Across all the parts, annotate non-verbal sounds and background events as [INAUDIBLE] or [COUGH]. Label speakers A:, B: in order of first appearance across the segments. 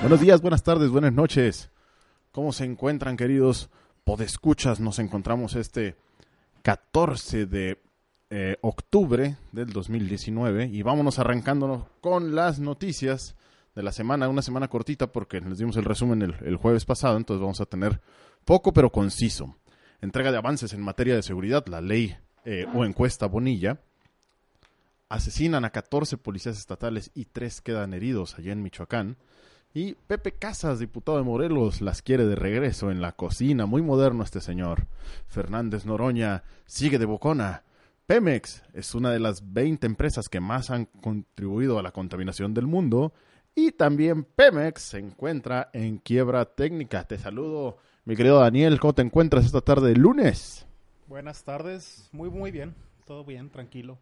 A: Buenos días, buenas tardes, buenas noches. ¿Cómo se encuentran, queridos podescuchas? Nos encontramos este 14 de eh, octubre del 2019 y vámonos arrancándonos con las noticias de la semana, una semana cortita porque les dimos el resumen el, el jueves pasado, entonces vamos a tener poco pero conciso. Entrega de avances en materia de seguridad, la ley eh, o encuesta Bonilla. Asesinan a 14 policías estatales y 3 quedan heridos allá en Michoacán. Y Pepe Casas, diputado de Morelos, las quiere de regreso en la cocina. Muy moderno este señor. Fernández Noroña sigue de bocona. Pemex es una de las 20 empresas que más han contribuido a la contaminación del mundo. Y también Pemex se encuentra en quiebra técnica. Te saludo, mi querido Daniel. ¿Cómo te encuentras esta tarde de lunes?
B: Buenas tardes. Muy, muy bien. Todo bien, tranquilo.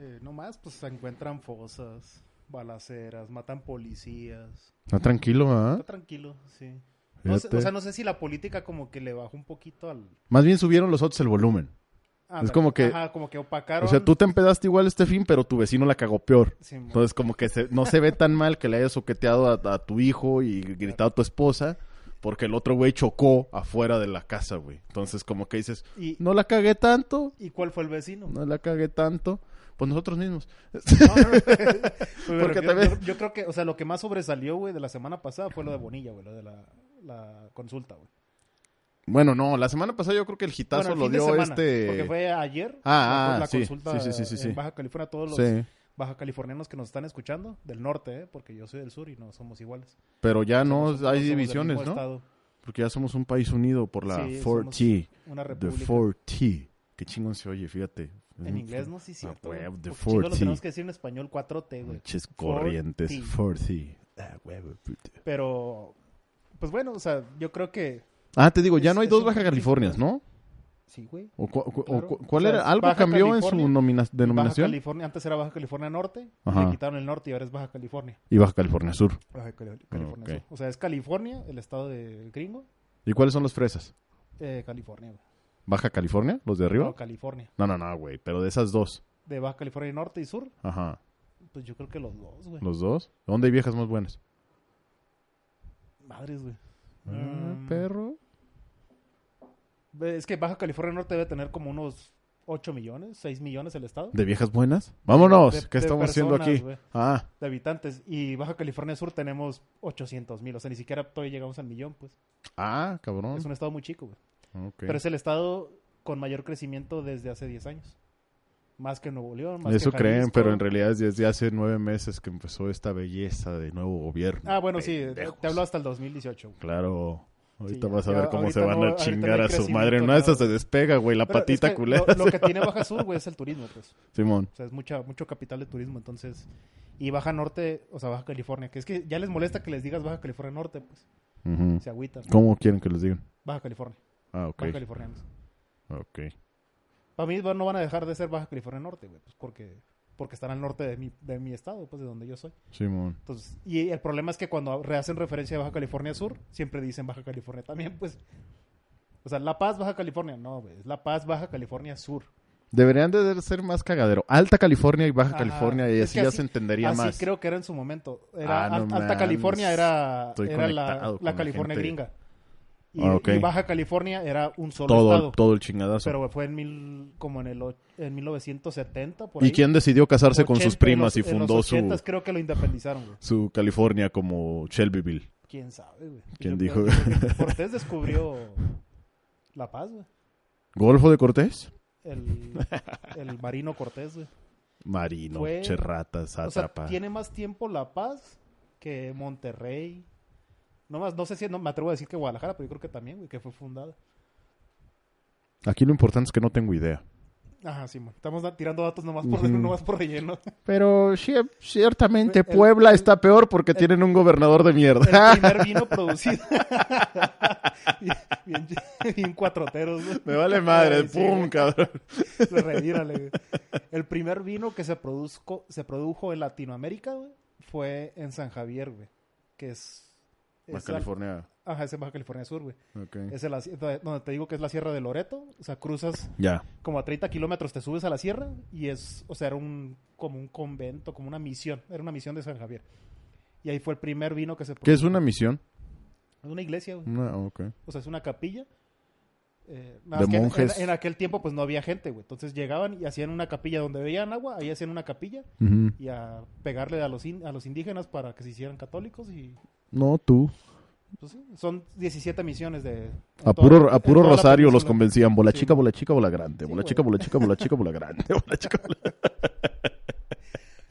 B: Eh, no más, pues se encuentran fosas, balaceras, matan policías.
A: Está tranquilo, ¿ah?
B: Está tranquilo, sí. No sé-
A: Fíjate.
B: o sea, no sé si la política como que le bajó un poquito al...
A: Más bien subieron los otros el volumen.
B: Ah,
A: Es
B: tal-
A: como que-
B: Ajá, como que opacaron.
A: O sea, tú te empedaste igual este fin, pero tu vecino la cagó peor.
B: Sí, mo-
A: Entonces, como que se- no se ve tan mal que le hayas soqueteado a, a tu hijo y gritado a tu esposa, porque el otro güey chocó afuera de la casa, güey. Entonces, como que dices,
B: y,
A: no la cagué tanto,
B: ¿Y cuál fue el vecino?
A: no la cagué tanto. Pues nosotros mismos.
B: [LAUGHS] No,
A: [LAUGHS]
B: no, no. Me
A: Porque
B: refiero-
A: también-
B: yo, yo creo que, o sea, lo que más sobresalió, güey, de la semana pasada fue lo de Bonilla, güey, lo de la, la consulta, güey.
A: Bueno, no, la semana pasada yo creo que el
B: Bueno,
A: hitazo
B: el
A: lo
B: fin de
A: dio
B: semana, Porque
A: este.
B: fue ayer.
A: Ah,
B: la-
A: ah,
B: la
A: sí,
B: consulta
A: sí, sí, sí, sí.
B: en Baja California, todos los
A: Sí,
B: baja californianos que nos están escuchando, del norte, ¿eh? porque yo soy del sur y no somos iguales.
A: pero ya Ah, no
B: Somos- somos
A: hay
B: del
A: divisiones,
B: mismo
A: ¿no?
B: estado,
A: Porque ya somos un país unido por la
B: Sí,
A: 4T.
B: una
A: The
B: república.
A: 4T. Qué chingón se oye, fíjate.
B: En inglés no, sí, cierto. güey.
A: Ah, huevo, the
B: Por chingo, lo
A: 4T.
B: tenemos que decir en español 4T, güey.
A: Pinches
B: 4T.
A: corrientes 4T. Ah, huevo, puta.
B: Pero, pues bueno, o sea, yo creo que
A: Ah, te digo, ya
B: Es-
A: no hay
B: es
A: dos
B: un-
A: Baja Californias, ¿no?
B: sí, güey.
A: ¿O, cu- cu- o
B: Claro.
A: cu- cuál
B: O sea,
A: era? ¿Algo
B: Baja
A: cambió en su
B: California,
A: nomina-
B: Baja
A: denominación?
B: California, antes era Baja California Norte,
A: Ajá.
B: le quitaron el norte y ahora es Baja California.
A: y Baja California Sur.
B: Baja Cali- California
A: ok.
B: Sur. O sea, es California, el estado de gringo,
A: ¿Y cuáles son los fresas?
B: eh, California, güey.
A: ¿Baja California? ¿Los de arriba?
B: No, California.
A: No, no, no, güey, pero de esas dos.
B: De Baja California Norte y Sur,
A: Ajá,
B: pues yo creo que los dos, güey.
A: los dos. ¿Dónde hay viejas más buenas?
B: Madres, güey.
A: Ah,
B: Mm.
A: perro.
B: Es que Baja California Norte debe tener como unos 8 millones, 6 millones el estado
A: ¿De viejas buenas? Vámonos,
B: De-
A: ¿qué
B: de
A: estamos haciendo
B: personas,
A: aquí?
B: güey.
A: Ah,
B: de habitantes. Y Baja California Sur tenemos 800 mil. O sea, ni siquiera todavía llegamos al millón, pues.
A: ah, cabrón.
B: Es un estado muy chico, güey.
A: Ok.
B: Pero es el estado con mayor crecimiento desde hace 10 años. Más que Nuevo León, más
A: Eso
B: que
A: creen,
B: Jalisco.
A: pero en realidad es desde hace nueve meses que empezó esta belleza de nuevo gobierno.
B: Ah, bueno, sí.
A: Pendejos.
B: Te hablo hasta el 2018, güey.
A: Claro. Ahorita
B: Sí,
A: vas a
B: ya-
A: ver cómo
B: ahorita
A: se van
B: no-
A: a
B: ahorita
A: chingar
B: no hay
A: a su
B: crecimiento,
A: madre. Una de
B: nada.
A: esas se despega, güey, la
B: Pero es
A: patita
B: que
A: culera.
B: Lo, lo que tiene Baja Sur, güey, es el turismo, pues.
A: [LAUGHS] Simón.
B: O sea, es mucha, mucho capital de turismo, entonces... Y Baja Norte, o sea, Baja California, que es que ya les molesta que les digas Baja California Norte, pues.
A: Ujú.
B: Se agüitan.
A: ¿Cómo quieren que les digan?
B: Baja California.
A: Ah, ok.
B: Baja Californianos.
A: Ok.
B: Para mí va- no van a dejar de ser Baja California Norte, güey, pues porque, porque están al norte de mi, de mi estado, pues de donde yo soy.
A: Simón.
B: Entonces, y el problema es que cuando rehacen referencia a Baja California Sur, siempre dicen Baja California también, pues. O sea, La Paz, Baja California, no, güey, es La Paz, Baja California Sur.
A: Deberían de ser más cagadero. Alta California y Baja
B: Ajá.
A: California, y
B: Es
A: así
B: que
A: ya
B: así-
A: se entendería
B: Así
A: más.
B: Ah, creo que era en su momento. Era
A: Ah, no
B: Al- Alta
A: mames.
B: California era,
A: Estoy
B: era la,
A: conectado con
B: la
A: la
B: California
A: gente.
B: gringa. Y,
A: Ah, ok.
B: y Baja California era un solo
A: todo,
B: estado.
A: todo el chingadazo.
B: Pero fue en mil, como en el och- en 1970 por
A: ¿Y
B: ahí.
A: quién decidió casarse con sus
B: 80,
A: primas
B: en los-
A: y
B: en los
A: fundó su,
B: 80s creo que lo independizaron, güey.
A: su California como Shelbyville?
B: ¿Quién sabe, güey?
A: ¿Quién
B: Yo
A: dijo?
B: creo
A: [LAUGHS]
B: que Cortés descubrió La Paz, güey.
A: ¿Golfo de Cortés?
B: El, el marino Cortés, güey.
A: Marino,
B: Fue-
A: Cherrata,
B: O sea,
A: Sátrapa.
B: tiene más tiempo La Paz que Monterrey. No más, no sé si no, me atrevo a decir que Guadalajara, pero yo creo que también, güey, que fue fundada.
A: Aquí lo importante es que no tengo idea.
B: Ajá, sí, man. Estamos da- tirando datos nomás por, [LAUGHS] nomás
A: [LAUGHS]
B: por relleno.
A: Pero cier- ciertamente
B: El-
A: Puebla
B: el-
A: está peor porque tienen un gobernador de mierda.
B: El primer vino producido. [LAUGHS] bien, bien, bien cuatroteros, güey.
A: [LAUGHS] Me vale madre,
B: Ay, sí,
A: pum,
B: güey.
A: cabrón.
B: Revírale, güey. El primer vino que se, produzco, se produjo en Latinoamérica, güey, fue en San Javier, güey. Que es. es
A: Más
B: la-
A: California.
B: Ajá, es en Baja California Sur, güey.
A: ok.
B: Es en la sie- donde- donde te digo que es la Sierra de Loreto. O sea, cruzas
A: Ya.
B: como a 30 kilómetros, te subes a la sierra y es, o sea, era un, como un convento, como una misión. Era una misión de San Javier. Y ahí fue el primer vino que se
A: ¿Qué es una misión?
B: Es una iglesia, güey.
A: Una- ok.
B: O sea, es una capilla. Eh, nada
A: De
B: más que en-
A: monjes.
B: En, en aquel tiempo, pues no había gente, güey. Entonces llegaban y hacían una capilla donde veían agua, ahí hacían una capilla
A: Ujú.
B: y a pegarle a los, in- a los indígenas para que se hicieran católicos. Y
A: No, tú.
B: pues, sí, son 17 misiones de. en
A: A
B: toda-
A: puro, a
B: en
A: puro
B: toda la
A: Rosario los
B: península.
A: convencían. Bola
B: Sí.
A: chica, bola chica, bola grande.
B: Sí,
A: Bola
B: güey.
A: chica, bola chica, bola chica, bola
B: [LAUGHS]
A: grande. Bola chica, bola-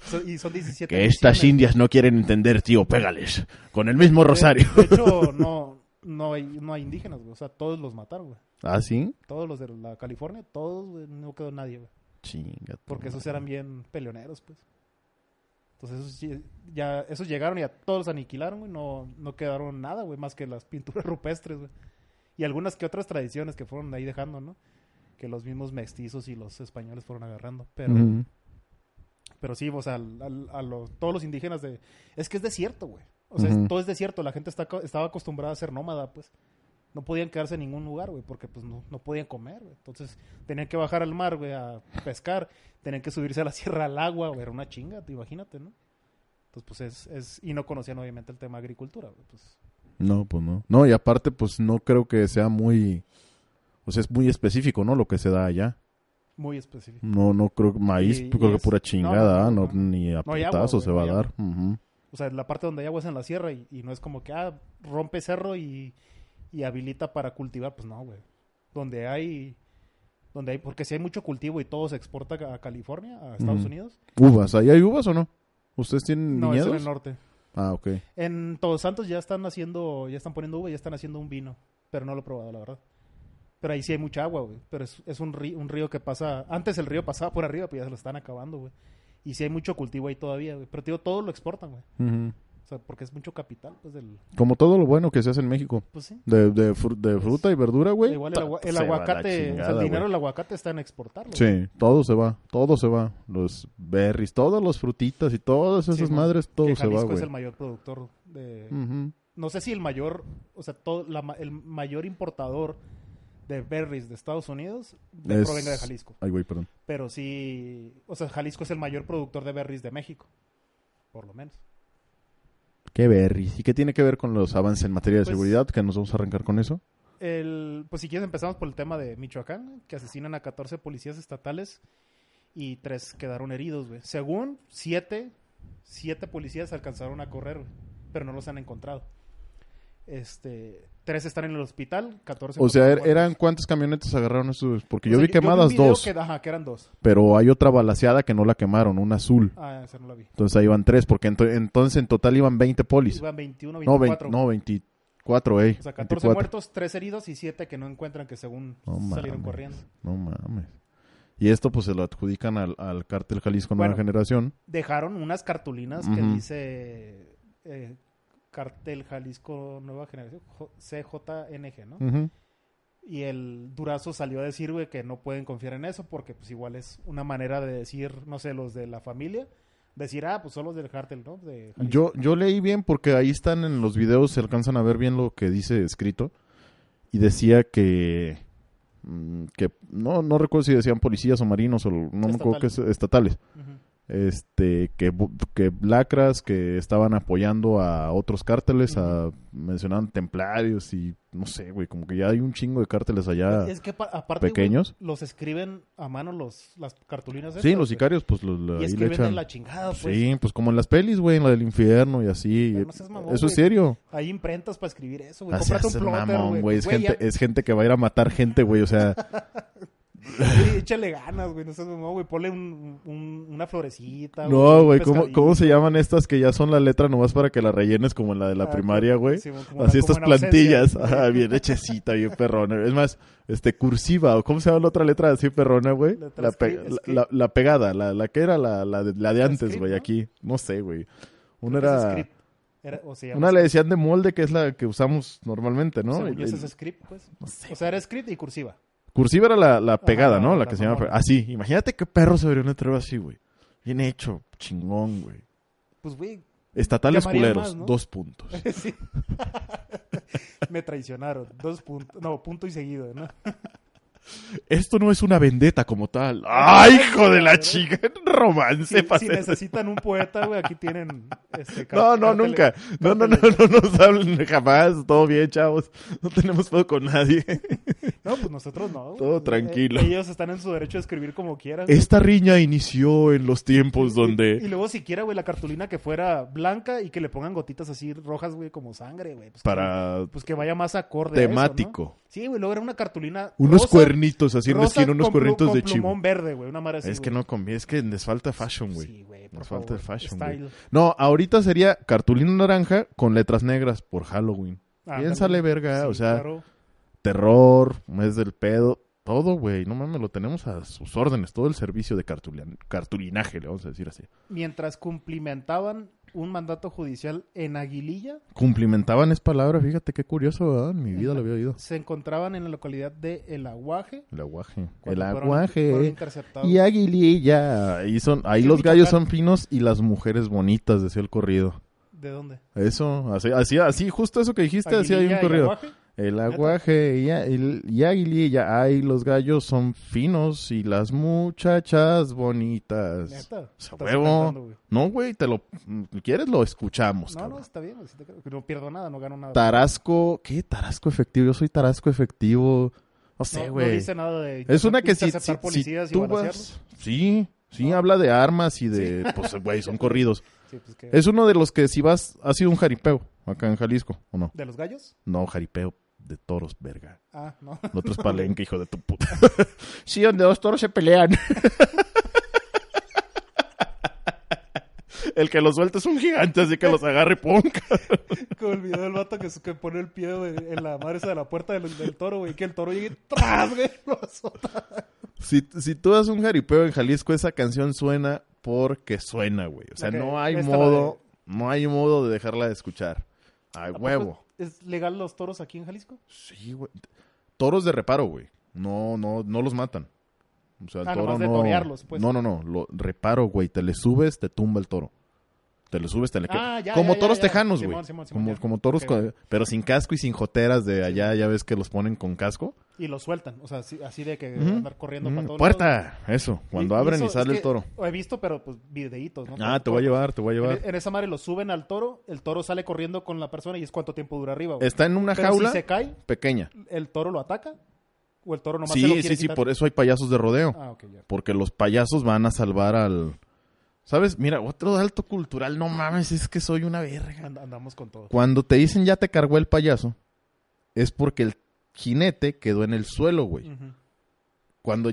B: So- y son 17
A: Que estas
B: misiones.
A: indias no quieren entender, tío. Pégales. Con el mismo Rosario. [LAUGHS]
B: De, de hecho, no, no, hay, no hay indígenas, güey. O sea, todos los mataron, güey.
A: ¿Ah, sí?
B: Todos los de la California, todos, güey, no quedó nadie, güey.
A: Chinga. tu
B: Porque esos
A: madre.
B: eran bien peleoneros, pues. Entonces esos, sí- ya, esos llegaron y a todos los aniquilaron, güey. No, no quedaron nada, güey, más que las pinturas [LAUGHS] rupestres, güey. Y algunas que otras tradiciones que fueron ahí dejando, ¿no? Que los mismos mestizos y los españoles fueron agarrando. Pero,
A: Ujú.
B: pero sí, o sea, al- al- a los, todos los indígenas de... Es que es desierto, güey. O sea, es-
A: Ujú.
B: todo es desierto. La gente está, co- estaba acostumbrada a ser nómada, pues. No podían quedarse en ningún lugar, güey, porque pues no, no podían comer, güey. Entonces tenían que bajar al mar, güey, a pescar. Tenían que subirse a la [LAUGHS] sierra al agua, güey. Era una chinga, te imagínate, ¿no? Entonces, pues es, es... Y no conocían, obviamente, el tema agricultura, güey. Pues,
A: No, pues no. No, y aparte, pues no creo que sea muy. O sea, es muy específico, ¿no? Lo que se da allá.
B: muy específico.
A: No, no creo que maíz,
B: Y-
A: creo
B: y
A: que
B: es-
A: pura chingada, ¿ah?
B: no,
A: no,
B: no, no.
A: ni a
B: No hay agua,
A: putazo
B: güey,
A: se
B: no
A: va a
B: hay
A: dar. Ujú.
B: O sea, la parte donde hay agua es en la sierra y, y no es como que, ah, rompe cerro y, y habilita para cultivar. Pues no, güey. Donde hay... Donde hay, porque si hay mucho cultivo y todo se exporta a California, a Estados
A: Ujú.
B: Unidos.
A: Uvas, ¿ahí hay uvas o no? ¿Ustedes tienen
B: No, es en
A: viñedos?
B: el norte.
A: ah, ok.
B: En Todos Santos ya están haciendo, ya están poniendo uva, ya están haciendo un vino, pero no lo he probado, la verdad. Pero ahí sí hay mucha agua, güey. Pero es, es un, río, un río que pasa, antes el río pasaba por arriba, pues ya se lo están acabando, güey. Y sí hay mucho cultivo ahí todavía, güey. Pero te digo, todo lo exportan, güey.
A: Ujú.
B: O sea, porque es mucho capital, pues del,
A: Como todo lo bueno que se hace en México.
B: pues sí.
A: De, de fru- de fruta y verdura, güey.
B: Pues, Igual el,
A: ta-
B: agua- el
A: se va a la
B: aguacate, o sea,
A: chingada,
B: el dinero
A: güey.
B: del aguacate está en exportarlo. güey.
A: Sí, todo se va, todo se va. Los berries, todas las frutitas y todas esas
B: Sí, güey.
A: madres, todo
B: que
A: se va,
B: Jalisco
A: güey.
B: es
A: Mm.
B: el mayor productor de,
A: Ujú.
B: no sé si el mayor, o sea, todo, la ma- el mayor importador de berries de Estados Unidos de-
A: Es-
B: provenga de Jalisco.
A: Ay, güey, perdón.
B: Pero sí, o sea, Jalisco es el mayor productor de berries de México, por lo menos.
A: ¿Qué berries? ¿Y qué tiene que ver con los avances en materia de
B: Pues-
A: seguridad? Que nos vamos a arrancar con eso.
B: El, pues si quieres empezamos por el tema de Michoacán, que asesinan a 14 policías estatales y tres quedaron heridos, güey. Según siete, siete policías alcanzaron a correr, güey, pero no los han encontrado. Este, tres están en el hospital, 14
A: O sea, er-
B: fueron
A: eran
B: muertos.
A: cuántas camionetas agarraron esos, porque yo
B: O sea,
A: vi
B: un
A: quemadas
B: video
A: dos,
B: que- ajá, que eran dos.
A: pero hay otra balaseada que no la quemaron, una azul.
B: Ah, esa no la vi.
A: Entonces ahí iban tres, porque ento- entonces en total iban 20 polis.
B: Iban 21,
A: no,
B: 24.
A: 20, no, 24, ey.
B: o sea, 14
A: 24.
B: muertos, 3 heridos y 7 que no encuentran que según
A: No
B: salieron
A: mames.
B: corriendo.
A: No mames. Y esto pues se lo adjudican al, al cártel Jalisco Nueva
B: Bueno.
A: Generación.
B: Dejaron unas cartulinas que
A: Ujú.
B: dice eh, Cartel Jalisco Nueva Generación, J- CJNG, ¿no?
A: Ujú.
B: Y el Durazo salió a decir, güey, que no pueden confiar en eso porque pues igual es una manera de decir, no sé, los de la familia, decir, ah, pues son los del cártel, ¿no? De Jalisco.
A: Yo, yo leí bien porque ahí están en los videos, se alcanzan a ver bien lo que dice escrito. Y decía que. mm, que no, no recuerdo si decían policías o marinos o no me acuerdo que es- estatales.
B: Ujú.
A: Este, que, bu- que lacras que estaban apoyando a otros cárteles, a, mencionaban templarios y no sé, güey, como que ya hay un chingo de cárteles allá.
B: Es que pa- aparte, güey,
A: ah, pequeños.
B: los escriben a mano los, las cartulinas.
A: sí,
B: estas,
A: los
B: güey.
A: sicarios, pues los, la-
B: Y
A: ahí le
B: escriben de
A: echan.
B: la chingada, pues.
A: Sí, pues como en las pelis, güey, en la del infierno y así.
B: Pero no seas mamón,
A: Eso es
B: güey.
A: serio.
B: Hay imprentas para escribir eso, güey.
A: Ah,
B: Cómprate un
A: seas
B: plotter,
A: mamón,
B: güey.
A: güey. Es,
B: Güey,
A: gente, es gente que va a ir a matar gente, güey. O
B: [LAUGHS]
A: sea,
B: ya-
A: [LAUGHS]
B: sí, échale ganas, güey. No seas mamón, güey. Ponle un, un- una florecita,
A: no,
B: un
A: güey. ¿cómo,
B: pescadito.
A: ¿Cómo se llaman estas que ya son la letra nomás para que la rellenes como en la de la
B: Ah,
A: primaria, güey?
B: sí, como-
A: Así
B: como
A: estas
B: en ausencia. [LAUGHS]
A: plantillas. Ajá, bien hechecita, bien perrona. Es más, este, cursiva. ¿o ¿Cómo se llama la otra letra así perrona, güey?
B: Letra
A: La, pe-
B: script-
A: la-
B: script.
A: la- la pegada. La, la que era la, la de, la de antes,
B: script,
A: güey.
B: ¿no?
A: Aquí. No sé, güey. [LAUGHS] Una
B: Creo que ese
A: era...
B: script era- o se llama
A: Una le decían de molde, que es la que usamos normalmente, ¿no?
B: según yo,
A: El-
B: ese
A: el-
B: es script, pues. O sea, era script y cursiva.
A: Cursiva era la, la pegada,
B: Ajá,
A: ¿no?
B: la-
A: La,
B: la
A: que se llama.
B: mamona.
A: Así. Imagínate qué perro se vería una treva así, güey. Bien hecho. Chingón, güey.
B: Pues, güey. [LAUGHS]
A: Estatales
B: Llamarían
A: culeros.
B: más, ¿no?
A: Dos puntos.
B: sí. [LAUGHS]
A: [LAUGHS]
B: Me traicionaron. Dos puntos. No, punto y seguido, ¿no?
A: Esto no es una vendetta como tal. ¡Ay, hijo de
B: [LAUGHS]
A: la chica! [LAUGHS] Romance.
B: Si, si
A: pasé.
B: necesitan un poeta, güey, aquí tienen. Este, car-
A: No, no,
B: cartel-
A: nunca. No, no, no, no nos hablen jamás. Todo bien, chavos. No tenemos pedo con nadie.
B: No, pues nosotros no. güey.
A: Todo
B: Eh,
A: tranquilo.
B: ellos están en su derecho de escribir como quieran.
A: Esta riña inició en los tiempos
B: Y
A: donde...
B: luego siquiera, güey, la cartulina que fuera blanca y que le pongan gotitas así rojas, güey, como sangre, güey. Pues,
A: Para
B: que- pues que vaya más acorde. a eso, ¿no?
A: temático.
B: Sí, güey, luego era una cartulina.
A: Unos
B: rosa-
A: cuernitos, así en la
B: rosa
A: esquina, unos
B: con plu-
A: cuernitos
B: con
A: de chivo.
B: plumón verde, güey, una madre así,
A: Es que
B: güey.
A: no conviene, es que les falta fashion, güey.
B: Sí, güey, por
A: Nos falta el
B: favor.
A: fashion, güey.
B: Style.
A: No, ahorita sería cartulina naranja con letras negras por Halloween.
B: Ah,
A: Piénsale,
B: ándale.
A: verga,
B: Sí,
A: o sea,
B: claro.
A: terror, mes del pedo, todo, güey. No mames, lo tenemos a sus órdenes, todo el servicio de cartulian- cartulinaje, le vamos a decir así.
B: Mientras cumplimentaban un mandato judicial en Aguililla,
A: Cumplimentaban es palabra, fíjate qué curioso, ¿verdad? En mi vida lo había oído.
B: se encontraban en la localidad de El Aguaje.
A: El aguaje. El
B: cuando fueron- fueron
A: aguaje.
B: interceptados.
A: Y aguililla. Ahí, son, ahí
B: ¿Qué,
A: los gallos
B: Michoacán?
A: son finos y las mujeres bonitas, decía el corrido.
B: ¿De dónde?
A: Eso, así, así, así justo eso que dijiste, así Este, hay
B: Aguililla
A: un
B: y
A: corrido.
B: Aguaje.
A: El
B: ¿Neta?
A: aguaje y, a- el- y aguililla, ay, los gallos son finos y las muchachas bonitas.
B: Neta,
A: O sea,
B: estás
A: huevo.
B: inventando, güey.
A: No, güey, te lo quieres, lo escuchamos.
B: No,
A: pues
B: no,
A: cabrón.
B: está bien. güey, sí te creo. No pierdo nada, no gano nada.
A: Tarasco, ¿qué? Tarasco efectivo, yo soy Tarasco efectivo. No
B: No-
A: sé,
B: no
A: güey.
B: dice nada de
A: es una que si, si-
B: interceptar
A: si
B: policías y
A: tú
B: balacearlos.
A: vas, sí, sí habla de armas y de, [LAUGHS] pues, güey,
B: [LAUGHS]
A: son corridos.
B: Sí, pues, que-
A: Es uno de los que si vas, ha sido un jaripeo acá en Jalisco, ¿o no?
B: ¿De los gallos?
A: No, jaripeo de toros, verga.
B: Ah, no.
A: El otro es palenque, hijo de tu puta. [LAUGHS] sí, donde dos toros se pelean. El que los suelta es un gigante, así que los agarre y ponga.
B: [LAUGHS] Como el video del vato que, su- que pone el pie güey, en la madre esa de la puerta del, del toro, güey. Que el toro llegue y tras, güey. [LAUGHS] lo azota.
A: Si, si tú das un jaripeo en Jalisco, esa canción suena porque suena, güey. O sea,
B: Ok,
A: no hay
B: esta
A: modo, no hay modo de dejarla de escuchar. Ay, huevo.
B: ¿Es legal los toros aquí en Jalisco?
A: Sí, güey. Toros de reparo, güey. No, no, no los matan. O sea, el
B: Ah,
A: toro
B: nomás de
A: no.
B: torearlos, pues.
A: No, no, no. Lo, reparo, güey. Te le subes, te tumba el toro. Te le subes, te le queda.
B: Ah, ya,
A: como
B: ya, ya,
A: toros
B: ya.
A: tejanos,
B: Simón,
A: güey.
B: Simón, Simón,
A: Como,
B: ya.
A: como toros,
B: Ok.
A: con- pero sin casco y sin joteras de allá, ya ves que los ponen con casco.
B: Y los sueltan. O sea, así, así de que
A: Ujú.
B: andar corriendo
A: Mm,
B: para todos lados.
A: Puerta, eso. Cuando
B: Y- y
A: abren y,
B: eso es
A: sale el
B: que
A: toro.
B: He visto, pero pues videitos, ¿no?
A: Ah, te voy a llevar, te voy a llevar.
B: En, en esa madre lo suben al toro, el toro sale corriendo con la persona y es cuánto tiempo dura arriba, güey.
A: Está en una
B: Pero
A: jaula
B: si se cae,
A: pequeña.
B: el toro lo ataca o el toro nomás se lo
A: Sí,
B: quiere
A: sí, sí,
B: quitar?
A: por eso hay payasos de rodeo.
B: Ah, ok, ya.
A: Porque los payasos van a salvar al... ¿Sabes? Mira, otro alto cultural, no mames, es que soy una verga.
B: And- andamos con todo.
A: Cuando te dicen ya te cargó el payaso, es porque el jinete quedó en el suelo, güey.
B: Ujú.
A: Cuando,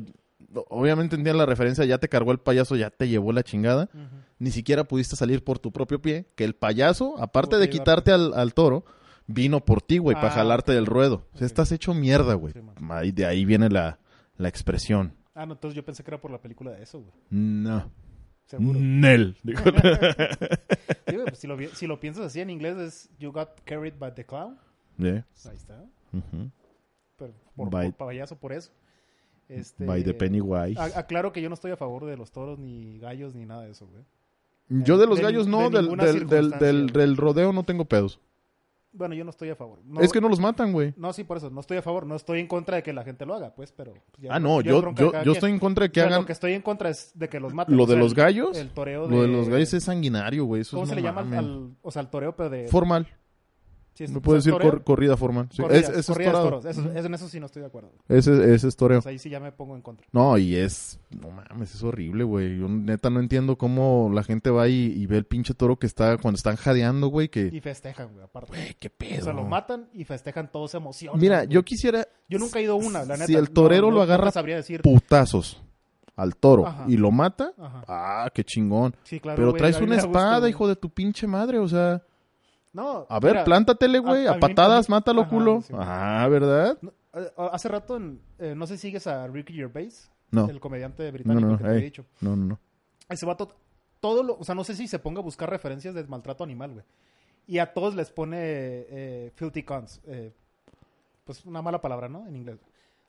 A: obviamente entendían la referencia, ya te cargó el payaso, ya te llevó la chingada.
B: Ujú.
A: ni siquiera pudiste salir por tu propio pie, que el payaso, aparte
B: Por
A: de
B: ti,
A: quitarte al, al toro, vino por ti, güey, para
B: Ah,
A: jalarte del ruedo. O sea,
B: Ok.
A: estás hecho mierda, güey.
B: Sí, man.
A: Ahí- de ahí viene la, la expresión.
B: Ah, no, entonces yo pensé que era por la película de eso, güey.
A: No.
B: Seguro.
A: Mm. Nel. dijo la-
B: [LAUGHS] Sí, güey, pues, si, lo, vi- si lo piensas así en inglés es You got carried by the clown.
A: Yeah.
B: Ahí está.
A: Ujú.
B: Pero por,
A: By-
B: por payaso, por eso. Este,
A: By the Pennywise.
B: a- aclaro que yo no estoy a favor de los toros, ni gallos, ni nada de eso, güey.
A: Yo de los
B: de
A: gallos
B: nin-
A: no,
B: de
A: del,
B: ninguna
A: del, del,
B: circunstancia,
A: del-
B: güey.
A: del rodeo no tengo pedos.
B: Bueno, yo no estoy a favor. No,
A: Es que no los matan, güey.
B: No, sí, por eso. No estoy a favor. No estoy en contra de que la gente lo haga, pues, pero... pues, ya
A: Ah,
B: es-
A: no,
B: ya es
A: yo,
B: bronca de
A: yo,
B: cada
A: yo
B: quien.
A: estoy en contra de que
B: O sea,
A: hagan...
B: Lo que estoy en contra es de que los maten.
A: Lo
B: o
A: de
B: sea,
A: los
B: el-
A: gallos,
B: El toreo de...
A: lo de los gallos es sanguinario, güey. eso
B: ¿Cómo
A: es
B: se
A: no
B: le llama al,
A: mames.
B: al- o sea, al toreo, pero de...
A: Formal.
B: sí, es-
A: No
B: o
A: puedo
B: sea,
A: decir
B: toreo-
A: cor- corrida formal. Sí,
B: corridas,
A: es, eso es
B: corridas de
A: torado.
B: toros. Eso- eso- en eso sí no estoy de acuerdo.
A: Ese, ese es toreo.
B: O sea, ahí sí ya me pongo en contra.
A: No, y es... No mames, es horrible, güey. Yo neta no entiendo cómo la gente va y, y ve el pinche toro que está... Cuando están jadeando, güey, que...
B: Y festejan, güey, aparte.
A: Güey, qué
B: o
A: pedo.
B: sea, lo matan y festejan, todos se emocionan.
A: Mira,
B: güey.
A: yo quisiera
B: Yo nunca he ido a una, la neta.
A: si el torero lo agarra-
B: nunca sabría decir...
A: putazos al toro
B: Ajá.
A: y lo mata.
B: Ajá.
A: Ah, qué chingón.
B: Sí, claro,
A: Pero
B: güey,
A: traes
B: ahí
A: una
B: me da gusto,
A: espada,
B: güey.
A: hijo de tu pinche madre. O sea,
B: No.
A: a ver,
B: mira,
A: plántatele,
B: a-
A: güey.
B: a
A: A,
B: mí- a
A: patadas,
B: mí-
A: mátalo,
B: Ajá,
A: culo.
B: sí.
A: Ah, ¿verdad?
B: no, eh, Hace rato, en- eh, no sé si sigues a Ricky Gervais,
A: No,
B: el comediante
A: no,
B: británico
A: no.
B: que te he
A: ey,
B: dicho.
A: No, no, no.
B: Ese vato, todo lo, o sea, no sé si se ponga a buscar referencias de maltrato animal, güey. Y a todos les pone eh, filthy cons. eh, pues una mala palabra, ¿no? En inglés.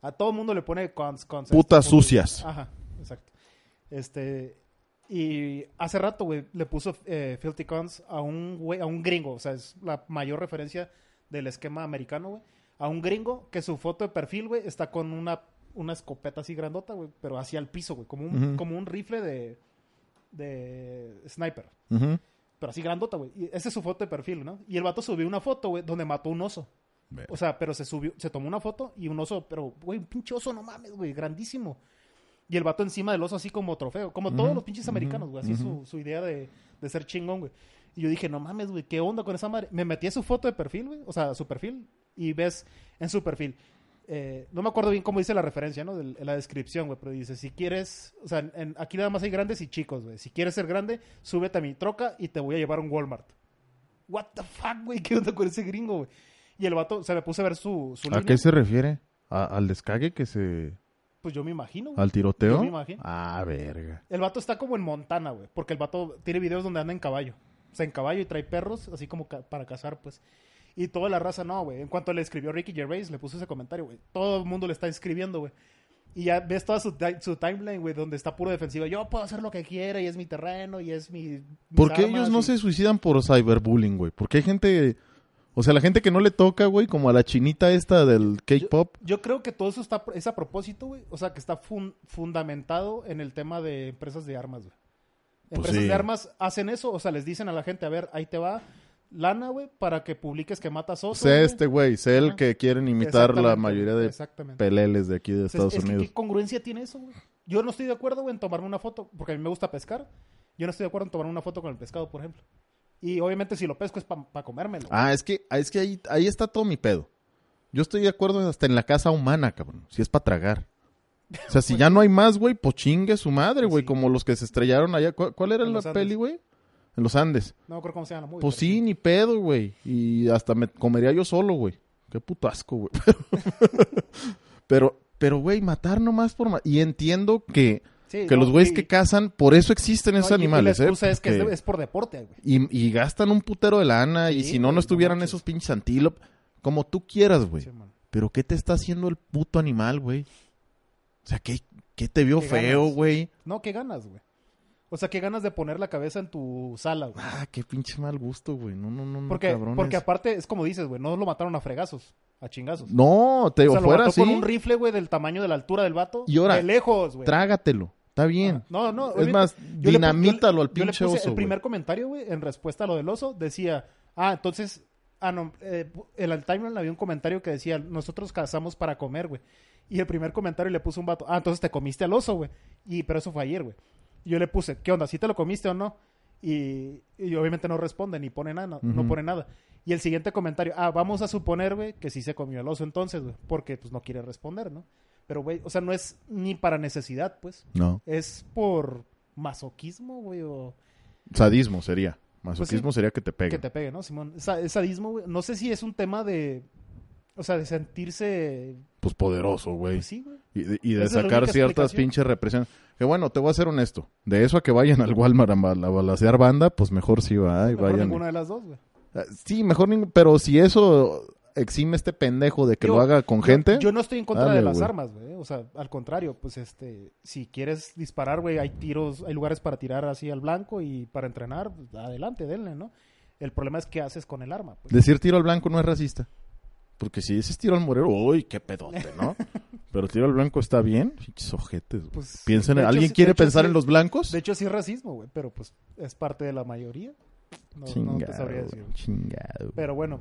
B: A todo mundo le pone cons,
A: Putas
B: cons. este, putas.
A: sucias.
B: Ajá, exacto. Este, y hace rato, güey, le puso eh, filthy cons a un güey, a un gringo. O sea, es la mayor referencia del esquema americano, güey. A un gringo que su foto de perfil, güey, está con una una escopeta así grandota, güey, pero hacia el piso, güey, como un,
A: Ujú.
B: como un rifle de, de sniper,
A: Ujú.
B: pero así grandota, güey. Y esa es su foto de perfil, ¿no? Y el vato subió una foto, güey, donde mató un oso.
A: Ver.
B: O sea, pero se subió, se tomó una foto y un oso, pero, güey, un pinche oso, no mames, güey, grandísimo. Y el vato encima del oso así como trofeo, como todos
A: Ujú,
B: los pinches
A: ujú,
B: americanos, güey, así su, su idea de, de ser chingón, güey. Y yo dije, no mames, güey, ¿qué onda con esa madre? Me metí a su foto de perfil, güey, o sea, su perfil, y ves en su perfil. eh, no me acuerdo bien cómo dice la referencia, ¿no? De la descripción, güey, pero dice, si quieres, o sea, en- aquí nada más hay grandes y chicos, güey. Si quieres ser grande, súbete a mi troca y te voy a llevar a un Walmart. What the fuck, güey, ¿qué onda con ese gringo, güey? Y el vato, se me puse a ver su, su
C: ¿A
B: línea.
C: qué se refiere? ¿A- ¿Al descague que se...
B: Pues yo me imagino, güey.
C: al tiroteo?
B: Yo me imagino.
C: Ah, verga.
B: El vato está como en Montana, güey. Porque el vato tiene videos donde anda en caballo. O sea, en caballo y trae perros, así como ca- para cazar, pues. Y toda la raza, no, güey. En cuanto le escribió Ricky Gervais, le puso ese comentario, güey. Todo el mundo le está escribiendo, güey. Y ya ves toda su, ti- su timeline, güey, donde está puro defensiva. Yo puedo hacer lo que quiera y es mi terreno y es mi. mis
A: ¿Por qué
B: armas,
A: ellos no
B: y-
A: se suicidan por cyberbullying, güey? Porque hay gente... O sea, la gente que no le toca, güey, como a la chinita esta del cake pop.
B: Yo creo que todo eso está es a propósito, güey. O sea, que está fun- fundamentado en el tema de empresas de armas, güey.
A: Pues
B: Empresas
A: sí.
B: de armas hacen eso, o sea, les dicen a la gente, a ver, ahí te va lana, güey, para que publiques que matas osos.
A: Sé
B: güey".
A: este, güey, sé el
B: Ajá.
A: que quieren imitar la
B: Exactamente,
A: mayoría de
B: Exactamente.
A: peleles de aquí de
B: O sea,
A: Estados
B: Pues es que
A: Unidos.
B: ¿Qué congruencia tiene eso, güey? Yo no estoy de acuerdo, güey, en tomarme una foto, porque a mí me gusta pescar. Yo no estoy de acuerdo en tomarme una foto con el pescado, por ejemplo. Y obviamente si lo pesco es para comérmelo.
A: Ah, es que, ah, es que ahí, ahí está todo mi pedo. Yo estoy de acuerdo hasta en la casa humana, cabrón. Si es para tragar. O sea, si ya no hay más, güey, pues chingue su madre, güey.
B: Sí.
A: Como los que se estrellaron allá. ¿Cu- ¿Cuál, era
B: En
A: la
B: los Andes.
A: peli, güey? En los Andes.
B: No me acuerdo cómo se llama la movie,
A: pues
B: pero
A: sí, ni pedo, güey. Y hasta me comería yo solo, güey. Qué puto asco, güey. [LAUGHS] pero, pero, güey, matar nomás por... ma- Y entiendo que,
B: Sí,
A: que
B: no,
A: los güeyes
B: y-
A: que cazan, por eso existen esos
B: no, y- y
A: animales,
B: La
A: ¿eh?
B: excusa es que es de-
A: Porque-
B: es por deporte, güey.
A: y, y gastan un putero de lana. y
B: Sí,
A: si no, no
B: güey, no
A: estuvieran
B: manches.
A: esos pinches antílopes. Como tú quieras, güey.
B: Sí, man.
A: Pero ¿qué te está haciendo el puto animal, güey? O sea, ¿qué, qué te vio
B: ¿Qué
A: feo,
B: ganas?
A: güey?
B: No, qué ganas, güey. O sea, qué ganas de poner la cabeza en tu sala, güey.
A: Ah, qué pinche mal gusto, güey. No, no, no, no,
B: Porque,
A: cabrones.
B: porque aparte, es como dices, güey, no lo mataron a fregazos, a chingazos.
A: No, te
B: o
A: digo,
B: sea, lo
A: fuera
B: mató
A: así,
B: con un rifle, güey, del tamaño de la altura del vato.
A: Y ahora,
B: De lejos, güey.
A: trágatelo. Está bien.
B: Ah, No, no.
A: es
B: obviamente,
A: más,
B: yo le pu- yo le-
A: dinamítalo al
B: yo le
A: pinche oso,
B: puse El
A: güey.
B: primer comentario, güey, en respuesta a lo del oso, decía, ah, entonces, ah, no, eh, pu- en el timeline había un comentario que decía, nosotros cazamos para comer, güey. Y el primer comentario le puso un vato, ah, entonces te comiste al oso, güey. Y, pero eso fue ayer, güey. Y yo le puse, ¿qué onda? ¿Si te lo comiste o no? Y, y obviamente no responde, ni pone nada, no, no
A: Ujú.
B: pone nada. Y el siguiente comentario, ah, vamos a suponer, güey, que sí se comió el oso entonces, güey, porque pues no quiere responder, ¿no? Pero, güey, o sea, no es ni para necesidad, pues
A: No,
B: es por masoquismo, güey, o
A: sadismo sería. Masoquismo sería que te
B: Pues que
A: peguen.
B: te pegue, ¿no, Simón? Sa- es sadismo, güey. No sé si es un tema de, o sea, de sentirse,
A: Pues poderoso, güey.
B: pues sí, güey.
A: Y de, y de
B: Esa es la
A: sacar
B: única
A: ciertas
B: explicación.
A: pinches represiones. Que bueno, te voy a ser honesto. De eso a que vayan al Walmart a bal- a balasear banda, pues mejor sí va. y
B: Mejor
A: vayan.
B: ninguna de las dos, güey.
A: Ah, Sí, mejor ningún. Pero si eso exime este pendejo de que
B: Yo-
A: lo haga con gente.
B: Yo no estoy en contra
A: Dale,
B: de las
A: güey.
B: armas, güey. O sea, al contrario, pues este, si quieres disparar, güey, hay tiros, hay lugares para tirar así al blanco y para entrenar, pues, adelante, denle, ¿no? El problema es qué haces con el arma, pues.
A: Decir tiro al blanco no es racista. Porque si dices tiro al morero, uy, qué pedote, ¿no?
B: [LAUGHS]
A: pero tiro al blanco está bien. Pinches ojetes. güey.
B: Pues,
A: Piensen,
B: de hecho,
A: ¿Alguien
B: sí-
A: quiere
B: de hecho,
A: pensar
B: sí-
A: en los blancos?
B: De hecho, sí es racismo, güey, pero pues es parte de la mayoría. No, no te
A: chingado.
B: sabría
A: güey,
B: decir. güey.
A: chingado.
B: Pero bueno,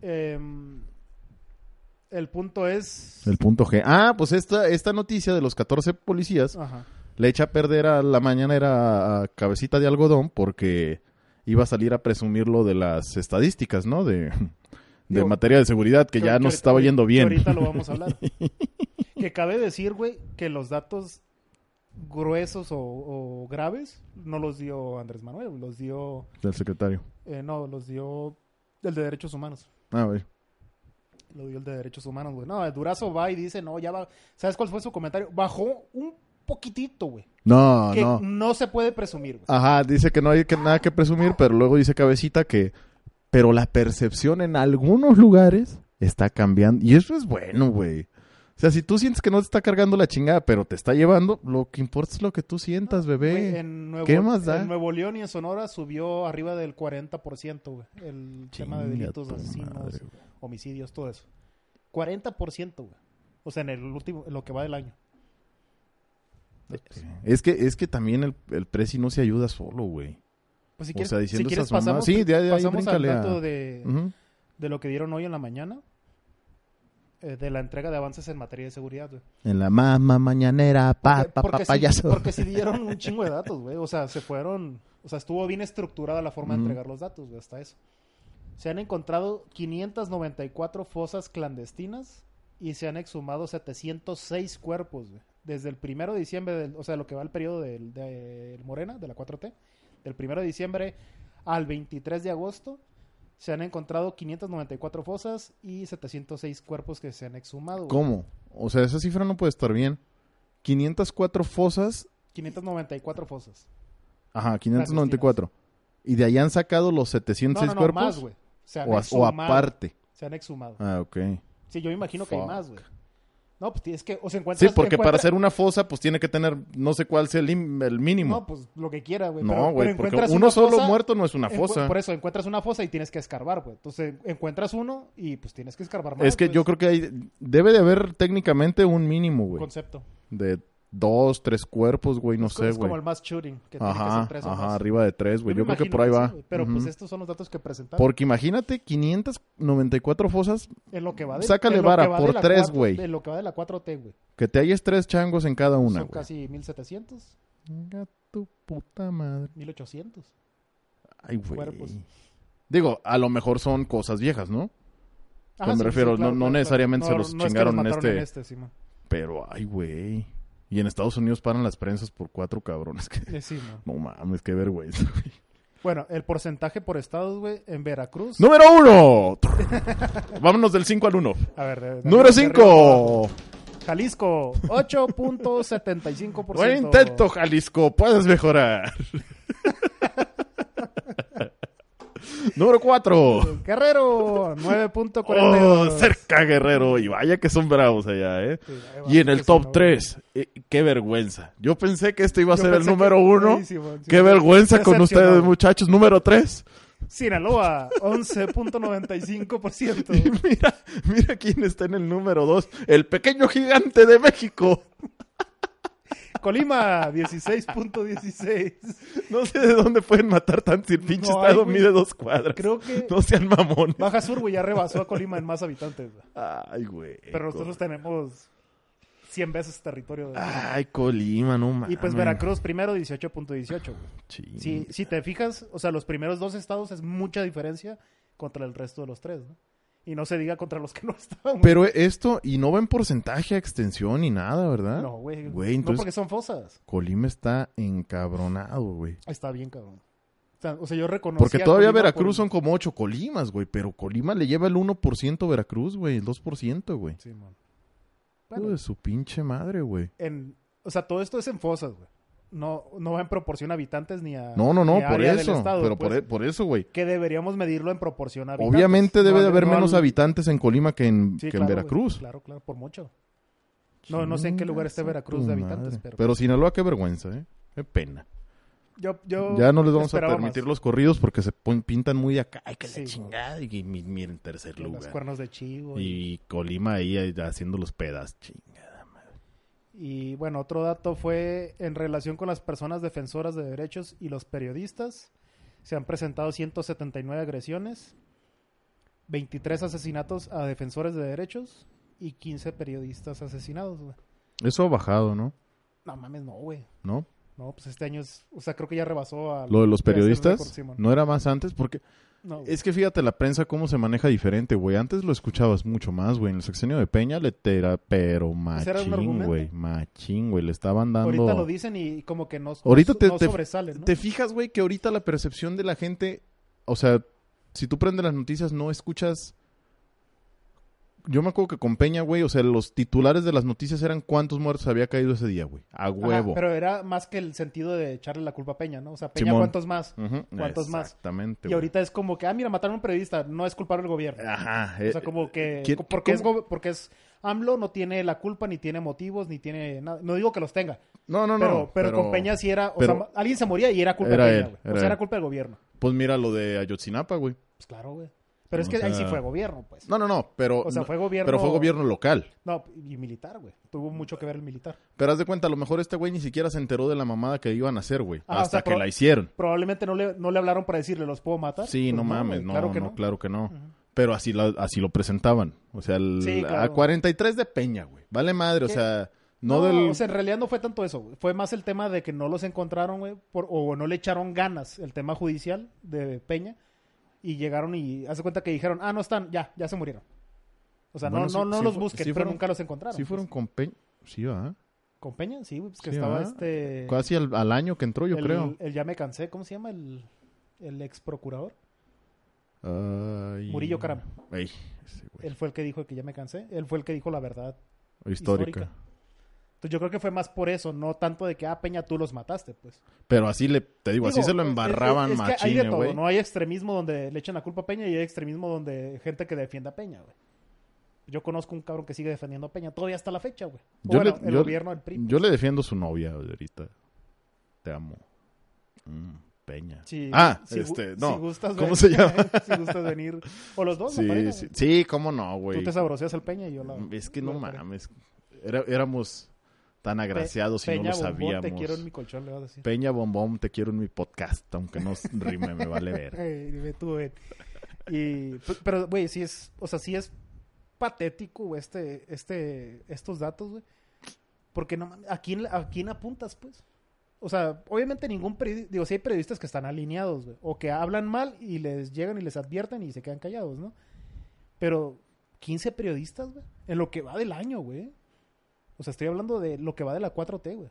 B: em, el punto es...
A: El punto G. Ah, pues esta, esta noticia de los 14 policías
B: Ajá.
A: le echa a perder a la mañanera a cabecita de algodón porque iba a salir a presumir lo de las estadísticas, ¿no? De, de
B: Digo,
A: materia de seguridad, que
B: Que-
A: ya
B: que
A: nos
B: ahorita-
A: estaba yendo
B: que
A: bien.
B: Ahorita lo vamos a hablar. que cabe decir, güey, que los datos gruesos o, o graves no los dio Andrés Manuel, los dio...
A: [LAUGHS] Del secretario.
B: eh, no, los dio el de Derechos Humanos.
A: A ver.
B: Lo dio el de Derechos Humanos, güey. No, el Durazo va y dice, no, ya va... ¿Sabes cuál fue su comentario? Bajó un poquitito, güey.
A: No,
B: que
A: Ah, no.
B: no. se puede presumir, güey.
A: Ajá, dice que no hay que, nada que presumir, pero luego dice cabecita que... Pero la percepción en algunos lugares está cambiando. Y eso es bueno, güey. O sea, si tú sientes que no te está cargando la chingada, pero te está llevando, lo que importa es lo que tú sientas, bebé.
B: Güey, en Nuevo,
A: ¿qué más da?
B: En Nuevo León y en Sonora subió arriba del 40%, güey. El tema de
A: Chinga
B: delitos,
A: tu
B: asesinos,
A: madre,
B: homicidios, todo eso. 40%, güey. O sea, en el último, en lo que va del año.
A: Eh, Es que, es que también el, el presi no se ayuda solo, güey.
B: Pues si
A: O
B: quieres,
A: sea, diciendo
B: si quieres
A: esas mamadas.
B: pasamos,
A: Sí, de ahí- de ahí
B: pasamos al
A: bríncale a-
B: dato de,
A: Ujú.
B: de lo que dieron hoy en la mañana. eh, de la entrega de avances en materia de seguridad, güey.
A: En la mamá mañanera, Ah, pa,
B: Porque-
A: pa, pa,
B: Eh, porque sí-
A: payaso.
B: porque sí dieron un chingo de datos, güey. O sea, se fueron... O sea, estuvo bien estructurada la forma de
A: Ujú.
B: entregar los datos, güey, hasta eso. Se han encontrado 594 fosas clandestinas y se han exhumado 706 cuerpos, güey. Desde el primero de diciembre, del- o sea, lo que va el periodo del, del Morena, de la 4T, del primero de diciembre al 23 de agosto, se han encontrado 594 fosas y 706 cuerpos que se han exhumado. güey.
A: [LAUGHS] ¿Cómo? O sea, esa cifra no puede estar bien. 504 fosas.
B: 594 fosas.
A: Ajá, 594. Y de ahí han sacado los 706
B: no, no,
A: cuerpos.
B: más, güey. Se han
A: o, a- o
B: exhumado.
A: aparte.
B: Se han exhumado.
A: Ah, ok.
B: Sí, yo me imagino que hay
A: Fuck.
B: más, güey. No, pues es que o se
A: Sí,
B: encuentras...
A: porque para
B: encuentra-
A: hacer una fosa, pues tiene que tener no sé cuál sea el, im- el
B: No,
A: mínimo.
B: pues lo que quiera, güey. pero-
A: No, güey,
B: pero
A: porque
B: encuentras
A: uno
B: una
A: solo
B: fosa-
A: muerto no es una
B: encu-
A: fosa.
B: Por eso, encuentras una fosa y tienes que escarbar, güey. Entonces, encuentras uno y pues tienes que escarbar más.
A: es que
B: pues.
A: yo creo que hay, debe de haber técnicamente un mínimo, güey.
B: Concepto.
A: De dos, tres cuerpos, güey, no
B: es, co-
A: sé,
B: es como
A: güey.
B: el mass shooting, que tiene que
A: Ajá,
B: ser tres o
A: ajá,
B: más.
A: arriba de tres, güey.
B: me
A: Yo creo que
B: imagino
A: por ahí
B: sí,
A: va.
B: güey, pero pues
A: Ujú.
B: estos son los datos que presentaron.
A: Porque imagínate, 594 fosas
B: en lo que va de,
A: sácale
B: en lo que
A: vara
B: va de
A: por
B: la
A: tres,
B: cuatro-
A: güey.
B: En lo que va de la 4T, güey.
A: Que te halles tres changos en cada una,
B: Son
A: güey.
B: casi 1700,
A: Venga tu puta madre.
B: 1800.
A: Ay, güey.
B: Cuerpos.
A: Digo, a lo mejor son cosas viejas, ¿no?
B: Ah,
A: me refiero, no- no necesariamente se los
B: es que los
A: chingaron en
B: mataron
A: este-
B: Simón.
A: Pero, ay, güey. Y en Estados Unidos paran las prensas por cuatro cabrones. Que... [LAUGHS]
B: Eh, Simón.
A: No mames, qué vergüenza. güey.
B: Bueno, el porcentaje por estados, güey, en Veracruz.
A: Número uno. [LAUGHS] Vámonos del 5 al 1.
B: A ver, de- de-
A: Número
B: de arriba para abajo.
A: 5.
B: Jalisco, 8.75%.
A: Buen intento, Jalisco. Puedes
B: [LAUGHS]
A: mejorar. Número 4.
B: Guerrero, 9.42.
A: Oh, cerca Guerrero. Y vaya que son bravos allá, ¿eh?
B: Sí, ahí va,
A: Y en el
B: que
A: top
B: son-
A: 3. qué vergüenza. Yo pensé que este iba a
B: Yo
A: ser el
B: pensé que-
A: número 1.
B: Sí, Simón,
A: qué
B: Simón.
A: vergüenza con
B: Decepcionado.
A: ustedes, muchachos. Número
B: [LAUGHS]
A: 3.
B: Sinaloa, 11.95%.
A: Mira, mira quién está en el número 2. El pequeño gigante de México.
B: Colima, 16.16.
A: No sé de dónde pueden matar tan si el pinche
B: No hay,
A: estado
B: güey.
A: mide dos cuadras.
B: Creo que
A: No sean mamones.
B: Baja Sur, güey, ya rebasó a Colima en más habitantes. güey.
A: Ay, güey.
B: Pero nosotros
A: Col-
B: tenemos 100 veces territorio de...
A: Ay, Colima, Ah, no mames.
B: Y pues Veracruz primero 18.18. güey.
A: Chin.
B: Si, si te fijas, o sea, los primeros dos estados es mucha diferencia contra el resto de los tres, ¿no? Y no se diga contra los que no estaban. güey.
A: Pero esto, y no va en porcentaje a extensión ni nada, ¿verdad?
B: no, güey.
A: Güey,
B: No
A: entonces
B: porque son fosas.
A: Colima está encabronado, güey.
B: Está bien, cabrón. O sea, o sea, yo reconozco.
A: Porque todavía Veracruz son como ocho Colimas, güey. Pero Colima le lleva el 1% Veracruz, güey. El 2%, güey.
B: Sí, man.
A: Hijo
B: Bueno,
A: de su pinche madre, güey.
B: en, o sea, todo esto es en fosas, güey. No, no va en proporción a habitantes ni a.
A: No, no, no,
B: ni a
A: por
B: Ah, área del
A: eso.
B: estado,
A: pero por,
B: pues,
A: e- por eso, güey.
B: Que deberíamos medirlo en proporción a habitantes.
A: Obviamente debe
B: No
A: de
B: al-
A: haber
B: no
A: menos
B: al-
A: habitantes en Colima que en,
B: Sí,
A: que
B: claro,
A: en
B: güey.
A: Veracruz.
B: Claro, claro, por mucho. No, no sé en qué lugar esté
A: Chingas a
B: Veracruz
A: tu
B: de habitantes,
A: madre.
B: pero-
A: Sinaloa, qué vergüenza, ¿eh? Qué pena.
B: Yo, yo
A: Ya no les vamos a
B: esperaba
A: permitir
B: más.
A: los corridos porque se pon- pintan muy acá. Ay, que
B: Sí,
A: la
B: güey.
A: chingada. Y mi- mira, en tercer
B: Que Los
A: lugar.
B: cuernos de chivo. Y...
A: Y Colima ahí ahí, haciendo los pedas, chingada.
B: y, bueno, otro dato fue en relación con las personas defensoras de derechos y los periodistas. Se han presentado 179 agresiones, 23 asesinatos a defensores de derechos y 15 periodistas asesinados. güey.
A: Eso ha bajado, ¿no?
B: No mames, no, güey.
A: ¿No?
B: No, pues este año es. O sea, creo que ya rebasó a.
A: Lo de los
B: Ah, ya es el récord,
A: periodistas
B: Simón.
A: no era más antes porque
B: No, güey.
A: es que fíjate la prensa cómo se maneja diferente, güey. Antes lo escuchabas mucho más, güey. En el sexenio de Peña le era pero
B: Pues era un
A: machín,
B: argumento.
A: güey. Machín, güey. Le estaban dando
B: Ahorita lo dicen y como que no,
A: Ahorita
B: no,
A: te-
B: no
A: te-
B: sobresalen, ¿no?
A: ¿Te fijas, güey, que ahorita la percepción de la gente, o sea, si tú prendes las noticias, no escuchas... Yo me acuerdo que con Peña, güey, o sea, los titulares de las noticias eran cuántos muertos había caído ese día, güey. A
B: Ajá,
A: huevo.
B: pero era más que el sentido de echarle la culpa a Peña, ¿no? O sea, Peña,
A: Simón.
B: ¿cuántos más?
A: Ujú,
B: ¿cuántos más?
A: Exactamente,
B: Y ahorita es como que, ah, mira, mataron a un periodista, no es culpar al
A: güey.
B: gobierno.
A: Ajá.
B: o
A: eh,
B: sea, como que,
A: ¿quién-
B: porque, es,
A: cómo?
B: go- porque es AMLO, no tiene la culpa, ni tiene motivos, ni tiene nada. No digo que los tenga,
A: No, no, no.
B: pero, pero, con Peña sí era, o
A: pero-
B: sea, ma- alguien se moría y era culpa
A: Era
B: de Peña,
A: él,
B: güey.
A: era
B: o sea, era
A: él.
B: culpa del gobierno.
A: Pues mira lo de Ayotzinapa, güey.
B: Pues claro, güey. Pero es
C: O
B: que ahí sí
C: sea-
B: fue gobierno, pues.
A: No, no, no, pero,
B: O sea,
A: no-
B: fue gobierno-
A: pero fue gobierno local.
B: No, y militar, güey. Tuvo mucho que ver el militar.
A: Pero haz de cuenta, a lo mejor este güey ni siquiera se enteró de la mamada que iban a hacer, güey.
B: Ah, o
A: hasta
B: sea,
A: que
B: pro-
A: la hicieron.
B: Probablemente no le, no le hablaron para decirle, ¿los puedo matar?
A: Sí,
B: Pues
A: no mames,
B: güey,
A: no,
B: claro que no.
A: claro que no.
B: Ujú.
A: Pero así, la- así lo presentaban. O sea, el-
B: Sí, claro.
A: a 43 de Peña, güey. Vale madre,
B: ¿Qué?
A: o sea, no,
B: No,
A: del...
B: o sea, en realidad no fue tanto eso. güey. Fue más el tema de que no los encontraron, güey, por- o no le echaron ganas el tema judicial de Peña. Y llegaron y hace cuenta que dijeron, ah, no están, ya, ya se murieron. O sea,
A: Bueno,
B: no,
A: sí-
B: no, no
A: sí
B: los
A: fu-
B: busquen,
A: sí
B: pero
A: fueron-
B: nunca los encontraron.
A: sí fueron
B: pues.
A: con Peña. Sí, ¿verdad?
B: con Peña, sí, güey, pues que
A: Sí,
B: estaba
A: ¿verdad?
B: este...
A: Casi al, al año que entró, yo
B: el,
A: creo.
B: el ya me cansé, ¿cómo se llama? El, el ex procurador.
A: Ay.
B: Murillo Caram.
A: Ey, ese güey.
B: Él fue el que dijo que ya me cansé. Él fue el que dijo la verdad histórica.
A: Histórica.
B: Entonces yo creo que fue más por eso, no tanto de que, ah, Peña, tú los mataste, pues.
A: Pero así le, te digo, así
B: Digo,
A: se lo
B: es-
A: embarraban
B: es- es que hay de
A: machine,
B: todo,
A: güey.
B: No hay extremismo donde le echen la culpa a Peña y hay extremismo donde gente que defienda a Peña, güey. Yo conozco un cabrón que sigue defendiendo a Peña todavía hasta la fecha, güey. O
A: Yo
B: bueno,
A: le-
B: el
A: yo-
B: gobierno del PRI.
A: Yo le defiendo a su novia güey, ahorita. Te amo. Mm, Peña.
B: Si-
A: ah,
B: si gu-
A: este,
B: si
A: no.
B: gustas
A: ¿Cómo
B: ven-
A: se llama?
B: [LAUGHS] si gustas venir. O los dos, la
A: sí,
B: pareja,
A: sí,
B: güey.
A: sí, cómo no,
B: Tú
A: güey.
B: te sabroseas el Peña y yo la...
A: Mm, Es que no
B: la pareja.
A: mames. Era- éramos tan agraciados y no
B: Peña
A: lo
B: Bombón,
A: sabíamos.
B: te quiero en mi colchón, le vas a decir.
A: Peña Bombón, te quiero en mi podcast, aunque no rime, me vale ver.
B: Ey, dime tú, güey. Y, p- pero, güey, sí es, o sea, sí es patético güey, este, este, estos datos, güey. Porque no mames, ¿a quién, ¿a quién apuntas, pues? O sea, obviamente ningún periodista, digo, sí hay periodistas que están alineados, güey, o que hablan mal y les llegan y les advierten y se quedan callados, ¿no? Pero 15 periodistas, güey, en lo que va del año, güey. O sea, estoy hablando de lo que va de la 4T, güey.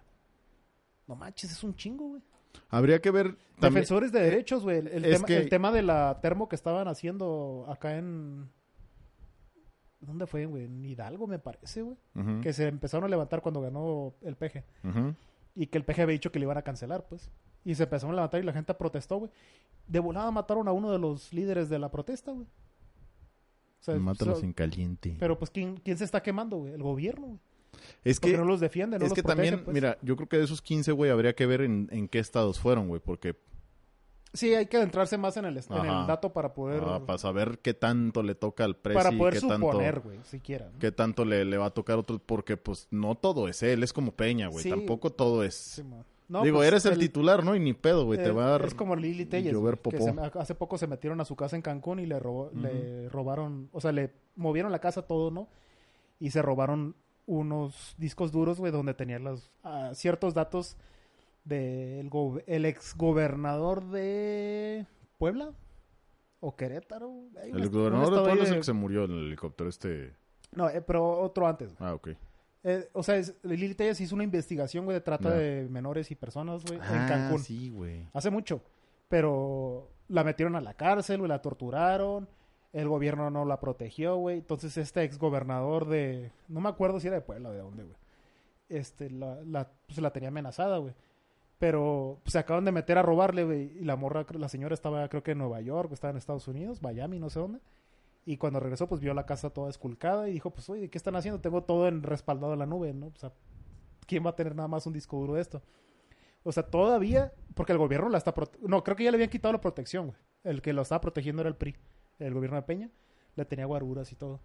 B: No manches, es un chingo, güey.
A: Habría que ver también. eh,
B: Defensores de derechos, güey. El, el
A: es
B: tema,
A: que-
B: el tema de la termo que estaban haciendo acá en... ¿Dónde fue, güey? En Hidalgo, me parece, güey.
A: Ujú,
B: Que se empezaron a levantar cuando ganó el PG.
A: ujú.
B: Y que el PG había dicho que le iban a cancelar, pues. Y se empezaron a levantar y la gente protestó, güey. De volada mataron a uno de los líderes de la protesta, güey. O sea,
A: Mátalos
B: so-
A: en caliente.
B: Pero pues, ¿quién, ¿quién se está quemando, güey? El gobierno, güey.
A: es
B: Porque
A: que
B: no los defiende, no
A: es
B: los
A: que
B: protege,
A: también,
B: pues.
A: mira, yo creo que de esos 15, güey, habría que ver en, en qué estados fueron, güey, porque
B: Sí, hay que adentrarse más en el, est- en
A: Ajá.
B: el dato para poder...
A: ah, para saber qué tanto le toca al precio
B: para poder
A: qué tanto,
B: suponer, güey, siquiera. ¿no?
A: qué tanto le, le va a tocar a otro, porque pues no todo es él, es como Peña, güey,
B: Sí.
A: tampoco todo es.
B: Simón. No,
A: Digo,
B: pues,
A: eres el,
B: el-
A: titular, ¿no? Y ni pedo, güey, te
B: eh,
A: va a...
B: Es como Lili Telles,
A: llover
B: güey, que
A: popó.
B: se me- hace poco se metieron a su casa en Cancún y le, robó- le robaron, o sea, le movieron la casa todo, ¿no? Y se robaron unos discos duros, güey, donde tenían los, ah, ciertos datos del go- el exgobernador de Puebla o Querétaro. Ahí un est-
A: El
B: un
A: gobernador de
B: estado ahí
A: Puebla es
B: de-
A: el que se murió en el helicóptero este...
B: No, eh, pero otro antes. güey.
A: Ah, ok.
B: Eh, o sea, es- Lili Telles hizo una investigación, güey, de trata
A: Ya.
B: de menores y personas, güey,
A: Ah,
B: en Cancún.
A: sí, güey.
B: hace mucho. Pero la metieron a la cárcel, güey, la torturaron, el gobierno no la protegió, güey. Entonces este exgobernador de, no me acuerdo si era de Puebla o de dónde, güey. Este, la, la, pues la tenía amenazada, güey. Pero pues, se acaban de meter a robarle, güey. Y la morra, la señora estaba, creo que en Nueva York, estaba en Estados Unidos, Miami, no sé dónde. Y cuando regresó, pues vio la casa toda esculcada y dijo, pues, oye, ¿qué están haciendo? Tengo todo en respaldado en la nube, ¿no? O sea, ¿quién va a tener nada más un disco duro de esto? O sea, todavía, porque el gobierno la está... prote- No, creo que ya le habían quitado la protección, güey. El que lo estaba protegiendo era el PRI, el gobierno de Peña. Le tenía guaruras y todo.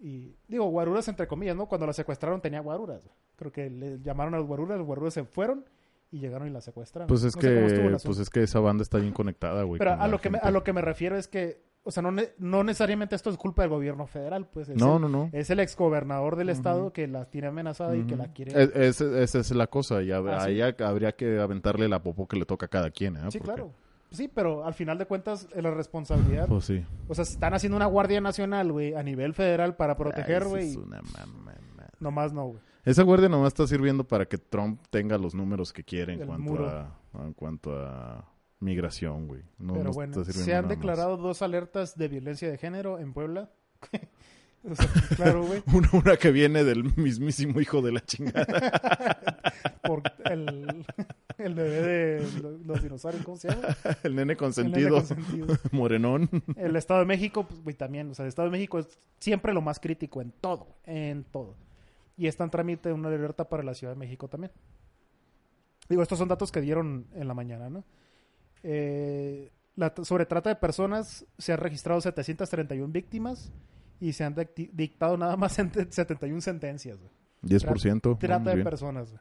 B: Y digo, guaruras entre comillas, ¿no? Cuando la secuestraron tenía guaruras. güey. Creo que le llamaron a los guaruras, los guaruras se fueron y llegaron y la secuestraron.
A: Pues es
B: No sé cómo estuvo el
A: que
B: asunto.
A: pues es que esa banda está bien conectada, güey.
B: Pero
A: con
B: a
A: la
B: lo, que me, a
A: gente.
B: lo que me refiero es que, o sea, no, ne- no necesariamente esto es culpa del gobierno federal, pues. Es
A: No,
B: el,
A: no, no.
B: Es el exgobernador del
A: Ujú.
B: estado que la tiene amenazada y que la quiere.
A: Es- es- esa es la cosa, y hab-
B: Ah, sí.
A: ahí ha- habría que aventarle la popó que le toca a cada quien, ¿eh?
B: sí,
A: Porque-
B: claro. Sí, pero al final de cuentas, eh, la responsabilidad.
A: Pues sí.
B: O sea, se están haciendo una Guardia Nacional, güey, a nivel federal para proteger,
A: Ay, esa
B: güey.
A: Es
B: y
A: una mamá.
B: Nomás no, güey.
A: Esa guardia nomás está sirviendo para que Trump tenga los números que quiere en
B: El
A: cuanto
B: muro.
A: a, en cuanto a migración, güey. No,
B: pero
A: no
B: bueno,
A: está sirviendo
B: se han
A: nada más.
B: declarado dos alertas de violencia de género en Puebla. [LAUGHS] O sea, claro, güey.
A: [LAUGHS] Una, una que viene del mismísimo hijo de la chingada. [LAUGHS]
B: Por el, [LAUGHS] el bebé de lo- los dinosaurios, ¿cómo se llama?
A: [LAUGHS] El nene
B: El nene
A: consentido.
B: consentido.
A: Morenón.
B: [LAUGHS] El Estado de México, pues, güey, también. O sea, el Estado de México es siempre lo más crítico en todo, en todo. Y está en trámite una alerta para la Ciudad de México también. Digo, estos son datos que dieron en la mañana, ¿no? Eh, la t- sobre trata de personas se han registrado 731 víctimas y se han dicti- dictado nada más [LAUGHS] en 71 sentencias. güey.
A: 10%.
B: Trata
A: muy
B: de
A: bien.
B: personas. güey.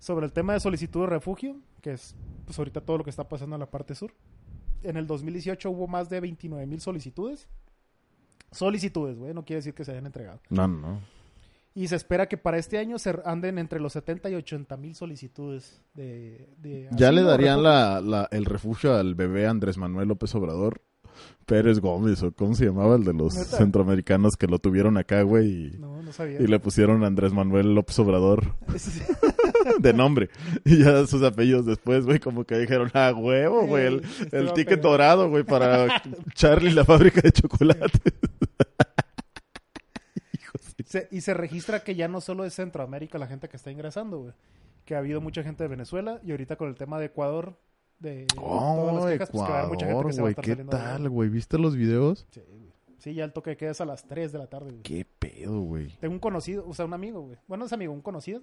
B: Sobre el tema de solicitud de refugio, que es pues ahorita todo lo que está pasando en la parte sur. En el 2018 hubo más de 29 mil solicitudes. Solicitudes, güey, no quiere decir que se hayan entregado.
A: No, no, no.
B: Y se espera que para este año se anden entre los 70 y 80 mil solicitudes de, de
A: Ya le
B: asilo,
A: darían
B: refugio.
A: la, la- el refugio al bebé Andrés Manuel López Obrador Pérez Gómez, o cómo se llamaba el de los
B: ¿Neta?
A: centroamericanos que lo tuvieron acá, güey, y,
B: No, no sabía.
A: y
B: [LAUGHS]
A: le pusieron Andrés Manuel López Obrador [LAUGHS] de nombre. Y ya sus apellidos después, güey, como que dijeron, ah, huevo, güey, el,
B: Sí, este
A: el
B: estuvo
A: ticket
B: pegado.
A: dorado, güey, para Charlie la fábrica
B: [LAUGHS]
A: de chocolate.
B: Se- y se registra que ya no solo es Centroamérica la gente que está ingresando, güey. Que ha habido mucha gente de Venezuela y ahorita con el tema de Ecuador, de todas las
A: Oh,
B: quejas, pues, que va a haber mucha gente
A: Ecuador,
B: que se va
A: güey,
B: a estar
A: ¿qué
B: saliendo de-
A: tal, güey? ¿Viste los videos?
B: Sí, güey. Sí, ya el toque de queda es a las 3 de la tarde, güey.
A: ¿Qué pedo, güey?
B: Tengo un conocido, o sea, un amigo, güey. Bueno, es amigo, un conocido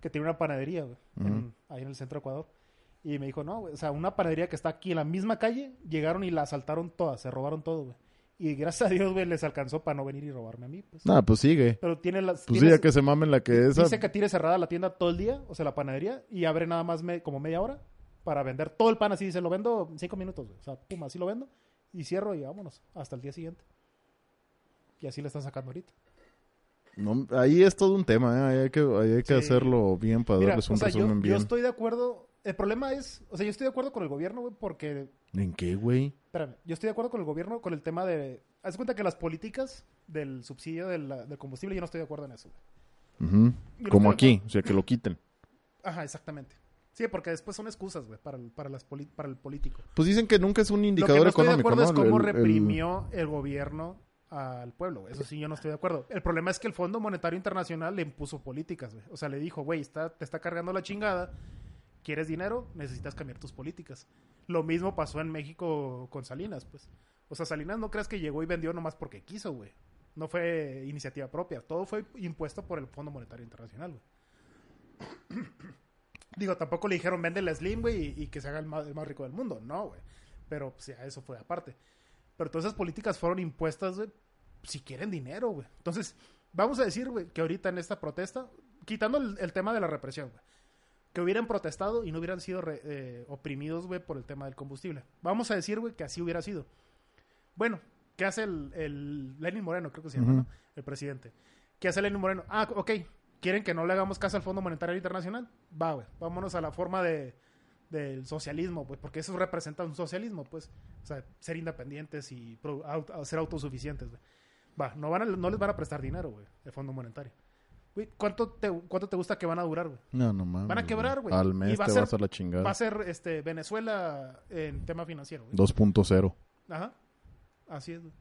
B: que tiene una panadería, güey, en- ahí en el centro de Ecuador. Y me dijo, no, güey, o sea, una panadería que está aquí en la misma calle, llegaron y la asaltaron toda, se robaron todo, güey. Y gracias a Dios, güey, les alcanzó para no venir y robarme a mí, pues.
A: Nah, pues sigue.
B: Pero tiene las...
A: Pues
B: tiene-
A: sí, ya que se mamen la que esa.
B: Dice que tiene cerrada la tienda todo el día, o sea, la panadería, y abre nada más me- como media hora para vender todo el pan así. Dice, lo vendo en cinco minutos, güey. O sea, pum, así lo vendo y cierro y vámonos hasta el día siguiente. Y así le están sacando ahorita.
A: No, ahí es todo un tema, ¿eh? ahí hay que, ahí hay que
B: Sí.
A: hacerlo bien para
B: Mira,
A: darles un
B: o sea, yo,
A: resumen
B: yo
A: bien.
B: estoy de acuerdo. El problema es, o sea, yo estoy de acuerdo con el gobierno, güey, porque,
A: ¿En qué, güey?
B: espérame, yo estoy de acuerdo con el gobierno con el tema de. Haz de cuenta que las políticas del subsidio de la- del combustible, yo no estoy de acuerdo en eso, güey.
A: Ujú.
B: Yo no
A: Como
B: estoy de
A: aquí, o sea, que lo quiten.
B: Ajá, exactamente. Sí, porque después son excusas, güey, para, el- para, las poli- para el político.
A: Pues dicen que nunca es un
B: lo
A: indicador
B: que no estoy
A: económico,
B: de acuerdo
A: ¿no?
B: es cómo
A: El- el-
B: reprimió el gobierno al pueblo. güey. Eso sí, yo no estoy de acuerdo. El problema es que el Fondo Monetario Internacional le impuso políticas, güey. O sea, le dijo, güey, está, te está cargando la chingada. ¿Quieres dinero? Necesitas cambiar tus políticas. Lo mismo pasó en México con Salinas, pues. O sea, Salinas no creas que llegó y vendió nomás porque quiso, güey. No fue iniciativa propia. Todo fue impuesto por el Fondo Monetario Internacional, güey. [CLEARS THROAT] Digo, tampoco le dijeron vende la Slim, güey, y, y que se haga el más, el más rico del mundo. No, güey. Pero pues, ya eso fue aparte. Pero todas esas políticas fueron impuestas, güey, si quieren dinero, güey. Entonces, vamos a decir, güey, que ahorita en esta protesta, quitando el, el tema de la represión, güey, que hubieran protestado y no hubieran sido re- eh, oprimidos, güey, por el tema del combustible. Vamos a decir, güey, que así hubiera sido. Bueno, ¿qué hace el, el Lenin Moreno, creo que se llama,
A: Ujú.
B: ¿no? El presidente. ¿Qué hace Lenin Moreno? Ah, ok, ¿quieren que no le hagamos caso al Fondo Monetario Internacional? Va, güey, vámonos a la forma de del socialismo, pues, porque eso representa un socialismo, pues, o sea, ser independientes y pro- au- ser autosuficientes, güey. Va, no, van a- no les van a prestar dinero, güey, el Fondo Monetario. Güey, ¿cuánto te, ¿cuánto te gusta que van a durar, güey?
A: No, no mames.
B: Van a quebrar, güey.
A: Al
B: Y
A: mes
B: va a
A: te
B: ser-
A: vas a la chingada.
B: Va a ser este, Venezuela en tema financiero, güey.
A: 2.0.
B: Ajá. Así es, güey.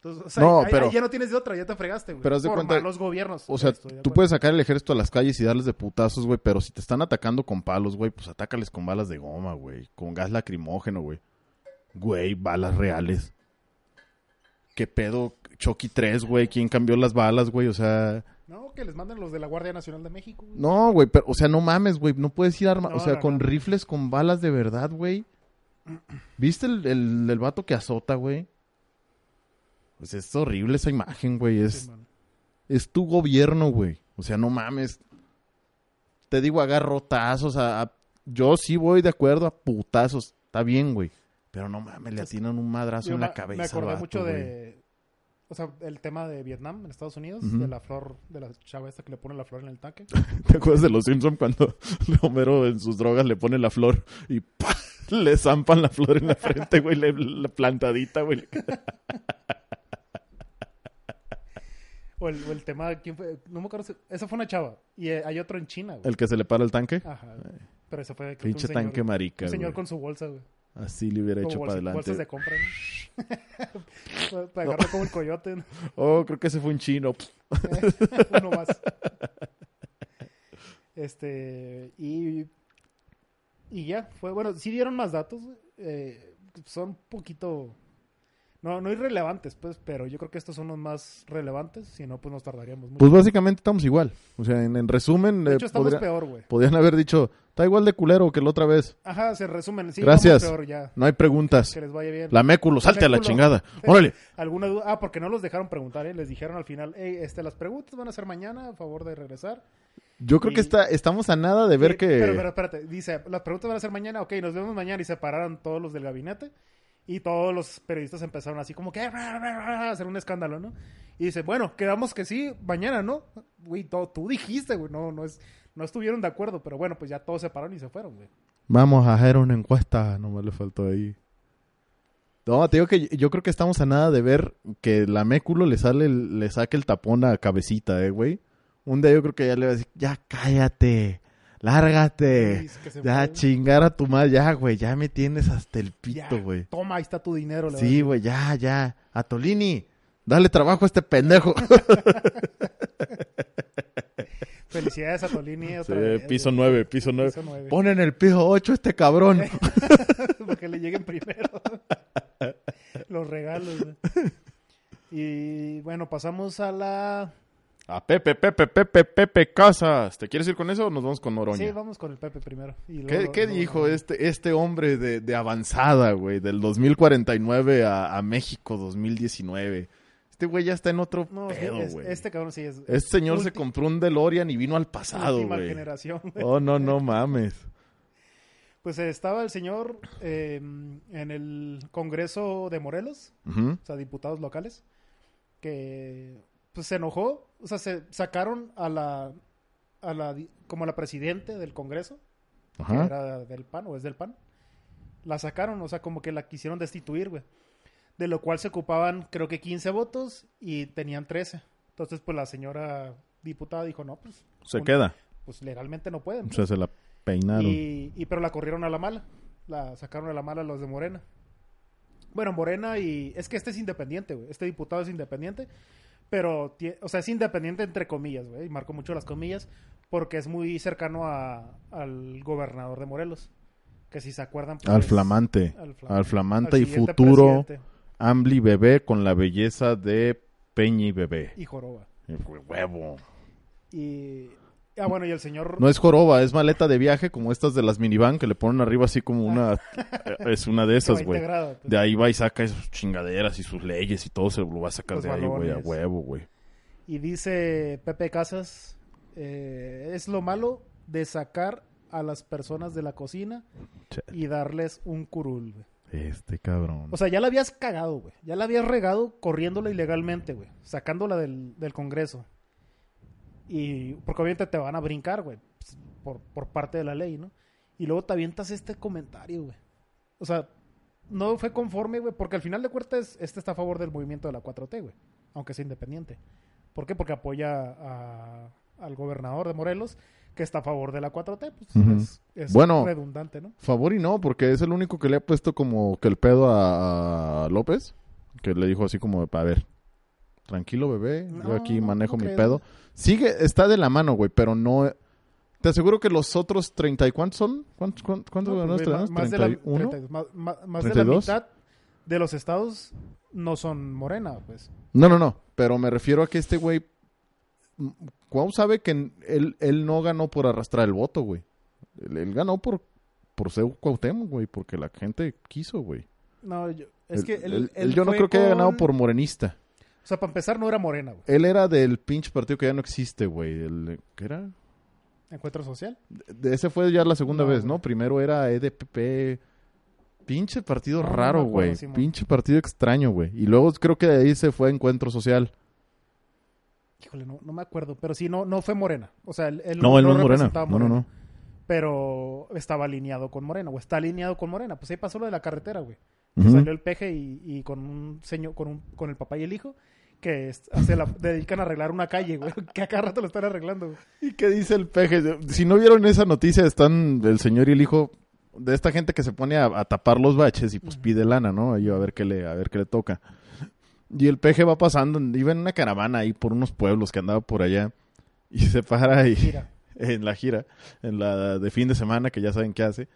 B: Entonces, o sea,
A: No,
B: ahí- ahí
A: pero-
B: ya no tienes de otra, ya te fregaste, güey.
A: Pero haz de
B: Por
A: cuenta-
B: malos gobiernos.
A: O sea,
B: Pues Estoy de
A: tú
B: acuerdo.
A: puedes sacar el ejército a las calles y darles de putazos, güey, pero si te están atacando con palos, güey, pues atácales con balas de goma, güey, con gas lacrimógeno, güey. Güey, balas reales. ¿Qué pedo? Chucky 3, güey, ¿quién cambió las balas, güey? O sea,
B: No, que les manden los de la Guardia Nacional de México, güey.
A: no, güey, pero, o sea, no mames, güey, no puedes ir arma,
B: No,
A: o sea,
B: no,
A: con
B: no.
A: rifles, con balas de verdad, güey. ¿Viste el, el, el vato que azota, güey? Pues es horrible esa imagen, güey, es...
B: Sí, mano.
A: Es tu gobierno, güey. O sea, no mames. Te digo, agarrotazos. A, a- Yo sí voy de acuerdo a putazos. Está bien, güey. Pero no mames, le
B: Es-
A: atinan un madrazo
B: Yo
A: en
B: me-
A: la cabeza.
B: Me acordé
A: al vato,
B: mucho
A: güey. [LAUGHS]
B: de. O sea, el tema de Vietnam en Estados Unidos,
A: Ujú.
B: de la flor, de la chava esta que le pone la flor en el tanque. [LAUGHS]
A: ¿Te acuerdas de los Simpson cuando [LAUGHS] Homero en sus drogas le pone la flor y [LAUGHS] ¡pa! le zampan la flor en la frente, güey? le- La plantadita, güey.
B: O el, o el tema de quién fue. No me acuerdo. si- Esa fue una chava. Y eh, hay otro en China, güey.
A: El que se le para el tanque.
B: Ajá. güey. Pero ese fue. creo Ah, que un
A: Pinche
B: señor-
A: tanque marica,
B: Un señor
A: güey.
B: con su bolsa, güey.
A: Así le hubiera
B: Como
A: hecho para
B: bolsa-
A: adelante.
B: bolsas de compra, ¿no? [LAUGHS] Te agarra como el coyote, ¿no?
A: Oh, creo que ese fue un chino.
B: [LAUGHS] Uno más. Este, y, y ya, fue bueno. Sí dieron más datos, eh, son un poquito. No, no irrelevantes, pues, pero yo creo que estos son los más relevantes, si no, pues nos tardaríamos mucho.
A: Pues básicamente estamos igual. O sea, en, en resumen,
B: de
A: eh,
B: hecho, estamos
A: podría-
B: peor, güey.
A: podrían haber dicho, está igual de culero que la otra vez.
B: Ajá, se resumen. Sí,
A: Gracias.
B: vamos peor ya.
A: No hay preguntas.
B: Que les vaya bien.
A: La méculo, salte a la
B: Méculo.
A: chingada. Órale.
B: ¿Alguna duda? Ah, porque no los dejaron preguntar, ¿eh? Les dijeron al final, hey, este, las preguntas van a ser mañana, a favor de regresar.
A: Yo creo que
B: Y-
A: está, estamos a nada de ver
B: Eh,
A: que...
B: Pero, pero espérate, dice, las preguntas van a ser mañana, ok, nos vemos mañana. Y se pararon todos los del gabinete. Y todos los periodistas empezaron así como que... "Ah, "Ra, ra, ra, ra", hacer un escándalo, ¿no? Y dice, bueno, quedamos que sí, mañana, ¿no? Güey, to- tú dijiste, güey, no, no es... No estuvieron de acuerdo, pero bueno, pues ya todos se pararon y se fueron, güey.
A: Vamos a hacer una encuesta, nomás le faltó ahí. No, te digo que yo- yo creo que estamos a nada de ver que la Méculo le sale, el- le saque el tapón a cabecita, eh, güey. Un día yo creo que ya le va a decir, ya cállate,
B: Y
A: lárgate,
B: es que se
A: Eh, ya
B: fueron.
A: chingar a tu madre, ya, güey, ya me tienes hasta el
B: Ya,
A: pito, güey.
B: Toma, ahí está tu dinero. le va a
A: Sí, güey, ya, ya. A Tolini, dale trabajo a este
B: [LAUGHS]
A: pendejo.
B: Felicidades a Tolini.
A: [LAUGHS]
B: otra
A: Sí,
B: vez,
A: piso
B: güey.
A: 9, piso 9.
B: Piso nueve.
A: Pon en el piso 8 este
B: [LAUGHS]
A: cabrón.
B: Para que le lleguen primero. [LAUGHS] Los regalos. güey. Y bueno, pasamos a la.
A: A Pepe, Pepe, Pepe, Pepe Casas. ¿Te quieres ir con eso o nos vamos con Oroña?
B: Sí, vamos con el Pepe primero. y
A: ¿Qué,
B: luego-
A: qué
B: luego-
A: dijo este, este hombre de, de avanzada, güey? Del 2049 a, a México 2019. Este güey ya está en otro
B: No, sí,
A: pedo,
B: es-
A: güey. Este,
B: este cabrón sí es.
A: señor se
B: ulti-
A: compró un DeLorean y vino al pasado,
B: última
A: güey.
B: generación. este. güey.
A: Oh, no, no mames.
B: Pues eh, estaba el señor eh, en el Congreso de Morelos.
A: Ujú.
B: o sea, diputados locales, que pues se enojó, o sea, se sacaron a la, a la, di- como a la presidente del Congreso, que
A: Ajá.
B: era del PAN o es del PAN, la sacaron, o sea, como que la quisieron destituir, güey. De lo cual se ocupaban, creo que 15 votos y tenían 13. Entonces, pues la señora diputada dijo, no, pues,
A: Se
B: un-
A: queda.
B: pues legalmente no pueden.
A: O sea, se la peinaron.
B: Y, y- pero la corrieron a la mala. La sacaron a la mala los de Morena. Bueno, Morena y... Es que este es independiente, güey. Este diputado es independiente. Pero, tie- o sea, es independiente entre comillas, güey. Y marco mucho las comillas. Porque es muy cercano a- al gobernador de Morelos. Que si se acuerdan... pues,
A: al flamante.
B: al flam-
A: Al flamante
B: al
A: y
B: siguiente
A: futuro
B: presidente.
A: Ambly Bebé con la belleza de Peñi Bebé.
B: Y Joroba.
A: Huevo.
B: Y... Ah, bueno, y el señor...
A: No es joroba, es maleta de viaje como estas de las minivan que le ponen arriba así como una...
B: Ah.
A: [LAUGHS] es una de
B: que va
A: esas, güey.
B: integrado, pues.
A: De ahí va y saca sus chingaderas y sus leyes y todo se lo va a sacar
B: Los
A: de ahí, güey, a
B: valores.
A: huevo, güey.
B: Y dice Pepe Casas, eh, es lo malo de sacar a las personas de la cocina
A: Chale.
B: y darles un curul, güey.
A: Este cabrón.
B: O sea, ya la habías cagado, güey. Ya la habías regado corriéndola ilegalmente, güey. Sacándola del, del Congreso. Y porque obviamente te van a brincar, güey. pues, Por, por parte de la ley, ¿no? Y luego te avientas este comentario, güey. O sea, no fue conforme, güey. Porque al final de cuentas, este está a favor del movimiento de la 4T, güey. Aunque sea independiente. ¿Por qué? Porque apoya a- al gobernador de Morelos, que está a favor de la 4T. Pues,
A: Ujú.
B: es, es
A: Bueno.
B: redundante, ¿no?
A: Favor y no, porque es el único que le ha puesto como que el pedo a, a López, que le dijo así como, a ver, tranquilo bebé, yo
B: No,
A: aquí
B: no,
A: manejo
B: no
A: mi
B: creo.
A: pedo. Sigue, está de la mano, güey, pero no... Te aseguro que los otros treinta y cuántos son? ¿Cuántos, cuántos, cuántos
B: No,
A: ganados
B: pues, güey,
A: tenemos?
B: más, de la,
A: ¿31?
B: 32, más- más- más de la
A: 32.
B: mitad de los estados no son morena, pues.
A: No, no, no. Pero me refiero a que este güey. mm, Cuau sabe que n- él, él no ganó por arrastrar el voto, güey. Él, él ganó por, por ser Cuauhtémoc, güey. Porque la gente quiso, güey.
B: No, yo- es
A: Él-
B: que
A: él-
B: él,
A: él
B: él
A: yo no
B: fue
A: creo que haya ganado
B: con-
A: por morenista.
B: O sea, para empezar, no era morena, güey.
A: Él era del pinche partido que ya no existe, güey. El- ¿Qué era?
B: Encuentro social.
A: De ese fue ya la segunda
B: No,
A: vez,
B: güey.
A: ¿no? Primero era E EDPP. Pinche partido
B: No, no me
A: raro,
B: acuerdo,
A: güey.
B: Simón.
A: pinche partido extraño, güey. Y luego creo que de ahí se fue a Encuentro Social.
B: Híjole, no, no me acuerdo. Pero sí, no, no fue morena. O sea, él, él
A: No, él no es morena.
B: representaba
A: No, no, no.
B: Pero estaba alineado con morena, o está alineado con morena. Pues ahí pasó lo de la carretera, güey. Que
A: Ujú.
B: Salió el peje y, y con un señor, con, un, con el papá y el hijo, que es- se la [LAUGHS] dedican a arreglar una calle, güey. [LAUGHS] Que a cada rato lo están arreglando, güey.
A: ¿Y qué dice el peje? Si no vieron esa noticia, están el señor y el hijo de esta gente que se pone a, a tapar los baches y pues pide lana, ¿no? Yo a ver qué le, a ver qué le toca. Y el peje va pasando, iba en una caravana ahí por unos pueblos que andaba por allá y se para ahí [LAUGHS]
B: Mira.
A: en la gira, en la de fin de semana que ya saben qué hace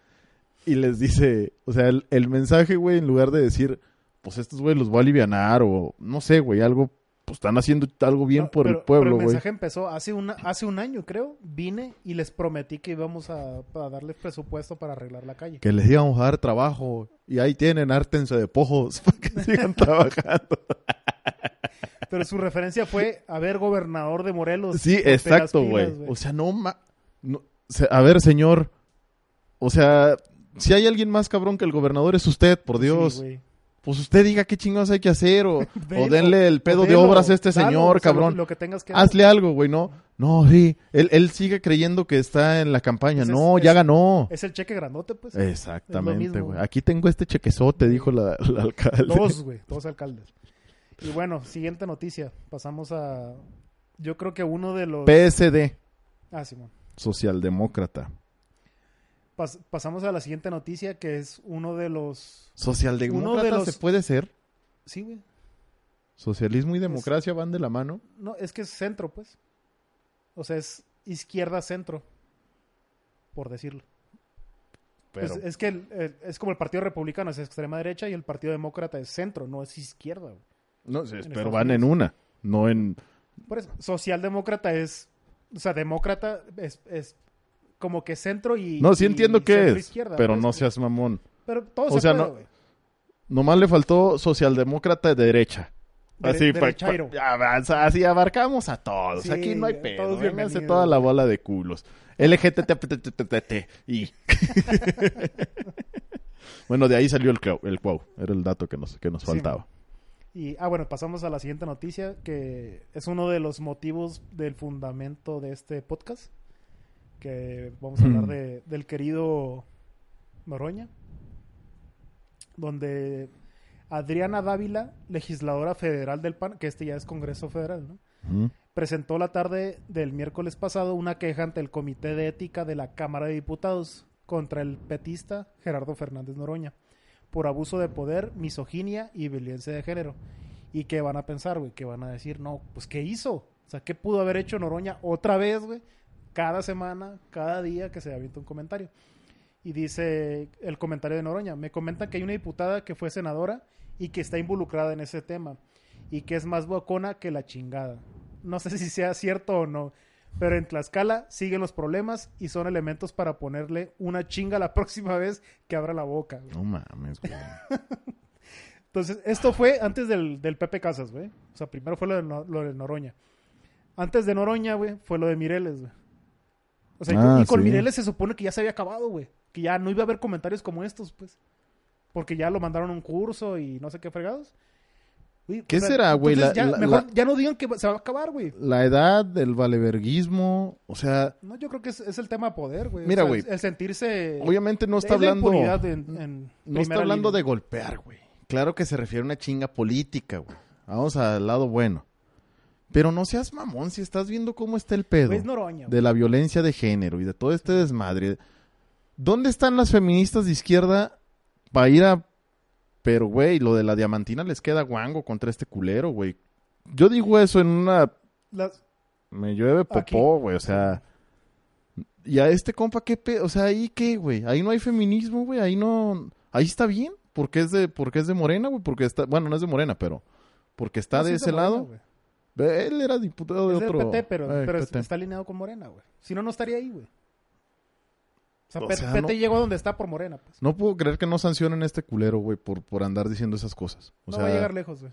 A: y les dice, o sea, el, el mensaje, güey, en lugar de decir pues estos güeyes los voy a alivianar o no sé, güey, algo, pues están haciendo algo bien
B: No,
A: por
B: pero-
A: el pueblo,
B: Pero el
A: güey.
B: mensaje empezó hace, una, hace un año, creo. Vine y les prometí que íbamos a, a darles presupuesto para arreglar la calle.
A: Que les íbamos a dar trabajo y ahí tienen, ártense de pojos [LAUGHS] para que sigan trabajando.
B: Pero su referencia fue a ver gobernador de Morelos.
A: Sí,
B: ponte las
A: exacto,
B: pilas,
A: güey. O sea, no, ma- no- o sea, a ver, señor, o sea, si hay alguien más cabrón que el gobernador es usted, por Dios.
B: Sí, güey.
A: pues usted diga qué chingados hay que hacer
B: [LAUGHS]
A: o,
B: Velo,
A: o denle el pedo de
B: Velo,
A: obras a este
B: dalo,
A: señor,
B: o sea, lo-
A: cabrón.
B: Lo, que tengas que
A: Hazle algo, güey, no. No, sí. Él, él sigue creyendo que está en la campaña.
B: Pues es-
A: no,
B: es-
A: ya ganó.
B: Es el cheque grandote, pues.
A: Eh, Exactamente,
B: mismo.
A: güey. Aquí tengo este chequezote, dijo la, la alcalde.
B: Dos, güey, dos alcaldes. Y bueno, siguiente noticia. Pasamos a. Yo creo que uno de los.
A: PSD,
B: ah, Simón.
A: socialdemócrata.
B: Pas- pasamos a la siguiente noticia, que es uno de los.
A: ¿Socialdemócrata
B: Uno de los-
A: se puede ser?
B: Sí, güey.
A: Socialismo y democracia van de la mano.
B: No, es que es centro, pues. O sea, es izquierda-centro. Por decirlo.
A: Pero,
B: Es, es que el- el- es como el Partido Republicano es extrema derecha y el Partido Demócrata es centro, no es izquierda. güey.
A: no, sí, pero
B: Estados
A: van en una, no en...
B: Por eso, socialdemócrata es. O sea, demócrata es, es como que centro y.
A: No, sí
B: y
A: entiendo qué es,
B: centro-izquierda,
A: pero
B: pues,
A: no seas mamón.
B: Pero todo
A: o
B: se
A: sea,
B: puede,
A: no-
B: güey.
A: Nomás le faltó socialdemócrata de derecha.
B: Dere-
A: Así, pa-
B: derechairo.
A: pa- avanza, así abarcamos a todos.
B: Sí,
A: Aquí no hay
B: todos
A: pedo. Vénganse
B: bienvenidos.
A: toda la bola de culos. LGTT y [LAUGHS] Bueno, de ahí salió el cuau, el cuau. Era el dato que nos, que nos
B: Sí,
A: faltaba.
B: Y, ah, bueno, pasamos a la siguiente noticia, que es uno de los motivos del fundamento de este podcast, que vamos a hablar
A: Mm.
B: de, del querido Noroña, donde Adriana Dávila, legisladora federal del PAN, que este ya es Congreso Federal, ¿no?
A: Ujú.
B: presentó la tarde del miércoles pasado una queja ante el Comité de Ética de la Cámara de Diputados contra el petista Gerardo Fernández Noroña por abuso de poder, misoginia y violencia de género. ¿Y qué van a pensar, güey? ¿Qué van a decir? No, pues ¿qué hizo? O sea, ¿qué pudo haber hecho Noroña otra vez, güey? Cada semana, cada día que se avienta un comentario. Y dice el comentario de Noroña, me comentan que hay una diputada que fue senadora y que está involucrada en ese tema y que es más bocona que la chingada. No sé si sea cierto o no, pero en Tlaxcala siguen los problemas y son elementos para ponerle una chinga la [LAUGHS] próxima vez que abra la boca. güey.
A: No mames, güey.
B: Entonces, esto fue antes del, del Pepe Casas, güey. O sea, primero fue lo de, No- lo de Noroña. Antes de Noroña, güey, fue lo de Mireles, güey. O sea, y con-
A: Ah,
B: y con
A: sí.
B: Mireles se supone que ya se había acabado, güey. Que ya no iba a haber comentarios como estos, pues. Porque ya lo mandaron a un curso y no sé qué fregados. Güey,
A: ¿Qué será, güey?
B: entonces
A: La-
B: ya,
A: la-
B: mejor
A: la-
B: ya no digan que va- se va a acabar, güey.
A: La edad, el valeverguismo. O sea,
B: No, yo creo que es, es el tema poder, güey. O
A: Mira,
B: sea,
A: güey,
B: El, el sentirse...
A: obviamente no está
B: es la
A: hablando.
B: impunidad en- en
A: No está
B: primera
A: hablando
B: línea.
A: de golpear, güey. Claro que se refiere a una chinga política, güey. Vamos al lado bueno. Pero no seas mamón si estás viendo cómo está el pedo
B: Güey, es Noroña, Pues güey.
A: de la violencia de género y de todo este desmadre. ¿Dónde están las feministas de izquierda para ir a... Pero, güey, lo de la diamantina les queda guango contra este culero, güey. Yo digo eso en una...
B: Las-
A: Me llueve
B: Aquí.
A: popó, güey, o sea... Y a este compa, ¿qué pe... O sea, ¿ahí qué, güey? Ahí no hay feminismo, güey, ahí no... Ahí está bien, porque es de, porque es de Morena, güey, porque está... Bueno, no es de Morena, pero... Porque está
B: no,
A: de
B: sí es
A: ese
B: Morena,
A: lado.
B: güey.
A: Él era diputado de
B: Es del
A: otro...
B: PT, pero,
A: Eh,
B: pero es-
A: PT.
B: está alineado con Morena, güey. Si no, no estaría ahí, güey. O sea,
A: O
B: P-
A: sea,
B: PT
A: no-
B: llegó a donde está por Morena, pues.
A: No puedo creer que no sancionen a este culero, güey, por, por andar diciendo esas cosas. O
B: no
A: sea,
B: va a llegar lejos, güey.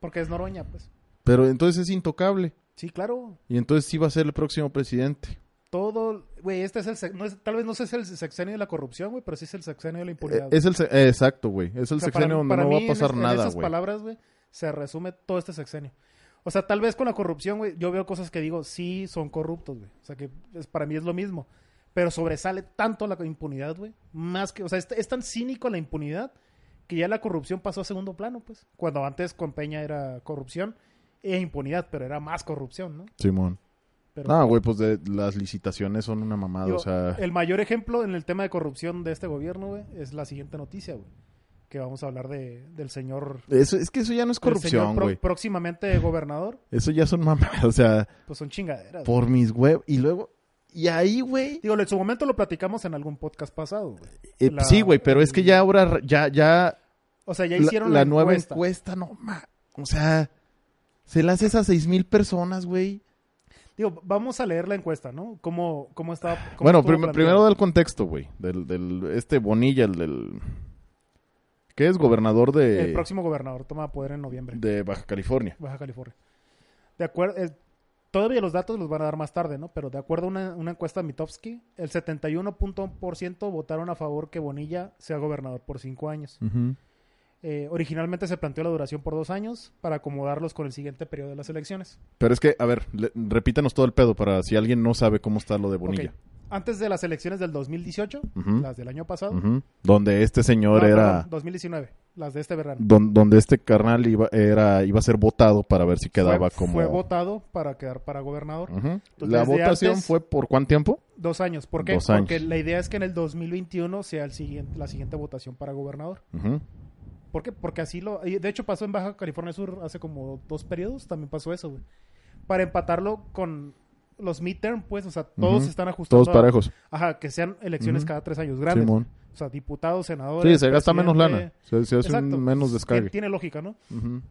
B: Porque es Noroña, pues.
A: pero entonces es intocable.
B: Sí, claro.
A: Y entonces sí va a ser el próximo presidente.
B: Todo, güey, este es el, sex- no es- tal vez no es el sexenio de la corrupción, güey, pero sí es el sexenio de la impunidad.
A: Eh,
B: güey.
A: es el se- eh, exacto, güey. Es el
B: O sea, para-
A: sexenio donde
B: para
A: no va
B: mí,
A: a pasar
B: en es- En
A: nada,
B: esas
A: güey.
B: palabras, güey, se resume todo este sexenio. O sea, tal vez con la corrupción, güey, yo veo cosas que digo, sí, son corruptos, güey. O sea, que es- para mí es lo mismo. Pero sobresale tanto la impunidad, güey. Más que, o sea, es, es tan cínico la impunidad que ya la corrupción pasó a segundo plano, pues. Cuando antes con Peña era corrupción e impunidad, pero era más corrupción, ¿no?
A: Simón.
B: Pero, eh,
A: No, güey, pues de, las licitaciones son una mamada,
B: Digo,
A: o sea...
B: El mayor ejemplo en el tema de corrupción de este gobierno, güey, es la siguiente noticia, güey. Que vamos a hablar de, del señor
A: Eso, es que eso ya no es
B: el señor
A: corrupción,
B: pro-
A: güey.
B: próximamente gobernador,
A: Eso ya son mamadas, o sea,
B: pues son chingaderas.
A: por mis huevos. Y luego... Y ahí, güey...
B: Digo, en su momento lo platicamos en algún podcast pasado. güey.
A: eh,
B: La-
A: sí, güey, pero es que ya ahora... Ya, ya...
B: O sea, ya
A: la-
B: hicieron
A: la,
B: la,
A: nueva
B: encuesta.
A: encuesta. no ma. O sea, se la haces a seis mil personas, güey.
B: Digo, vamos a leer la encuesta, ¿no? ¿Cómo, cómo estaba? cómo
A: Bueno,
B: estuvo
A: prim-
B: planteada.
A: primero del contexto, güey. Del, del, este Bonilla, el del... ¿Qué es? Gobernador de,
B: El próximo gobernador toma poder en noviembre,
A: de Baja California.
B: Baja California. De acuerdo, eh, todavía los datos los van a dar más tarde, ¿no? Pero de acuerdo a una, una encuesta de Mitofsky, el 71.1% votaron a favor que Bonilla sea gobernador por cinco años.
A: Ujú.
B: Eh, originalmente se planteó la duración por dos años para acomodarlos con el siguiente periodo de las elecciones.
A: Pero es que, a ver, le- repítanos todo el pedo para si alguien no sabe cómo está lo de Bonilla.
B: Ok. Antes de las elecciones del 2018,
A: Ujú.
B: las del año pasado,
A: Ujú. Donde este señor
B: no,
A: era...
B: perdón, 2019, las de este verano.
A: don- donde este carnal iba, era, iba a ser votado para ver si quedaba
B: fue,
A: como...
B: fue votado para quedar para gobernador.
A: Ujú.
B: Entonces,
A: La
B: desde
A: votación
B: antes-
A: fue por cuánto tiempo?
B: Dos años. ¿Por qué?
A: Dos
B: Porque
A: años.
B: la idea es que en el 2021 sea el siguiente, la siguiente votación para gobernador.
A: Ujú.
B: ¿Por qué? Porque así lo... y De hecho, pasó en Baja California Sur hace como dos periodos, también pasó eso, güey. Para empatarlo con los midterm, pues, o sea, todos
A: Ujú.
B: están ajustando.
A: Todos
B: a-
A: parejos.
B: Ajá, que sean elecciones
A: Ujú.
B: cada tres años grandes.
A: Simón.
B: O sea, diputados, senadores.
A: Sí, se gasta menos
B: presidente.
A: lana. Se, se hace un
B: Exacto.
A: menos
B: Tiene-
A: descargue.
B: Tiene lógica, ¿no?
A: Ujú.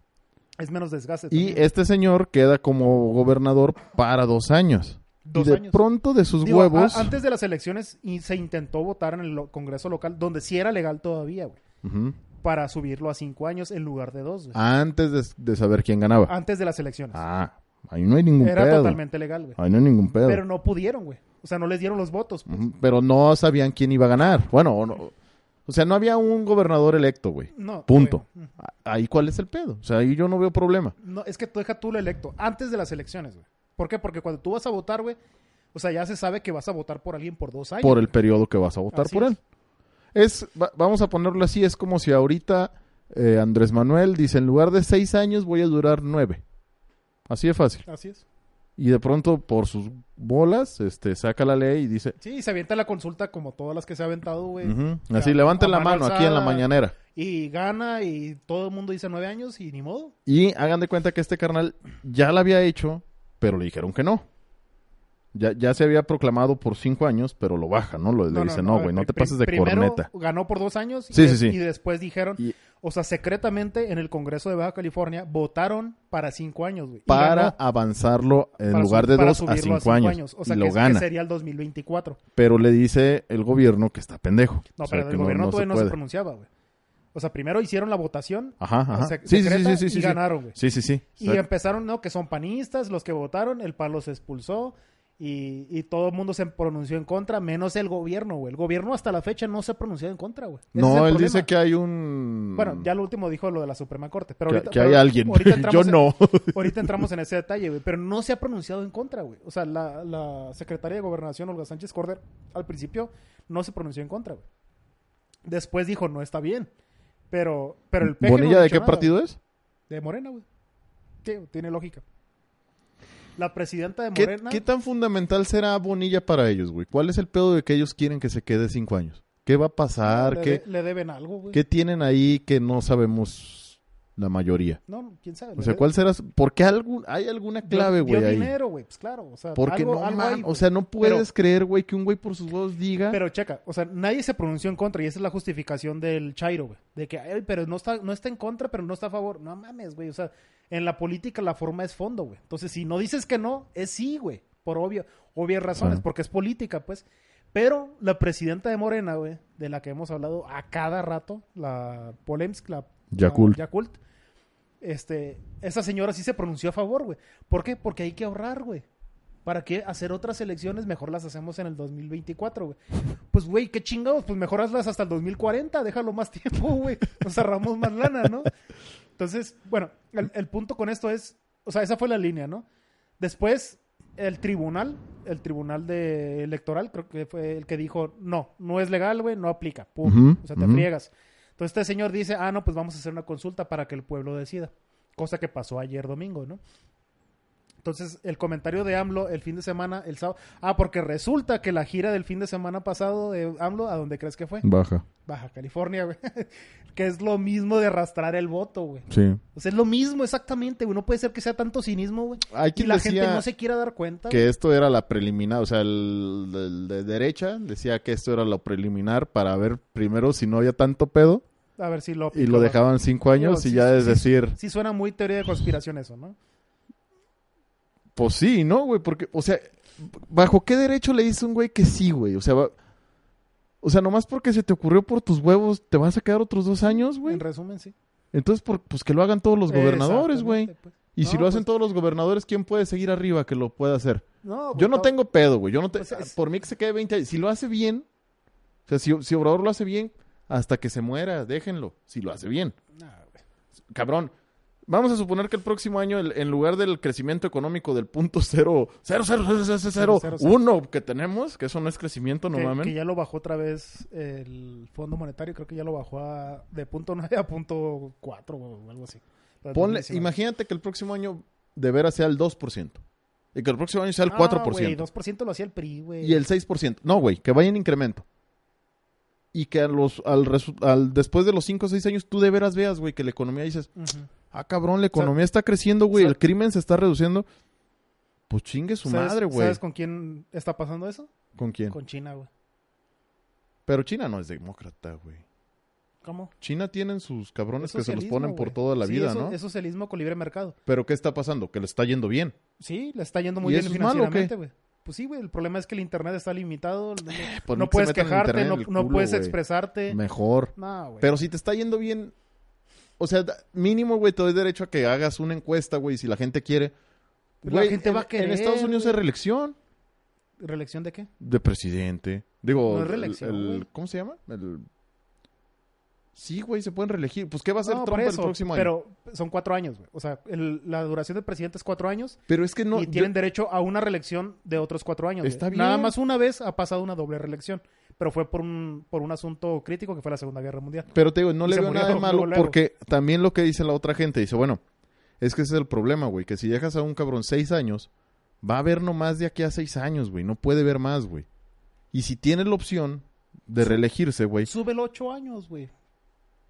B: Es menos desgaste.
A: Y
B: también.
A: este señor queda como gobernador para dos años.
B: Dos
A: y de
B: años.
A: pronto de sus
B: Digo, a-
A: huevos.
B: antes de las elecciones y se intentó votar en el lo- Congreso local, donde sí era legal todavía, güey.
A: Ujú.
B: para subirlo a cinco años en lugar de dos. güey.
A: Antes de, de saber quién ganaba.
B: Antes de las elecciones.
A: Ah, ahí no hay ningún
B: Era
A: pedo.
B: totalmente legal, güey.
A: Ahí no hay ningún pedo.
B: Pero no pudieron, güey. O sea, no les dieron los votos. pues.
A: Ujú, pero no sabían quién iba a ganar. Bueno, o, no- o sea, no había un gobernador electo, güey.
B: No.
A: Punto.
B: güey.
A: A- Ahí cuál es el pedo. O sea, ahí yo no veo problema.
B: No, es que tú deja tú lo electo. Antes de las elecciones, güey. ¿Por qué? Porque cuando tú vas a votar, güey, o sea, ya se sabe que vas a votar por alguien por dos años.
A: Por el
B: güey.
A: periodo que vas a votar
B: Así
A: por
B: es.
A: él. Es, va- vamos a ponerlo así, es como si ahorita eh, Andrés Manuel dice, en lugar de seis años voy a durar nueve. Así de fácil.
B: Así es.
A: Y de pronto, por sus bolas, este, saca la ley y dice,
B: Sí, y se avienta la consulta como todas las que se ha aventado, güey.
A: "Ujú".
B: Ya,
A: así, levanten
B: a
A: la mano aquí en la
B: alzada,
A: mañanera.
B: Y gana y todo el mundo dice nueve años y ni modo.
A: Y hagan de cuenta que este carnal ya la había hecho, pero le dijeron que no. Ya, ya se había proclamado por cinco años, pero lo baja, ¿no? Lo- le dice, no,
B: a
A: güey,
B: ver,
A: no,
B: pri-
A: te pases de
B: primero
A: corneta.
B: Ganó por dos años y,
A: Sí,
B: de-
A: sí, sí.
B: y después dijeron,
A: Y-
B: o sea, secretamente en el Congreso de Baja California votaron para cinco años, güey. y
A: Para
B: ganó
A: avanzarlo en
B: para
A: lugar
B: su-
A: de
B: para
A: dos a
B: subirlo
A: cinco, años.
B: O sea,
A: y
B: que,
A: lo
B: es- que
A: gana.
B: sería el 2024.
A: Pero le dice el gobierno que está pendejo.
B: No,
A: O sea,
B: pero
A: que
B: el gobierno todavía no se
A: puede.
B: pronunciaba, güey. O sea, primero hicieron la votación
A: Ajá, ajá.
B: sec-
A: Sí, sí, sí,
B: secreta
A: sí, sí,
B: y
A: sí.
B: ganaron, güey.
A: Sí, sí, sí.
B: y
A: Exacto.
B: empezaron, ¿no? Que son panistas los que votaron, el PAN los expulsó y, y todo el mundo se pronunció en contra, menos el gobierno, güey. El gobierno hasta la fecha no se ha pronunciado en contra, güey. Ese es
A: No,
B: el
A: él
B: problema.
A: dice que hay un...
B: Bueno, ya lo último dijo lo de la Suprema Corte, pero
A: que,
B: ahorita,
A: que
B: pero
A: hay alguien.
B: ahorita
A: [LAUGHS] Yo
B: entramos en-
A: no.
B: [LAUGHS] ahorita entramos en ese detalle, güey, pero no se ha pronunciado en contra, güey. O sea, la, la secretaria de Gobernación, Olga Sánchez Corder, al principio no se pronunció en contra, güey. Después dijo, no está bien, pero, pero el PG no
A: ¿Bonilla
B: ha
A: de
B: dicho
A: qué
B: nada,
A: partido es?
B: güey. De Morena, güey. Sí, tiene lógica. La presidenta de
A: ¿Qué,
B: Morena...
A: qué tan fundamental será Bonilla para ellos, güey? ¿Cuál es el pedo de que ellos quieren que se quede cinco años? ¿Qué va a pasar?
B: le,
A: ¿Qué,
B: de- le deben algo, güey.
A: qué tienen ahí que no sabemos la mayoría?
B: No, quién sabe.
A: O
B: le
A: sea,
B: de-
A: ¿cuál será? su- ¿Por qué algún- hay alguna
B: dio-
A: clave,
B: dio
A: güey, ahí?
B: dinero, güey, pues claro. O sea,
A: Porque
B: algo-
A: no,
B: algo
A: man,
B: hay,
A: o
B: güey.
A: sea, no
B: Pero-
A: puedes creer, güey, que un güey por sus huevos diga...
B: Pero checa, o sea, nadie se pronunció en contra y esa es la justificación del Chairo, güey. De que, ay, pero no está, no está en contra, pero no está a favor. No mames, güey. O sea, en la política la forma es fondo, güey. Entonces, si no dices que no, es sí, güey. Por obvio, obvias razones,
A: Claro.
B: porque es política, pues. Pero la presidenta de Morena, güey, de la que hemos hablado a cada rato, la Polemsk, la la
A: Yakult.
B: Yakult, este, esa señora sí se pronunció a favor, güey. ¿Por qué? Porque hay que ahorrar, güey. ¿Para qué hacer otras elecciones? Mejor las hacemos en el 2024, güey. Pues, güey, qué chingados. Pues mejor hazlas hasta el 2040. Déjalo más [LAUGHS] tiempo, güey. Nos ahorramos más lana, ¿no? Entonces, bueno, el, el punto con esto es... O sea, esa fue la línea, ¿no? Después, el tribunal, el tribunal de electoral, creo que fue el que dijo, no, no es legal, güey, no aplica. Pum.
A: Ujú,
B: o sea, te
A: ujú.
B: friegas. Entonces este señor dice, ah, no, pues vamos a hacer una consulta para que el pueblo decida. Cosa que pasó ayer domingo, ¿no? Entonces, el comentario de AMLO el fin de semana, el sábado. Ah, porque resulta que la gira del fin de semana pasado de AMLO, ¿a dónde crees que fue?
A: Baja,
B: Baja California, güey. [LAUGHS] que es lo mismo de arrastrar el voto, güey.
A: sí.
B: O sea, es lo mismo exactamente, güey. No puede ser que sea tanto cinismo, güey.
A: Hay
B: Y
A: quien
B: la
A: decía
B: gente no se quiera dar cuenta. güey.
A: que esto era la preliminar, o sea, el, el de derecha decía que esto era lo preliminar para ver primero si no había tanto pedo
B: A ver si lo...
A: Y lo dejaban cinco años
B: Sí,
A: y ya
B: sí,
A: es
B: sí.
A: decir,
B: Sí suena muy teoría de conspiración eso, ¿no?
A: pues sí, ¿no, güey? Porque, o sea, ¿bajo qué derecho le dice un güey que sí, güey? O sea, va- o sea, nomás porque se te ocurrió por tus huevos, ¿te vas a quedar otros dos años, güey?
B: En resumen, sí.
A: Entonces, por- pues que lo hagan todos los gobernadores, güey.
B: Exactamente, pues.
A: Y si
B: No,
A: lo hacen
B: pues-
A: todos los gobernadores, ¿quién puede seguir arriba que lo pueda hacer?
B: No,
A: Yo no
B: pues,
A: tengo pedo, güey. Yo no te-
B: Pues es-
A: Por mí que se quede 20 años. Si lo hace bien, o sea, si, si Obrador lo hace bien, hasta que se muera, déjenlo. Si lo hace bien.
B: nah, güey.
A: Cabrón. Vamos a suponer que el próximo año, el- en lugar del crecimiento económico del punto cero, cero, cero, cero, cero, cero,
B: Cero, cero, cero.
A: uno que tenemos, que eso no es crecimiento, no
B: que,
A: mamen.
B: que ya lo bajó otra vez el Fondo Monetario, creo que ya lo bajó a, de punto nueve a punto cuatro o algo así. Lo de
A: Ponle,
B: 2019.
A: imagínate que el próximo año de veras sea el 2%. Y que el próximo año sea el
B: Ah,
A: 4%.
B: güey, 2% lo hacía el PRI, güey.
A: Y el 6%. No, güey, que vaya en incremento. Y que a los, al, resu- al- después de los 5 o 6 años tú de veras veas, güey, que la economía dices,
B: Ujú.
A: ah, cabrón, la economía está creciendo, güey,
B: sa-
A: el crimen se está reduciendo. Pues chingue su
B: ¿Sabes-
A: madre, güey.
B: ¿Sabes con quién está pasando eso?
A: ¿Con quién?
B: Con China, güey.
A: Pero China no es demócrata, güey.
B: ¿Cómo?
A: China tienen sus cabrones
B: Es
A: que se los
B: socialismo,
A: ponen por
B: güey.
A: toda la
B: Sí,
A: vida,
B: eso-
A: ¿no?
B: Es socialismo con libre mercado.
A: Pero ¿qué está pasando? Que le está yendo bien.
B: Sí, le está yendo muy
A: ¿Y
B: bien
A: eso es malo o qué?
B: financieramente, güey. Pues sí, güey, el problema es que el internet está limitado, no,
A: por
B: pues no
A: mí Pues que se metan
B: puedes
A: en
B: quejarte, no,
A: internet el
B: no
A: culo,
B: puedes
A: güey.
B: expresarte.
A: Mejor.
B: No, güey.
A: Pero si te está yendo bien, o sea, da- mínimo, güey, te doy derecho a que hagas una encuesta, güey, si la gente quiere.
B: Pues La gente
A: en,
B: va a querer,
A: En Estados Unidos
B: güey.
A: es reelección
B: ¿Reelección de qué?
A: de presidente. Digo,
B: No es
A: el-
B: reelección,
A: el-
B: güey.
A: ¿cómo se llama? El... Sí, güey, se pueden reelegir. Pues, ¿qué va a hacer
B: No, por
A: Trump el
B: eso,
A: próximo año?
B: Pero son cuatro años, güey. O sea, el- la duración del presidente es cuatro años
A: Pero es que no...
B: y
A: yo-
B: tienen derecho a una reelección de otros cuatro años. güey.
A: Está bien.
B: Nada más una vez ha pasado una doble reelección, pero fue por un, por un asunto crítico que fue la Segunda Guerra Mundial.
A: Pero te digo, no
B: Y
A: le
B: se
A: veo
B: murió
A: nada de malo
B: luego, luego.
A: porque también lo que dice la otra gente, dice, bueno, es que ese es el problema, güey, que si dejas a un cabrón seis años, va a haber nomás de aquí a seis años, güey, no puede ver más, güey. Y si tiene la opción de reelegirse, güey,
B: Súbelo ocho años, güey.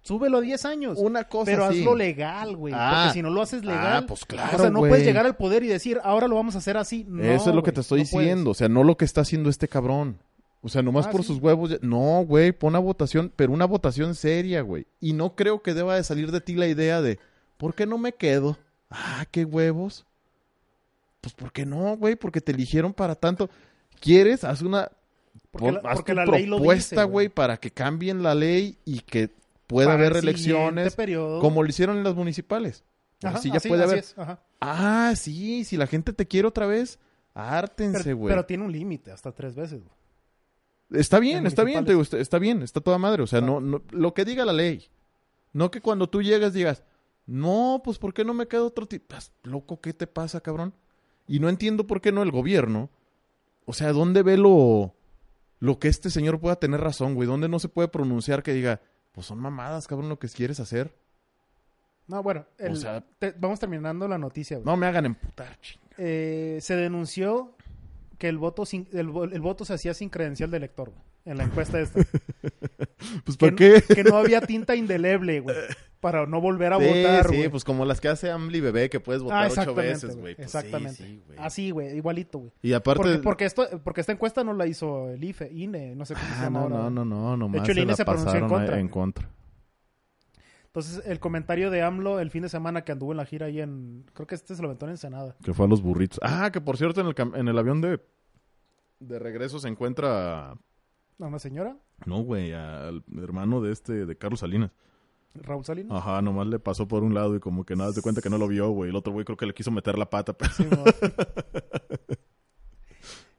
B: Súbelo a diez años.
A: una cosa
B: Pero
A: así.
B: hazlo legal, güey.
A: Ah.
B: porque si no lo haces legal.
A: Ah, pues claro,
B: o sea, no
A: güey.
B: puedes llegar al poder y decir, ahora lo vamos a hacer así. No,
A: Eso es lo que
B: güey,
A: te estoy
B: no puedes.
A: diciendo, o sea, no lo que está haciendo este cabrón. O sea, nomás
B: Ah,
A: por
B: sí.
A: sus huevos. ya- No, güey, pon a votación, pero una votación seria, güey. Y no creo que deba de salir de ti la idea de, ¿por qué no me quedo? Ah, qué huevos. Pues, ¿por qué no, güey? Porque te eligieron para tanto. ¿Quieres? Haz una
B: Porque la,
A: pon- haz
B: porque
A: tu
B: la ley lo
A: propuesta,
B: dice,
A: güey, para que cambien la ley y que pueda
B: Para
A: haber
B: el siguiente
A: elecciones,
B: periodo.
A: como lo hicieron en las municipales.
B: Ajá,
A: así ya
B: así-
A: puede
B: así
A: haber.
B: es, ajá.
A: Ah, sí, si la gente te quiere otra vez, ártense,
B: Pero,
A: güey.
B: pero tiene un límite, hasta tres veces. güey.
A: Está bien,
B: Las
A: está bien,
B: municipales.
A: te digo, está, está bien, está toda madre. O sea,
B: Ah.
A: no, no- lo que diga la ley. No que cuando tú llegas digas, no, pues ¿por qué no me queda otro tipo? Estás loco, ¿qué te pasa, cabrón? Y no entiendo por qué no el gobierno. O sea, ¿dónde ve lo, lo que este señor pueda tener razón, güey? ¿Dónde no se puede pronunciar que diga, pues son mamadas, cabrón, lo que quieres hacer?
B: No, bueno, el-
A: sea-
B: te- vamos terminando la noticia. güey.
A: No me hagan emputar, ching.
B: Eh, se denunció que el voto sin- el, vo- el voto se hacía sin credencial de elector güey, en la encuesta esta.
A: Pues ¿para
B: que, no-
A: qué?
B: que no había tinta indeleble, güey, para no volver
A: [LAUGHS]
B: a
A: sí,
B: votar,
A: sí,
B: güey.
A: pues como las que hace Amli Bebé, que puedes votar ocho veces, Ah, güey. Pues sí,
B: exactamente.
A: sí, güey.
B: Así, güey, igualito, güey.
A: y aparte...
B: Porque, porque esto, porque esta encuesta no la hizo el E, IFE, INE, no sé cómo se
A: Ah,
B: llama
A: no,
B: ahora,
A: no,
B: güey.
A: no, no, nomás
B: De hecho, el
A: se
B: INE
A: la
B: se pronunció en
A: pasaron a-
B: contra.
A: en contra.
B: Entonces, el comentario de AMLO el fin de semana que anduvo en la gira ahí en... Creo que este se lo aventó en Ensenada.
A: Que fue a los burritos. Ah, que por cierto, en el, cam- en el avión de, de regreso se encuentra...
B: ¿A una señora?
A: No, güey, al hermano de este, de Carlos Salinas.
B: ¿Raúl Salinas?
A: Ajá, nomás le pasó por un lado y como que nada, te cuenta que no lo vio, güey. El otro güey creo que le quiso meter la pata, pero...
B: Sí, mo.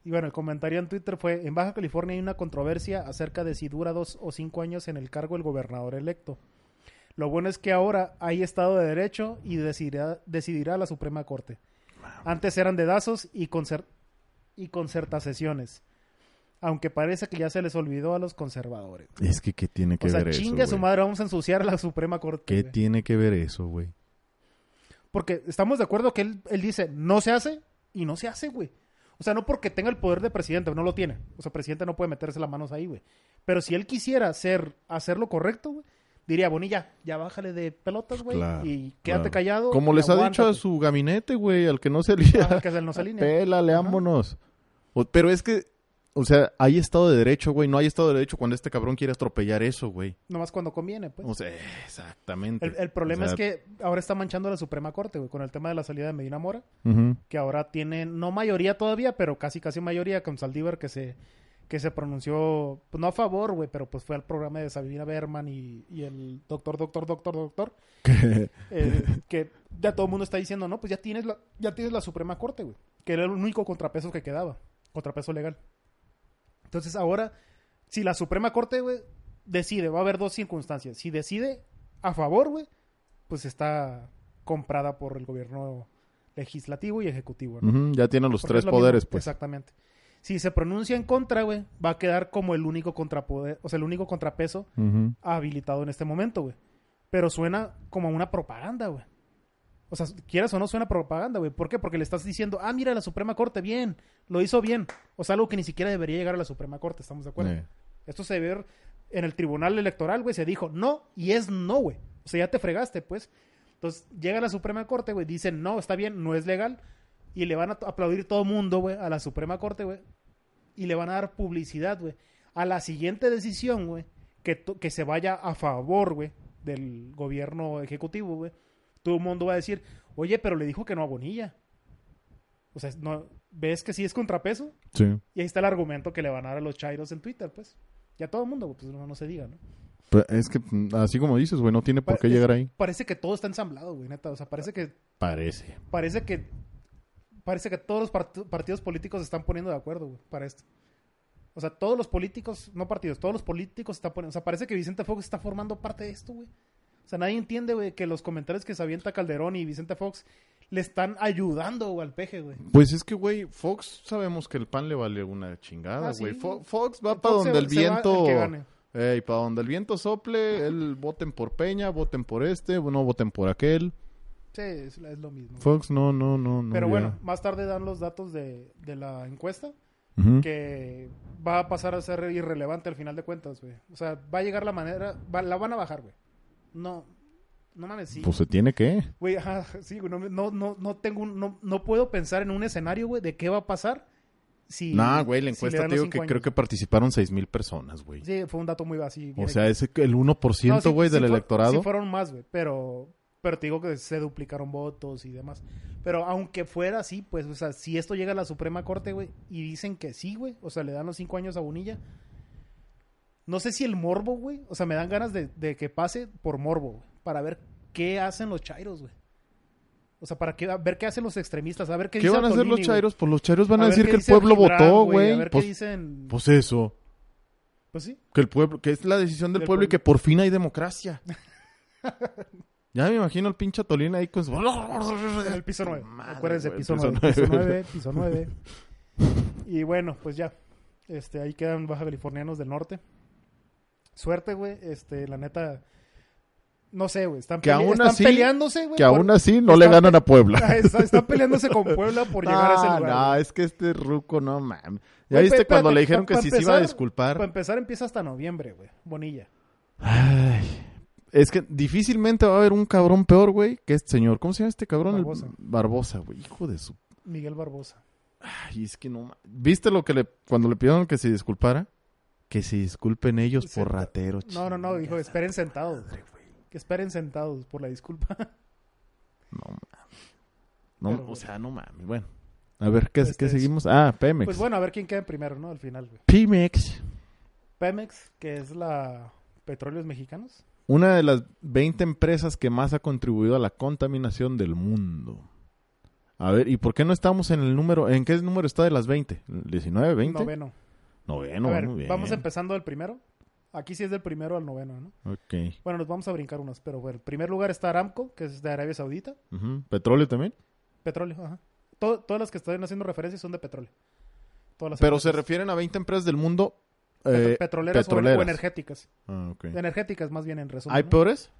B: y bueno, el comentario en Twitter fue, en Baja California hay una controversia acerca de si dura dos o cinco años en el cargo el gobernador electo. Lo bueno es que ahora hay Estado de Derecho y decidirá, decidirá la Suprema Corte. Antes eran dedazos y, concer y concertacesiones. Aunque parece que ya se les olvidó a los conservadores.
A: [LAUGHS] Es que, ¿qué tiene que
B: O sea,
A: ver
B: chingue
A: eso,
B: su
A: güey?
B: madre, vamos a ensuciar a la Suprema Corte.
A: ¿Qué
B: güey.
A: tiene que ver eso, güey?
B: Porque estamos de acuerdo que él, él dice, no se hace y no se hace, güey. O sea, no porque tenga el poder de presidente, no lo tiene. O sea, presidente no puede meterse las manos ahí, güey. Pero si él quisiera hacer, hacer lo correcto, güey, diría, Bonilla, ya bájale de pelotas, güey,
A: Claro,
B: y
A: claro.
B: quédate callado.
A: Como
B: y
A: les ha dicho a
B: aguántate".
A: su gabinete, güey, al que no se [LAUGHS]
B: Ah,
A: lía.
B: que se no se alinea.
A: Pélale,
B: Ajá.
A: ámonos. O- Pero es que o sea, hay estado de derecho, güey. No hay estado de derecho cuando este cabrón quiere atropellar eso, güey.
B: Nomás cuando conviene, pues.
A: O sea, exactamente.
B: El, el problema es que ahora está manchando la Suprema Corte, güey, con el tema de la salida de Medina Mora,
A: que...
B: que ahora tiene, no mayoría todavía, pero casi casi mayoría con Saldívar que se, que se pronunció, pues no a favor, güey, pero pues fue al programa de Sabina Berman y, y el doctor, doctor, doctor, doctor, eh, que ya todo el mundo está diciendo, no, pues ya tienes la, ya tienes la Suprema Corte, güey, que era el único contrapeso que quedaba, contrapeso legal. Entonces ahora, si la Suprema Corte, güey, decide, va a haber dos circunstancias. Si decide a favor, güey, pues está comprada por el gobierno legislativo y ejecutivo, ¿no?
A: Ujú, Ya tiene los
B: Porque
A: tres
B: es lo mismo.
A: poderes, pues.
B: Exactamente. Si se pronuncia en contra, güey, va a quedar como el único contrapoder, o sea, el único contrapeso
A: Ujú.
B: habilitado en este momento, güey. Pero suena como una propaganda, güey. O sea, quieras o no suena propaganda, güey. ¿Por qué? Porque le estás diciendo, ah, mira, la Suprema Corte, bien, lo hizo bien. O sea, algo que ni siquiera debería llegar a la Suprema Corte, ¿estamos de acuerdo?
A: Eh.
B: Esto se debe ver en el tribunal electoral, güey, se dijo no y es no, güey. O sea, ya te fregaste, pues. Entonces llega la Suprema Corte, güey, dicen no, está bien, no es legal. Y le van a to- aplaudir todo mundo, güey, a la Suprema Corte, güey. Y le van a dar publicidad, güey. A la siguiente decisión, güey, que, to- que se vaya a favor, güey, del gobierno ejecutivo, güey. Todo el mundo va a decir, oye, pero le dijo que no a Bonilla. O sea, no, ¿ves que sí es contrapeso?
A: Sí.
B: Y ahí está el argumento que le van a dar a los chairos en Twitter, pues. Y a todo el mundo, güey, pues no, no se diga, ¿no?
A: Pero es que, mm, así como dices, güey, no tiene por qué
B: Parece-
A: llegar ahí.
B: Parece que todo está ensamblado, güey, neta. O sea, parece que,
C: Parece.
B: parece que, parece que todos los part- partidos políticos se están poniendo de acuerdo, güey, para esto. O sea, todos los políticos, no partidos, todos los políticos se están poniendo. O sea, parece que Vicente Fox está formando parte de esto, güey. O sea, nadie entiende, güey, que los comentarios que se avienta Calderón y Vicente Fox le están ayudando güey, al peje, güey.
A: Pues es que, güey, Fox sabemos que el pan le vale una chingada,
B: Ah, sí.
A: güey. Fo- Fox va
B: Fox
A: para
B: se-
A: donde el
B: se va
A: viento...
B: el que gane.
A: Ey, para donde el viento
B: [LAUGHS]
A: sople, él voten por Peña, voten por este, no voten por aquel.
B: Sí, es, es lo mismo. güey.
A: Fox, no, no, no, no.
B: Pero
A: ya.
B: bueno, más tarde dan los datos de, de la encuesta
A: Ujú.
B: que va a pasar a ser irrelevante al final de cuentas, güey. O sea, va a llegar la manera, va- la van a bajar, güey. No, no mames, sí.
A: Pues se tiene que.
B: Güey, [LAUGHS] ajá, sí, güey, no, me- no, no, no tengo, un- no, no puedo pensar en un escenario, güey, de qué va a pasar si...
A: nah, güey, la
B: si le
A: encuesta
B: dan
A: te
B: los
A: digo que
B: cinco
A: creo que
B: años.
A: participaron seis mil personas, güey.
B: Sí, fue un dato muy así.
A: o
B: bien
A: sea, es el
B: No,
A: 1%,
B: sí-
A: güey,
B: sí
A: del
B: fue-
A: electorado.
B: Sí fueron más, güey, pero, pero te digo que se duplicaron votos y demás. Pero aunque fuera así, pues, o sea, si esto llega a la Suprema Corte, güey, y dicen que sí, güey, o sea, le dan los cinco años a Bonilla, no sé si el morbo, güey, o sea, me dan ganas de, de que pase por morbo, güey, para ver qué hacen los chairos, güey. O sea, para que, a ver qué hacen los extremistas, a ver qué,
A: ¿Qué
B: dice
A: van a hacer
B: Ottolini,
A: los
B: güey.
A: chairos? Pues los chairos van a,
B: ver
A: decir
B: qué
A: que el
B: dice
A: pueblo
B: Gibran,
A: votó,
B: A
A: güey.
B: ver
A: Pues,
B: qué dicen. Pues,
A: pues eso.
B: sí,
A: Que el pueblo, que es la decisión del
B: Del
A: pueblo y que
B: pueblo.
A: por fin hay
B: [LAUGHS]
A: democracia. ya me imagino al pinche Tolín ahí con su...
B: en el piso 9.
A: Madre,
B: Acuérdense,
A: güey,
B: piso
A: piso
B: 9. Piso 9, piso
A: [LAUGHS]
B: 9. Y bueno, pues ya. Este, ahí quedan baja californianos del norte. Suerte, güey. Este, la neta. No sé, güey. Están,
A: Que
B: pele-
A: aún
B: están
A: así-
B: peleándose, güey.
A: Que
B: por- [LAUGHS]
A: aún así no le
B: está-
A: ganan a Puebla.
B: Está- están peleándose con Puebla por llegar a ese
A: Ah,
B: lugar.
A: no,
B: güey.
A: es que este ruco, no mames. ¿Ya
B: Güey,
A: viste
B: espérate,
A: cuando le
B: pa-
A: dijeron que
B: pa em-
A: sí se iba a
B: empezar-
A: disculpar?
B: Para empezar, empieza hasta noviembre, güey. Bonilla.
A: Ay, es que difícilmente va a haber un cabrón peor, güey, que este señor. ¿Cómo se llama este cabrón? El-
B: Barbosa.
A: Barbosa, güey. Hijo de su...
B: Miguel Barbosa.
A: Ay, es que no... ma- ¿Viste lo que le... cuando le pidieron que se disculpara? Que se disculpen ellos
B: Sí,
A: por
B: no-
A: rateros.
B: No, no, no. Dijo, esperen sentados. Que esperen sentados por la disculpa.
A: No mames. No,
B: Pero bueno.
A: o sea, no mames. Bueno. A ver, ¿qué,
B: Este
A: qué
B: es-
A: seguimos? Ah, Pemex.
B: Pues bueno, a ver quién queda en primero, ¿no? Al final, güey.
A: Pemex.
B: Pemex, que es la Petróleos Mexicanos.
A: Una de las 20 empresas que más ha contribuido a la contaminación del mundo. A ver, ¿y por qué no estamos en el número? ¿En qué número está de las 20? ¿19, 20?
B: Noveno.
A: Noveno,
B: a ver,
A: muy bien.
B: vamos empezando del primero. Aquí sí es del primero al noveno, ¿no?
A: Ok.
B: Bueno, nos vamos a brincar unos, pero bueno, en primer lugar está Aramco, que es de Arabia Saudita.
A: Ujú. ¿Petróleo también?
B: Petróleo, ajá. To- todas las que están haciendo referencia son de petróleo. Todas las
A: Pero se
B: empresas
A: refieren a 20 empresas del mundo
B: petro-
A: eh,
B: petroleras, o-
A: petroleras.
B: O, energéticas.
A: Ah, ok.
B: Energéticas más bien en resumen.
A: ¿Hay
B: ¿no?
A: peores?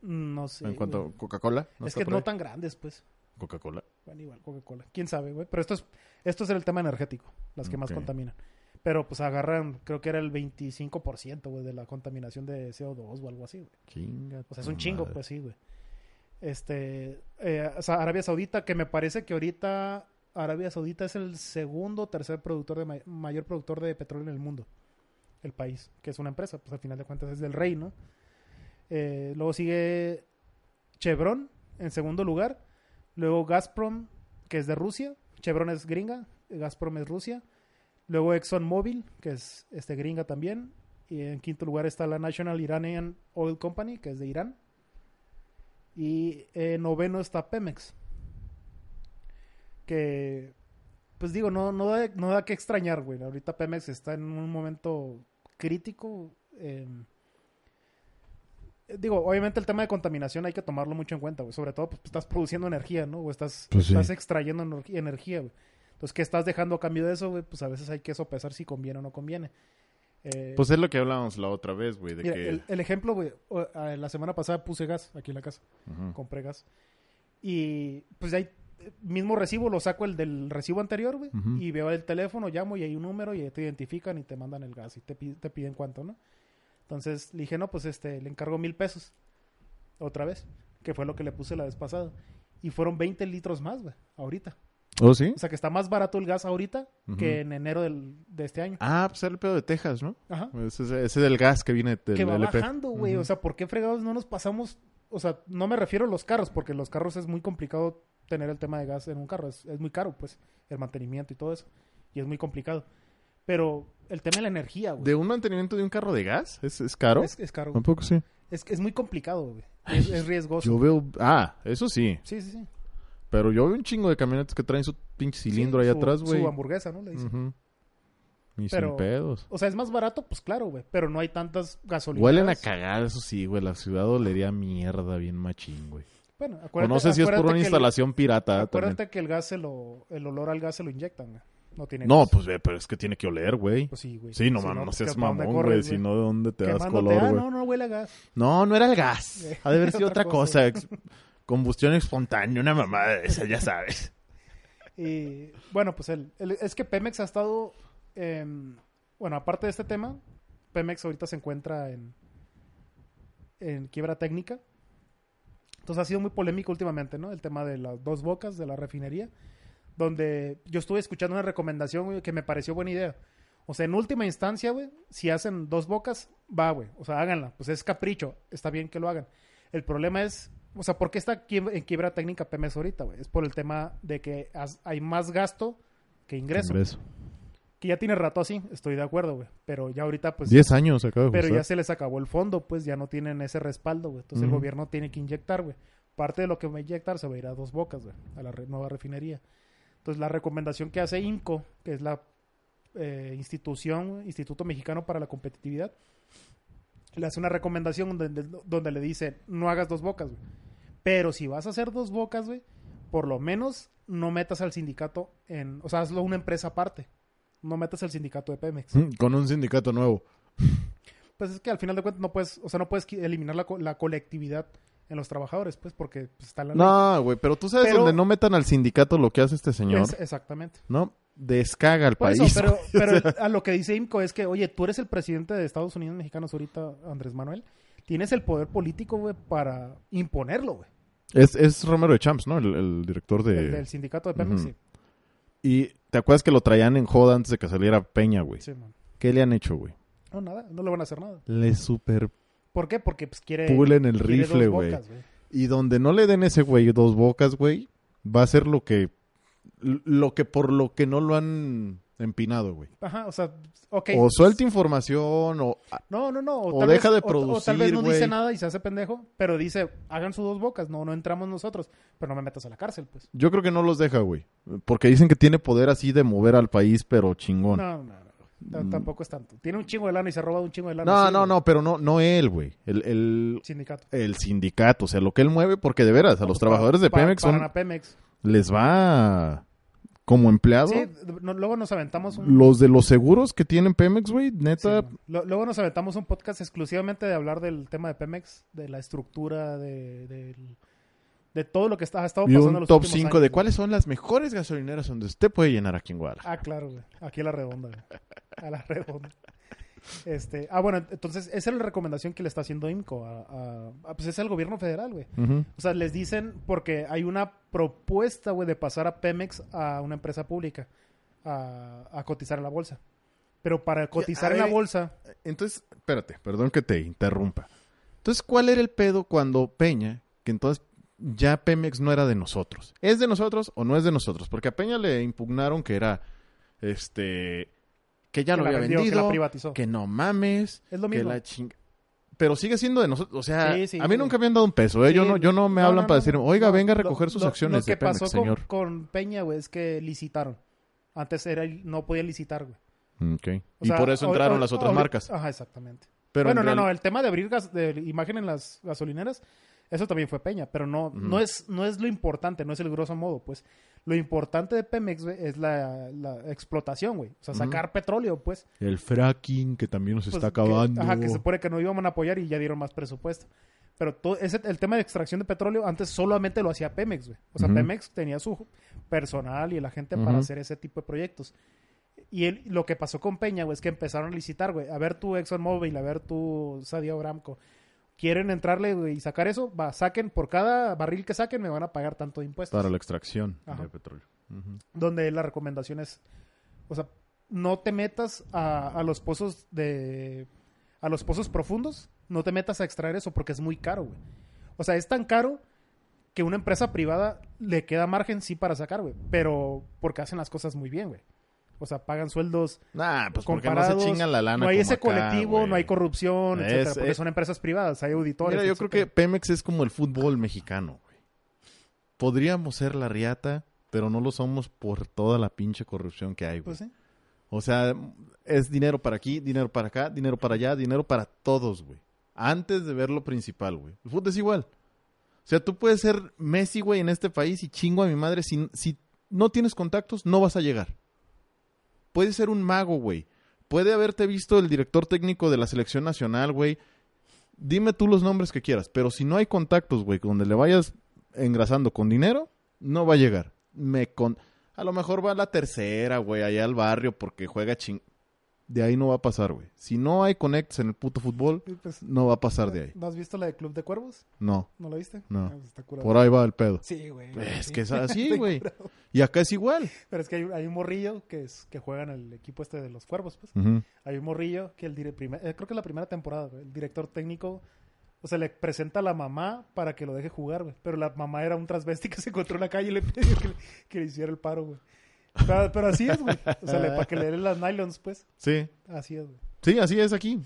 B: No sé.
A: en cuanto
B: güey.
A: a Coca-Cola.
B: es
A: está
B: que
A: por
B: no
A: ahí?
B: tan grandes, pues.
A: Coca-Cola.
B: Bueno, igual Coca-Cola. ¿Quién sabe, güey? Pero esto es, esto es el tema energético, las que más
A: Mm, Ok.
B: contaminan. Pero pues agarran, creo que era el 25%, güey, de la contaminación de CO2 o algo así, güey.
A: Chinga.
B: O sea, es un
A: tu
B: chingo,
A: madre.
B: pues sí, güey. Este, eh, o sea, Arabia Saudita, que me parece que ahorita Arabia Saudita es el segundo o tercer productor de may- mayor productor de petróleo en el mundo. El país, que es una empresa, pues al final de cuentas es del rey, ¿no? Eh, luego sigue Chevron en segundo lugar. Luego Gazprom, que es de Rusia. Chevron es gringa, Gazprom es Rusia. Luego ExxonMobil, que es este gringa también. Y en quinto lugar está la National Iranian Oil Company, que es de Irán. Y eh, noveno está Pemex. Que, pues digo, no, no, da, no da que extrañar, güey. Ahorita Pemex está en un momento crítico. eh, digo, obviamente el tema de contaminación hay que tomarlo mucho en cuenta, güey. Sobre todo, pues estás produciendo energía, ¿no? O estás,
A: Pues, sí.
B: estás extrayendo ener- energía, güey. Entonces, ¿qué estás dejando a cambio de eso, güey? Pues a veces hay que sopesar si conviene o no conviene. Eh,
C: Pues es lo que hablábamos la otra vez, güey, de
B: Mira,
C: que...
B: el, el ejemplo, güey, o- a- la semana pasada puse gas aquí en la casa,
A: Ujú.
B: compré gas. Y pues ahí eh, mismo recibo, lo saco el del recibo anterior, güey,
A: Ujú.
B: y veo el teléfono, llamo y hay un número y ahí te identifican y te mandan el gas y te, pi- te piden cuánto, ¿no? Entonces le dije, no, pues este, le encargo mil pesos, otra vez, que fue lo que le puse la vez pasada. Y fueron 20 litros más, güey, ahorita.
A: ¿Oh, sí?
B: O sea que está más barato el gas ahorita
A: Ujú.
B: que en enero del- de este año.
A: Ah, pues era el pedo de Texas, ¿no?
B: Ajá.
A: Ese, es- ese es el gas que viene del
B: que va
A: LP.
B: bajando, güey. O sea, ¿por qué fregados no nos pasamos? O sea, no me refiero a los carros, porque los carros es muy complicado tener el tema de gas en un carro. Es, es muy caro, pues, el mantenimiento y todo eso. Y es muy complicado. Pero el tema de la energía, güey.
A: ¿De un mantenimiento de un carro de gas? ¿Es, es caro?
B: Es, es caro, güey.
A: Tampoco sí.
B: Es, es muy complicado, güey. Es, es riesgoso.
A: Yo veo... Ah, eso sí.
B: Sí, sí, sí.
A: Pero yo veo un chingo de camionetas que traen su pinche cilindro
B: Sí,
A: ahí
B: su-
A: atrás, güey.
B: Su hamburguesa, ¿no? Le dicen.
A: Ujú. Y
B: Pero-
A: sin pedos.
B: O sea, es más barato, pues claro, güey. Pero no hay tantas gasolinas.
A: Huelen a cagar, eso sí, güey. La ciudad olería a mierda bien machín, güey.
B: Bueno, acuérdate,
A: O no sé si es por
B: acuérdate
A: una
B: que el-
A: instalación pirata.
B: acuérdate
A: Ah, también.
B: que el gas se lo... El olor al gas se lo inyectan, güey. No tiene
A: No,
B: gas.
A: pues, güey, pero es que tiene que oler, güey.
B: Pues sí, güey.
A: Sí, no
B: Si
A: mames, no
B: pues,
A: seas
B: ¿para dónde
A: mamón,
B: corres,
A: güey. Si no, ¿de dónde te das
B: Quemándote,
A: color,
B: ah,
A: güey?
B: no, no huele a gas.
A: No, no era el
B: [LAUGHS]
A: gas.
B: Eh,
A: Ha de haber
B: es
A: sido
B: otra
A: otra cosa. ex- Combustión espontánea, una mamada de esa, ya sabes.
B: Y bueno, pues el, el- es que Pemex ha estado, em, bueno, aparte de este tema, Pemex ahorita se encuentra en, en quiebra técnica. Entonces ha sido muy polémico últimamente, ¿no? El tema de las dos bocas de la refinería, donde yo estuve escuchando una recomendación güey, que me pareció buena idea. O sea, en última instancia, güey, si hacen dos bocas, va, güey. O sea, háganla. Pues es capricho. Está bien que lo hagan. El problema es, o sea, ¿por qué está aquí en quiebra técnica Pemex ahorita, güey? Es por el tema de que has- hay más gasto que [LAUGHS] ingreso.
A: Ingreso.
B: Que ya tiene rato así, estoy de acuerdo, güey. Pero ya ahorita, pues...
A: Diez años acaba de
B: Pero
A: pasar.
B: ya se les acabó el fondo, pues ya no tienen ese respaldo, güey. Entonces el
A: Ujú.
B: gobierno tiene que inyectar, güey. Parte de lo que va a inyectar se va a ir a dos bocas, güey, a la re- nueva refinería. Entonces la recomendación que hace INCO, que es la eh, institución, Instituto Mexicano para la Competitividad, le hace una recomendación donde, donde le dice, no hagas dos bocas, güey. Pero si vas a hacer dos bocas, güey, por lo menos no metas al sindicato en, o sea, hazlo una empresa aparte. No metas al sindicato de Pemex.
A: Mm, [LAUGHS] Con un sindicato nuevo.
B: Pues es que al final de cuentas no puedes, o sea, no puedes qui- eliminar la, co- la colectividad en los trabajadores, pues, porque pues, está la ley.
A: No, güey, pero tú sabes
B: Pero-
A: donde no metan al sindicato lo que hace este señor.
B: Es- exactamente.
A: No, descaga al
B: Por
A: país. [LAUGHS]
B: eso, pero,
A: güey.
B: pero el- a lo que dice IMCO es que, oye, tú eres el presidente de Estados Unidos Mexicanos ahorita, Andrés Manuel. Tienes el poder político, güey, para imponerlo, güey.
A: Es, es Romero de Champs, ¿no? El, el director de...
B: El del sindicato de Pemex,
A: Ujú.
B: sí.
A: Y te acuerdas que lo traían en joda antes de que saliera Peña, güey.
B: Sí, man.
A: ¿Qué le han hecho, güey?
B: No, nada, no le van a hacer nada.
A: Le super
B: ¿Por qué? Porque pues quiere...
A: pulen el
B: quiere Eh, dos
A: rifle, güey.
B: bocas, güey.
A: Y donde no le den ese güey dos bocas, güey, va a ser lo que... Lo que por lo que no lo han empinado, güey.
B: Ajá, o sea, ok.
A: O suelta información o...
B: No, no, no.
A: O deja de
B: O, tal vez
A: producir,
B: no
A: güey.
B: dice nada y se hace pendejo, pero dice, hagan sus dos bocas, no, no entramos nosotros, pero no me metas a la cárcel, pues.
A: Yo creo que no los deja, güey. Porque dicen que tiene poder así de mover al país, pero chingón. No,
B: No, no, no. T- Tampoco es tanto. Tiene un chingo de lana y se ha robado un chingo de lana.
A: Mm. no,
B: sí,
A: no,
B: güey.
A: pero no, no él, güey. El, el,
B: Sindicato.
A: el sindicato, o sea, lo que él mueve, porque de veras, a los trabajadores de
B: Pa-
A: Pemex
B: paran
A: son-
B: a Pemex.
A: les va como empleado.
B: Sí, d- no, luego nos aventamos un...
A: Los de los seguros que tienen Pemex, güey,
B: sí,
A: neta,
B: man. Lo- luego nos aventamos un podcast exclusivamente de hablar del tema de Pemex, de la estructura, de, del- de todo lo que está, ha estado
A: y
B: pasando en
A: un
B: los
A: top
B: últimos
A: 5
B: años,
A: de
B: güey.
A: cuáles son las mejores [LAUGHS] gasolineras donde usted puede llenar aquí en Guadalajara.
B: Ah, claro, güey. Aquí a la redonda, güey. A la redonda. Este, ah, bueno, entonces esa es la recomendación que le está haciendo IMCO. A, a- a- pues es el gobierno federal, güey.
A: Ujú.
B: O sea, les dicen porque hay una propuesta, güey, de pasar a Pemex a una empresa pública a, a cotizar en la bolsa. Pero para cotizar en la
A: ver.
B: bolsa,
A: Entonces, espérate, perdón que te interrumpa. Entonces, ¿cuál era el pedo cuando Peña, que entonces ya Pemex no era de nosotros? ¿Es de nosotros o no es de nosotros? Porque a Peña le impugnaron que era, este, que ya
B: que
A: lo
B: la
A: había
B: vendió, que
A: vendido,
B: la
A: que,
B: privatizó.
A: no mames,
B: Es lo
A: que
B: mismo.
A: la chinga. Pero sigue siendo de nosotros, o sea,
B: Sí, sí,
A: a mí
B: sí.
A: nunca me han dado un peso, ¿eh? yo,
B: Sí,
A: no, yo no me hablan
B: no,
A: para
B: no.
A: decirme, oiga,
B: No,
A: venga a
B: lo-
A: recoger sus
B: lo-
A: acciones
B: Lo que
A: de Pemex,
B: pasó con-
A: señor.
B: Con, Peña, güey, es que licitaron. Antes era il- no podía licitar, güey.
A: Ok.
B: O
A: y
B: sea,
A: por eso
B: ahor-
A: entraron
B: ahor-
A: las otras
B: ahor-
A: marcas.
B: Ajá, exactamente.
A: Pero
B: bueno,
A: en
B: no,
A: real-
B: no, el tema de abrir gas, de imagen en las gasolineras, eso también fue Peña, pero no, no, es, no es lo importante, no es el grosso modo, pues. Lo importante de Pemex, güey, es la, la explotación, güey. O sea,
A: Ujú.
B: sacar petróleo, pues.
A: El fracking que también nos
B: Pues,
A: está
B: que-
A: acabando.
B: ajá, que se supone que no íbamos a apoyar y ya dieron más presupuesto. Pero todo ese, el tema de extracción de petróleo antes solamente lo hacía Pemex, güey. O sea,
A: Ujú.
B: Pemex tenía su personal y la gente para
A: Ujú.
B: hacer ese tipo de proyectos. Y el- lo que pasó con Peña, güey, es que empezaron a licitar, güey. A ver tu ExxonMobil, a ver tu Saudi Aramco. Quieren entrarle güey, y sacar eso, va, saquen, por cada barril que saquen me van a pagar tanto de impuestos.
A: Para la extracción
B: Ajá.
A: de petróleo.
B: Donde la recomendación es, o sea, no te metas a, a los pozos de a los pozos profundos, no te metas a extraer eso porque es muy caro, güey. O sea, es tan caro que una empresa privada le queda margen sí para sacar, güey, pero porque hacen las cosas muy bien, güey. O sea, pagan sueldos
A: Nah, pues porque no se
B: comparados.
A: chingan la lana.
B: no hay
A: como
B: ese
A: acá,
B: colectivo,
A: güey.
B: no hay corrupción,
A: Es-
B: etcétera, porque
A: es-
B: son empresas privadas, hay auditores.
A: Mira, yo creo que Pemex es como el fútbol mexicano, güey. Podríamos ser la riata, pero no lo somos por toda la pinche corrupción que hay, güey.
B: pues sí.
A: O sea, es dinero para aquí, dinero para acá, dinero para allá, dinero para todos, güey. Antes de ver lo principal, güey. El fútbol es igual. O sea, tú puedes ser Messi, güey, en este país y chingo a mi madre. Si, si no tienes contactos, no vas a llegar. Puedes ser un mago, güey. Puede haberte visto el director técnico de la selección nacional, güey. Dime tú los nombres que quieras, pero si no hay contactos, güey, donde le vayas engrasando con dinero, no va a llegar. Me con... A lo mejor va a la tercera, güey, allá al barrio porque juega ching... De ahí no va a pasar, güey. Si no hay conects en el puto fútbol,
B: Y, pues,
A: no va a pasar de ahí.
B: ¿No has visto la de Club de Cuervos?
A: No,
B: ¿No la viste?
A: No.
B: Ah, pues, está curada.
A: por ahí va el pedo.
B: Sí, güey.
A: Es
B: [LAUGHS] sí.
A: que es así,
B: Estoy
A: güey.
B: curado.
A: Y acá es igual.
B: Pero es que hay, hay un morrillo que, es, que juega en el equipo este de los cuervos, pues.
A: Ujú.
B: Hay un morrillo que el dire- primer- eh, creo que es la primera temporada, güey, el director técnico, o sea, le presenta a la mamá para que lo deje jugar, güey. Pero la mamá era un transvesti [LAUGHS] que se encontró en la calle y le pidió que le, que le hiciera el paro, güey. Pero, pero así es, güey. O sea, le- para que le den las nylons, pues.
A: Sí,
B: Así es, güey.
A: sí, así es aquí.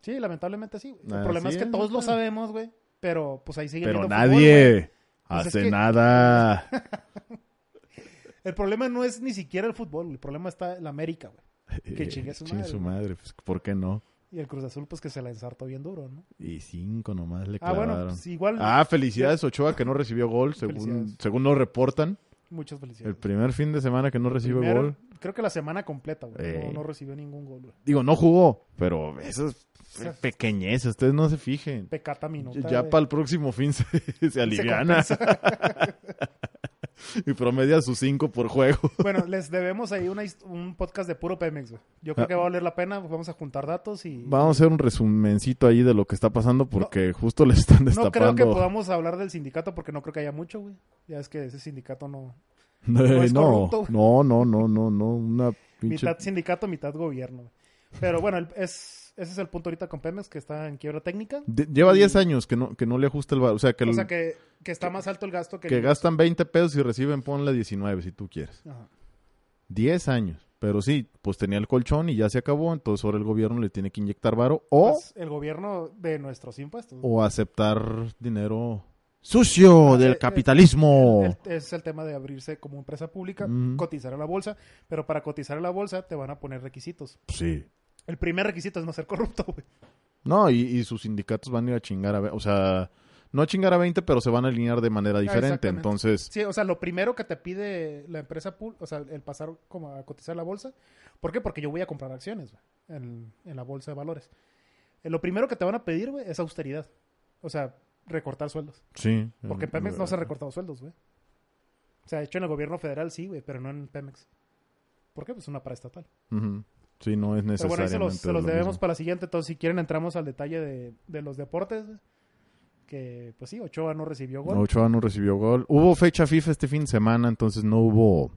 B: Sí, lamentablemente sí, güey. El
A: Así
B: problema es que
A: es,
B: todos lo
A: güey.
B: sabemos, güey. Pero pues ahí sigue
C: Pero
B: habiendo fútbol, güey.
C: nadie
B: Pues
C: hace
B: es que-
C: nada.
B: el problema no es ni siquiera el fútbol, güey. el problema está en América, güey. [LAUGHS] Que
A: Eh,
B: chingue su
A: chingue
B: madre,
A: su
B: güey.
A: madre, pues, ¿por qué no?
B: Y el Cruz Azul, pues que se la ensartó bien duro, ¿no?
A: Y cinco nomás le
B: Ah,
A: clavaron. Ah,
B: bueno, pues, igual
A: felicidades Ochoa que no recibió gol, según,
B: Felicidades.
A: según nos reportan.
B: muchas
A: El
B: felicidades.
A: primer fin de semana que no recibe
B: Primero,
A: gol. Eh.
B: Creo que la semana completa, güey.
A: Ey.
B: No, no recibió ningún gol, güey.
A: Digo, no jugó, pero eso es pe- pequeñez, ustedes no se fijen.
B: Pecata minuta.
A: ya
B: de-
A: para el próximo fin se, se aliviana
B: compensa.
A: [LAUGHS] y promedia sus cinco por juego.
B: Bueno, les debemos ahí una hist- un podcast de puro Pemex, güey. Yo creo que va a valer la pena. Vamos a juntar datos y...
A: Ah. Vamos a hacer un resumencito ahí de lo que está pasando porque justo le están
B: No creo que
A: destapando.
B: podamos hablar del sindicato porque no creo que haya mucho, güey. Ya es que ese sindicato no...
A: Eh, [LAUGHS]
B: es
A: no,
B: corrupto.
A: no, no, no, no, no, una pinche...
B: Mitad sindicato, mitad gobierno, güey. Pero bueno, el- es, ese es el punto ahorita con Pemex, que está en quiebra técnica.
A: De- lleva 10 años que no, que no le ajusta el bar. O sea, que,
B: o
A: el-
B: sea, que, que está más alto el gasto que...
A: que
B: el-
A: gastan 20 pesos y reciben, ponle 19 si tú quieres.
B: Ajá.
A: 10 años. Pero sí, pues tenía el colchón y ya se acabó. Entonces ahora el gobierno le tiene que inyectar varo o,
B: Pues, el gobierno de nuestros impuestos.
A: o aceptar dinero sucio
B: Eh, eh,
A: del capitalismo.
B: El- ese es el tema de abrirse como empresa pública,
A: Ujú.
B: cotizar a la bolsa, pero para cotizar a la bolsa te van a poner requisitos.
A: Sí.
B: El primer requisito es no ser corrupto, güey.
A: No, y, y sus sindicatos van a ir a chingar a... ve- O sea, no a chingar a 20, pero se van a alinear de manera diferente.
B: Ah, exactamente.
A: Entonces,
B: Sí, o sea, lo primero que te pide la empresa pública, o sea, el pasar como a cotizar a la bolsa, ¿por qué? Porque yo voy a comprar acciones güey, en, en la bolsa de valores. Eh, lo primero que te van a pedir, güey, es austeridad. O sea, recortar sueldos.
A: sí.
B: Porque en
A: Eh,
B: Pemex no se han
A: eh,
B: recortado sueldos, güey. O sea, de hecho en el gobierno federal sí, güey, pero no en Pemex. ¿Por qué? Pues una paraestatal.
A: ujú. Sí, no es
B: Pero bueno, ahí
A: necesariamente
B: se los, se los
A: lo
B: debemos
A: mismo.
B: para la siguiente. Entonces, si quieren, entramos al detalle de, de los deportes. Que, pues sí, Ochoa no recibió gol.
A: No, Ochoa no recibió gol. Hubo fecha FIFA este fin de semana, entonces no hubo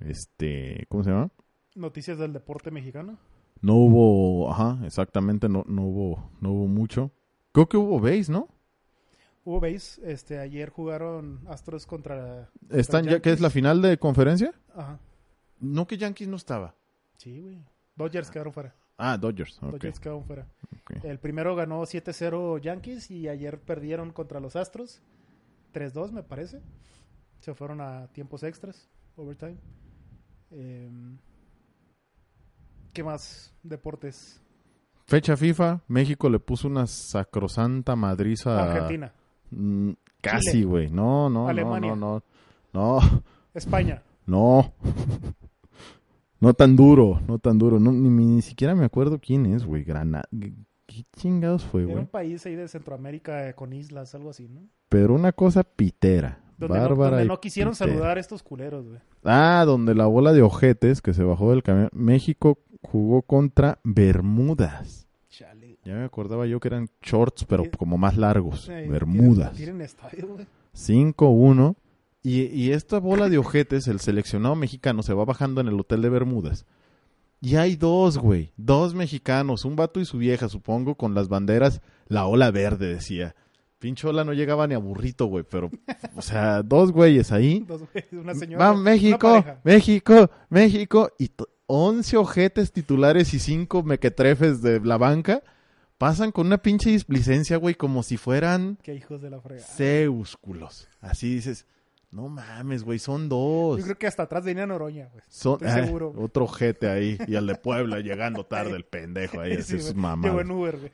A: este, ¿cómo se llama?
B: Noticias del deporte mexicano.
A: No hubo, ajá, exactamente, no, no hubo, no hubo mucho. Creo que hubo base, ¿no?
B: Hubo veis, este, ayer jugaron Astros contra...
A: Están ya que es la final de conferencia.
B: Ajá,
A: No que Yankees no estaba.
B: sí, güey. Dodgers quedaron fuera.
A: Ah, Dodgers. ok.
B: Dodgers quedaron fuera.
A: Ok.
B: El primero ganó 7-0 Yankees y ayer perdieron contra los Astros. 3-2, me parece. Se fueron a tiempos extras, overtime. Em, ¿Qué más deportes?
A: Fecha FIFA, México le puso una sacrosanta madriza a-
B: Argentina,
A: Mm, casi, güey. No, no,
B: Alemania.
A: no, no, [LAUGHS] no. No,
B: España.
A: no. [LAUGHS] No tan duro, no tan duro. No, ni, ni siquiera me acuerdo quién es, güey. Granada. ¿Qué chingados fue,
B: Era
A: güey?
B: un país ahí de Centroamérica eh, con islas, algo así, ¿no?
A: Pero una cosa pitera.
B: Donde, no,
A: bárbara
B: donde
A: y
B: no quisieron
A: pitera.
B: saludar a estos culeros, güey.
A: Ah, donde la bola de ojetes que se bajó del camión. México jugó contra Bermudas.
B: Chale.
A: Ya me acordaba yo que eran shorts, pero
B: Sí.
A: como más largos.
B: Eh,
A: Bermudas.
B: Tienen, tienen estadio, güey. [LAUGHS]
A: 5-1. Y, y esta bola de ojetes, el seleccionado mexicano, se va bajando en el hotel de Bermudas. Y hay dos, güey. Dos mexicanos, un vato y su vieja, supongo, con las banderas. La ola verde, decía. Pinche ola no llegaba ni a burrito, güey. Pero, o sea, dos güeyes ahí.
B: Dos güeyes, una [LAUGHS] señora.
A: Va
B: una
A: México,
B: pareja.
A: México, México. Y to- 11 ojetes titulares y 5 mequetrefes de la banca pasan con una pinche displicencia, güey, como si fueran
B: Qué hijos de la fregada.
A: Seúsculos. Así dices, no mames, güey, son
B: Yo
A: dos.
B: creo que hasta atrás venía Noroña, güey.
A: Son,
B: estoy
A: ah,
B: seguro.
A: otro jete ahí y el de
B: [LAUGHS]
A: Puebla llegando tarde el pendejo ahí,
B: Sí,
A: así
B: güey.
A: sus
B: Llegó
A: mamadas.
B: en Uber, güey.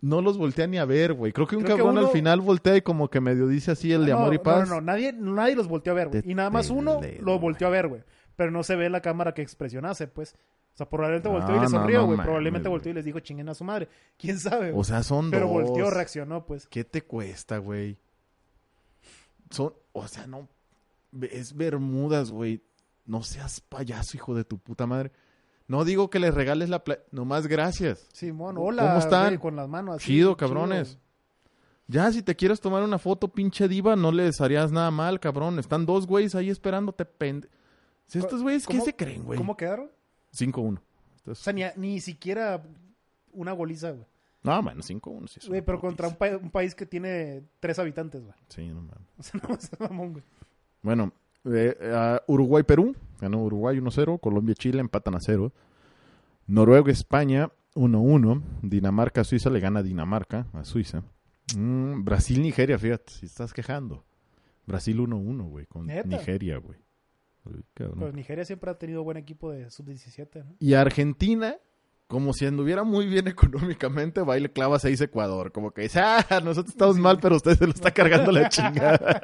A: No los voltea ni a ver, güey. Creo que un
B: Creo que
A: cabrón
B: uno-
A: al final voltea y como que medio dice así el de
B: No,
A: amor y
B: no,
A: paz.
B: No, no, nadie, nadie los volteó a ver, güey.
A: Te
B: Y nada más uno
A: peleo,
B: lo
A: güey.
B: volteó a ver, güey. Pero no se ve la cámara que expresionase, pues. O sea, probablemente volteó
A: No,
B: y le
A: no,
B: sonrió,
A: no
B: güey.
A: mames,
B: probablemente volteó y
A: güey.
B: les dijo chinguen a su madre. ¿Quién sabe?
A: O
B: güey?
A: sea, son
B: Pero
A: dos.
B: volteó, reaccionó, pues.
A: ¿Qué te cuesta, güey? Son, o sea, no. Es Bermudas, güey. No seas payaso, hijo de tu puta madre. No digo que les regales la playa. Nomás gracias.
B: Simón, hola.
A: ¿Cómo están?
B: güey, con las manos así.
A: Chido, cabrones. Ya, si te quieres tomar una foto, pinche diva, no les harías nada mal, cabrón. Están dos güeyes ahí esperándote, pende... Si estos güeyes, ¿qué
B: ¿Cómo-
A: se creen, güey?
B: ¿Cómo quedaron?
A: 5-1.
B: O sea, ni, ni siquiera una goliza, güey.
A: No, bueno, 5-1. Sí, es
B: Güey,
A: una
B: pero contra un,
A: putiza.
B: pa- un país que tiene tres habitantes, güey. [LAUGHS]
A: Sí, no mames.
B: O sea, no, es mamón, güey.
A: Bueno, eh, eh, Uruguay-Perú. Ganó Uruguay 1-0. Colombia-Chile empatan a 0. Noruega-España 1-1. Dinamarca-Suiza le gana a Dinamarca a Suiza. Mm, Brasil-Nigeria, fíjate, si estás quejando. Brasil 1-1, güey, con
B: ¿Neta?
A: Nigeria, güey. Ay, cabrón.
B: Pues Nigeria siempre ha tenido buen equipo de sub-17, ¿no?
A: Y Argentina, como si anduviera muy bien [LAUGHS] económicamente, va y le clava 6 Ecuador. Como que dice, ah, nosotros estamos mal, pero usted se lo está cargando la chingada.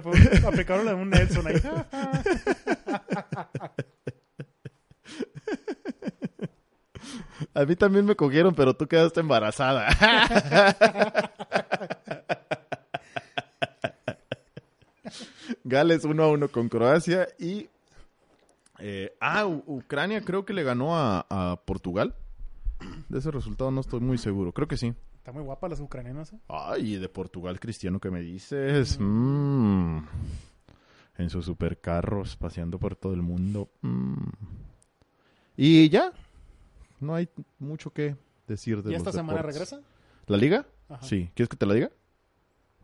A: [LAUGHS]
B: fue, aplicaron la de un Nelson ahí. [LAUGHS]
A: A mí también me cogieron, pero tú quedaste embarazada. [LAUGHS] Gales 1 a 1 con Croacia y. eh, ah, U- Ucrania creo que le ganó a, a Portugal. De ese resultado no estoy muy seguro. Creo que sí.
B: Está muy guapa las ucranianas. ¿eh?
A: Ay, de Portugal, Cristiano, ¿qué me dices? Mm. En sus supercarros, paseando por todo el mundo. Mm. Y ya, no hay mucho que decir de
B: ¿Y
A: los
B: esta semana
A: deportes.
B: regresa?
A: ¿La liga?
B: Ajá.
A: Sí, ¿quieres que te la diga?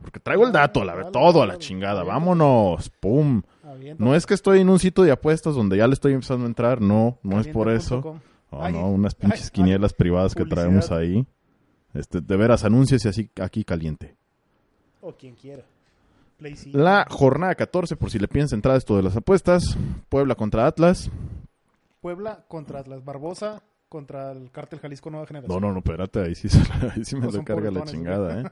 A: Porque traigo el dato, a la
B: Dale,
A: ver, todo a la
B: dale,
A: chingada.
B: dale.
A: Vámonos, pum.
B: Avienta-
A: No es que estoy en un sitio de apuestas donde ya le estoy empezando a entrar, no, no es por eso.
B: avienta.com.
A: Ah,
B: Ay,
A: no, unas
B: ay,
A: pinches
B: ay,
A: quinielas privadas que
B: publicidad.
A: traemos ahí. Este, de veras, anúnciese así aquí caliente.
B: O quien quiera. Play sí.
A: La jornada 14, por si le piensa entrar a esto de las apuestas. Puebla contra Atlas.
B: Puebla contra Atlas Barbosa contra el Cártel Jalisco Nueva
A: No,
B: Generación.
A: no, no, espérate, ahí sí, se- ahí sí me
B: No son
A: lo carga la
B: pobretones,
A: chingada,
B: [LAUGHS]
A: ¿eh?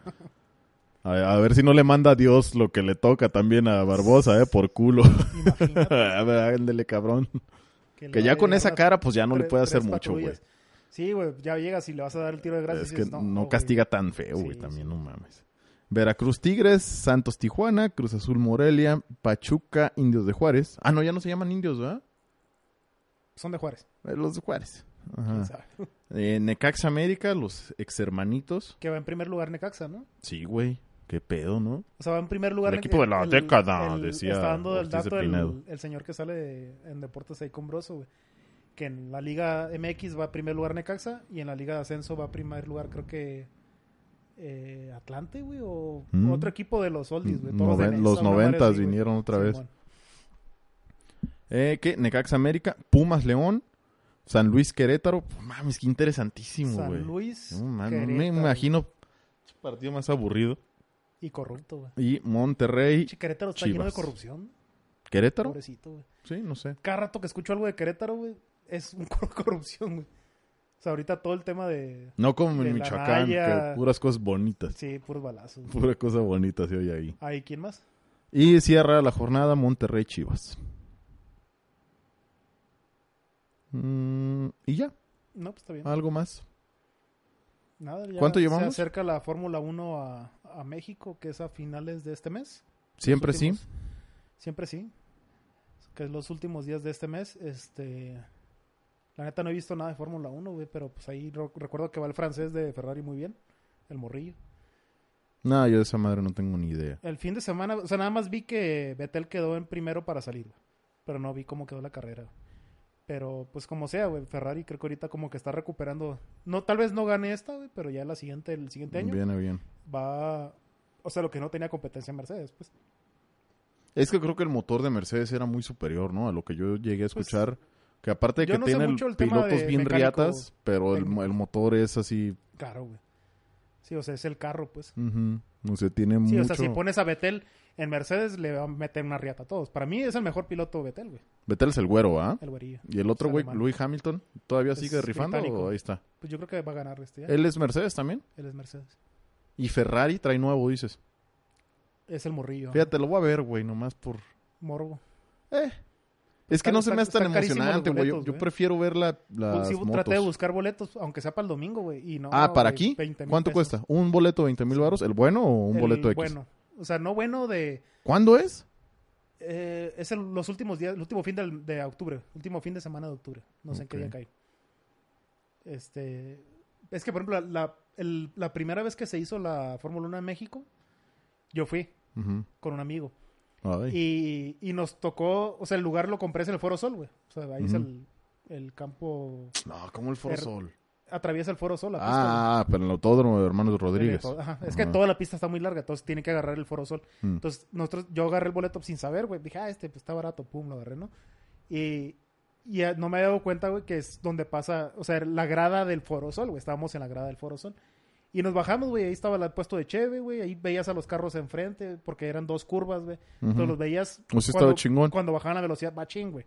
A: A, a ver si no le manda a Dios lo que le toca también a Barbosa, ¿eh? Por culo. [LAUGHS]
B: Imagínate
A: a ver, ándele, cabrón.
B: le
A: Que
B: va a
A: ya con
B: llegar
A: esa
B: las
A: cara, pues ya no le
B: tres-
A: puede hacer
B: tres
A: mucho, güey.
B: patrullas. Sí, güey, ya llegas y le vas a dar el tiro de gracia. y
A: Es que
B: dices,
A: no,
B: güey".
A: castiga tan feo,
B: Sí,
A: güey, también,
B: sí.
A: no mames. Veracruz Tigres, Santos Tijuana, Cruz Azul Morelia, Pachuca, Indios de Juárez. Ah, no, ya no se llaman indios, ¿verdad?
B: Son de Juárez.
A: Eh, Los de Juárez.
B: quién
A: Ajá.
B: sabe.
A: Eh, Necaxa América, los exhermanitos.
B: Que va en primer lugar Necaxa, ¿no?
A: Sí, güey. Qué pedo, ¿no?
B: O sea, va en primer lugar.
C: El equipo de la década, decía
B: Está dando el
C: Ortiz de
B: dato el-
C: Pinedo.
B: el, señor que sale de- en Deportes ahí con Broso, güey. Que en la Liga MX va primer lugar Necaxa y en la Liga de Ascenso va primer lugar, creo que. eh, Atlante, güey, o
A: Mm.
B: otro equipo de los oldies, güey. todos de
A: Noven-
B: Necaxa,
A: los
B: una madre
A: noventas
B: así, güey.
A: vinieron otra vez.
B: Simón.
A: Eh, ¿Qué? Necaxa América, Pumas León, San Luis Querétaro. Puf, Mames, qué interesantísimo,
B: San
A: güey.
B: Luis.
A: No, man, no me
B: Querétaro,
A: imagino partido más aburrido.
B: Y corrupto, güey.
A: Y Monterrey,
B: Che, Querétaro está lleno de
A: Chivas.
B: corrupción.
A: Querétaro.
B: Pobrecito, güey.
A: Sí, no sé.
B: Cada rato que escucho algo de Querétaro, güey, es un [LAUGHS] cor- corrupción, güey. O sea, ahorita todo el tema de.
A: No como
B: De
A: en
B: la
A: Michoacán,
B: raya.
A: que puras cosas bonitas. [LAUGHS]
B: Sí, puros balazos. güey.
A: Pura cosa bonita se oye ahí.
B: Ahí, ¿quién más?
A: Y cierra la jornada Monterrey Chivas. Mm, y ya,
B: No, pues está bien.
A: algo más.
B: Nada, ya
A: Ah, ¿Cuánto llevamos?
B: Se acerca la Fórmula 1 a, a México, que es a finales de este mes.
A: Siempre
B: Los
A: sí.
B: últimos- Siempre sí. Que es los últimos días de este mes. Este. La neta no he visto nada de Fórmula 1, güey, pero pues ahí ro- recuerdo que va el francés de Ferrari muy bien, el morrillo.
A: No, yo de esa madre no tengo ni idea.
B: El fin de semana, o sea, nada más vi que Betel quedó en primero para salir, güey. Pero no vi cómo quedó la carrera. Pero pues como sea, güey, Ferrari creo que ahorita como que está recuperando. No, tal vez no gane esta, güey, pero ya la siguiente, el siguiente año
A: Viene bien.
B: va. O sea, lo que no tenía competencia en Mercedes, pues.
A: Es que creo que el motor de Mercedes era muy superior, ¿no? A lo que yo llegué a
B: Pues,
A: escuchar. que aparte de
B: yo
A: que
B: no sé
A: tiene
B: mucho el tema
A: pilotos
B: de
A: bien
B: mecánico,
A: riatas, pero el,
B: del-
A: el motor es así.
B: Claro, güey. Sí, o sea, es el carro, pues.
A: ujú, No sé, tiene
B: Sí,
A: mucho.
B: o sea, si pones a Betel en Mercedes, le va a meter una riata a todos. Para mí es el mejor piloto Betel, güey,
A: Vettel es el güero, ¿ah?
B: el güerillo.
A: Y el otro
B: Es
A: güey,
B: alemán.
A: Louis Hamilton, ¿todavía
B: Es
A: sigue rifando
B: británico.
A: o ahí está?
B: Pues yo creo que va a ganar este año.
A: Él es Mercedes también.
B: Él es Mercedes.
A: Y Ferrari trae nuevo, dices.
B: Es el morrillo. ¿no?
A: Fíjate, lo voy a ver, güey, nomás por...
B: Morbo.
A: Eh. Es que
B: Está-
A: no se
B: está-
A: me hace tan
B: están carísimos los
A: emocionante, güey. Yo,
B: boletos,
A: yo
B: güey.
A: prefiero ver la, las
B: Pues sí,
A: motos.
B: traté de buscar boletos, aunque sea para el domingo, güey. Y no,
A: ah, ¿para
B: güey,
A: aquí?
B: 20,000
A: ¿Cuánto
B: pesos.
A: cuesta? ¿Un boleto 20 mil baros? ¿El bueno o un
B: El
A: boleto X?
B: Bueno, o sea, no bueno de.
A: ¿Cuándo es?
B: eh, es el- los últimos días, el último fin del- de octubre, último fin de semana de octubre. No sé en qué
A: Ok.
B: día cae. Este. Es que, por ejemplo, la, la- el- la primera vez que se hizo la Fórmula 1 en México, yo fui
A: Ujú.
B: con un amigo.
A: Ay.
B: Y, y nos tocó, o sea, el lugar lo compré es en el Foro Sol, güey. O sea, ahí es
A: Ujú.
B: el, el campo.
A: No, como el Foro
B: Er-
A: Sol.
B: Atraviesa el Foro Sol, la pista, güey.
A: Ah, ah, pero en el autódromo de Hermanos Rodríguez.
B: Ajá, Es que
A: Ajá.
B: toda la pista está muy larga, entonces tiene que agarrar el Foro Sol.
A: Mm.
B: Entonces, nosotros, yo agarré el boleto sin saber, güey. Dije, ah, este pues, está barato, pum, lo agarré, ¿no? Y, y eh, no me había dado cuenta, güey, que es donde pasa, o sea, la grada del Foro Sol, güey. Estábamos en la grada del Foro Sol. Y nos bajamos, güey, ahí estaba el puesto de Cheve, güey. Ahí veías a los carros enfrente, porque eran dos curvas, güey. Entonces
A: Ujú.
B: los veías
A: O sea, estaba
B: cuando,
A: chingón.
B: cuando bajaban la velocidad, bachín, güey.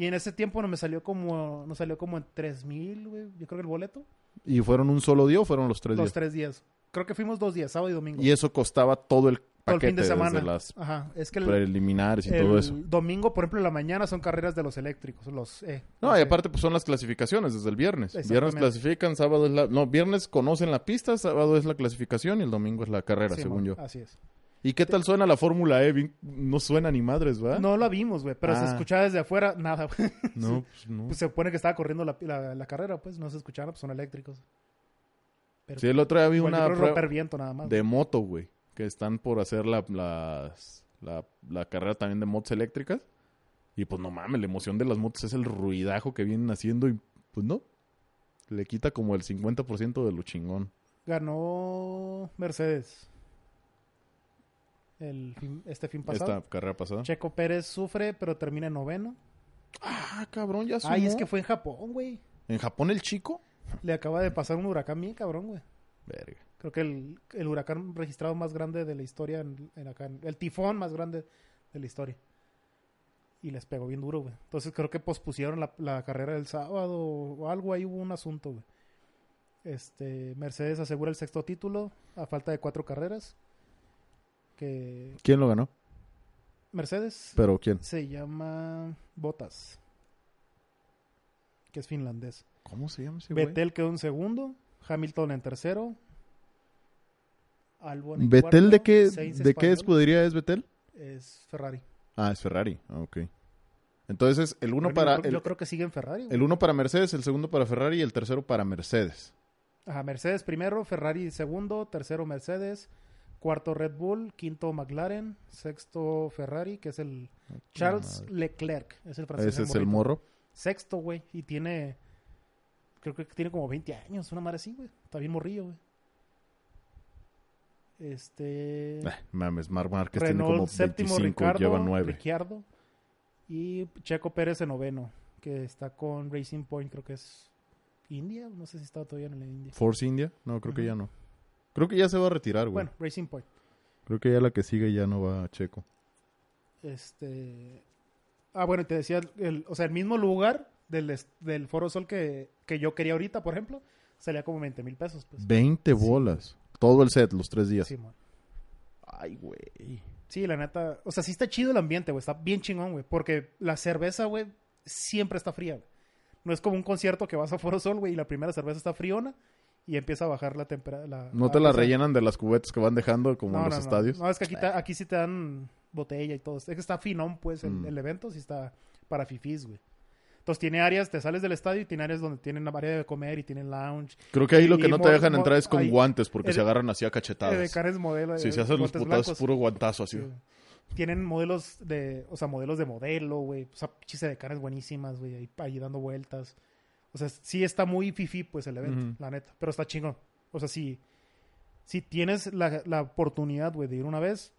B: Y en ese tiempo no me salió como, no salió como en 3000, güey, yo creo que el boleto.
A: ¿Y fueron un solo día o fueron los tres
B: los
A: días?
B: tres días. Creo que fuimos dos días, sábado y domingo.
A: Y eso costaba todo el paquete
B: todo el fin de
A: desde
B: semana.
A: las
B: Ajá, es que el,
A: preliminares y
B: el
A: todo eso.
B: domingo, por ejemplo, en la mañana son carreras de los eléctricos, los eh,
A: No,
B: los,
A: y
B: eh,
A: aparte pues son las clasificaciones desde el viernes. Viernes
B: Exactamente.
A: clasifican, sábado es la... No, viernes conocen la pista, sábado es la clasificación y el domingo es la carrera,
B: sí,
A: según
B: mon, Ah,
A: yo.
B: Así es.
A: ¿Y qué tal suena la Fórmula E? Bien- No suena ni madres, ¿verdad?
B: No la vimos, güey, pero se
A: Ah.
B: escuchaba desde afuera nada, güey.
A: No, pues no.
B: Pues se supone que estaba corriendo la, la- la carrera, pues no se escuchaba, pues son eléctricos. Pero
A: sí, el otro día vi
B: igual yo
A: una
B: creo
A: prueba
B: romper viento nada más.
A: de moto, güey. Que están por hacer la, las- la, la carrera también de motos eléctricas. Y pues no mames, la emoción de las motos es el ruidajo que vienen haciendo y pues no. Le quita como el 50% de lo chingón.
B: Ganó Mercedes. El fin- este fin pasado.
A: Esta carrera pasada.
B: Checo Pérez sufre, pero termina en noveno.
A: Ah, cabrón, ya sumó.
B: Ay, es que fue en Japón, güey.
A: ¿En Japón el chico?
B: Le acaba de pasar un huracán bien cabrón, güey.
A: Verga.
B: Creo que el, el huracán registrado más grande de la historia en, en acá. El tifón más grande de la historia. Y les pegó bien duro, güey. Entonces creo que pospusieron la, la carrera del sábado o algo. Ahí hubo un asunto, güey. Este, Mercedes asegura el sexto título a falta de cuatro carreras. Que
A: ¿Quién lo ganó?
B: Mercedes
A: ¿Pero quién?
B: se llama Botas. Que es finlandés.
A: ¿Cómo se llama ese güey?
B: Vettel quedó en segundo, Hamilton en tercero, Albon en
A: ¿Betel de
B: cuarto,
A: qué,
B: Sainz
A: de qué
B: español,
A: escudería es Betel?
B: Es Ferrari.
A: Ah, es Ferrari. Ah, Ok. Entonces, el uno
B: Bueno,
A: para,
B: yo, creo-
A: el,
B: yo creo que sigue en Ferrari. güey.
A: el uno para Mercedes, el segundo para Ferrari y el tercero para Mercedes.
B: Ajá, Mercedes primero, Ferrari segundo, tercero Mercedes, cuarto Red Bull, quinto McLaren, sexto Ferrari, que es el Charles Leclerc, es el francés.
A: Ese es el
B: morrito.
A: morro.
B: Sexto, güey, y tiene, creo que tiene como 20 años, una madre así, güey. Está bien morrillo, güey. Este...
A: Eh, mames, Marc Márquez tiene como
B: Renault
A: 25
B: séptimo,
A: y
B: Ricardo,
A: lleva 9.
B: Ricciardo, y Checo Pérez en noveno, que está con Racing Point, creo que es India, no sé si está todavía en la India.
A: Force India. No, creo que
B: Ujú.
A: ya no. Creo que ya se va a retirar, güey.
B: Bueno, Racing Point.
A: Creo que ya la que sigue ya no va a Checo.
B: Este. Ah, bueno, y te decía, el- el- o sea, el mismo lugar del, est- del Foro Sol que, que yo quería ahorita, por ejemplo, salía como 20 mil pesos. Pues.
A: 20 bolas. Todo el set, los tres días.
B: Simón.
A: Ay, güey.
B: Sí, la neta. O sea, sí está chido el ambiente, güey. Está bien chingón, güey. Porque la cerveza, güey, siempre está fría, güey. No es como un concierto que vas a Foro Sol, güey, y la primera cerveza está friona y empieza a bajar la temperatura.
A: ¿No te la rellenan de las cubetas que van dejando como en los estadios?
B: Ah, No, es que aquí, te- aquí sí te dan botella y todo. Es que está finón, pues, el,
A: Mm.
B: el evento. Sí está para fifís, güey. Entonces tiene áreas, te sales del estadio y tiene áreas donde tienen la área de comer y tienen lounge.
A: Creo que ahí lo
B: Y-
A: que
B: y
A: no te
B: mo-
A: dejan
B: mo-
A: entrar es con
B: ahí-
A: guantes porque
B: el-
A: se agarran así a
B: Eh, de
A: cachetadas.
B: caras modelo.
A: Si
B: eh,
A: se hacen los
B: botes
A: putados,
B: blancos.
A: puro guantazo así.
B: Sí. Tienen modelos de, o sea, modelos de modelo, güey. O sea, chiste de caras buenísimas, güey, ahí, ahí dando vueltas. O sea, sí está muy fifi, pues, el evento,
A: Ujú.
B: la neta. Pero está chingón. O sea, si, si tienes la, la oportunidad, güey, de ir una vez,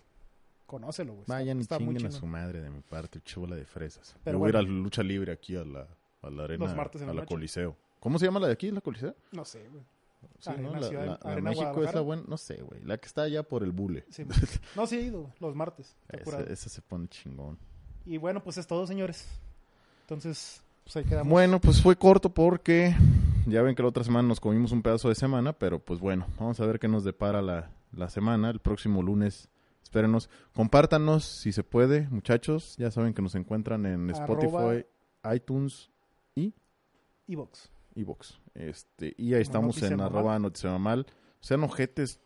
B: conócelo, güey. Está-
A: Vayan y
B: está muy
A: chinguen a
B: chingón.
A: su madre de mi parte, chola de fresas.
B: Pero
A: Yo voy a ir
B: bueno.
A: a la lucha libre aquí a la, a la arena,
B: Los martes en
A: a
B: la
A: la
B: noche.
A: Coliseo. ¿Cómo se llama la de aquí, la Coliseo?
B: No sé, güey.
A: Sí,
B: Arena
A: ¿no? La,
B: Ah, Ciudad-
A: la- la
B: Arena
A: México es la
B: Guadalajara.
A: buena, no sé, güey. La que está allá por el bule. [LAUGHS]
B: Sí, no, sí he ido, güey, los martes. está
A: Esa,
B: curado.
A: esa se pone chingón.
B: Y bueno, pues es todo, señores. Entonces, pues ahí quedamos.
A: Bueno, pues fue corto porque ya ven que la otra semana nos comimos un pedazo de semana, pero pues bueno, vamos a ver qué nos depara la, la semana. El próximo lunes, espérenos. Compártanos si se puede, muchachos. Ya saben que nos encuentran en Spotify, iTunes y
B: Y box.
A: Evox. Este, y ahí estamos
B: Noticia
A: en
B: Mamal.
A: arroba noticia mamal. Sean ojetes,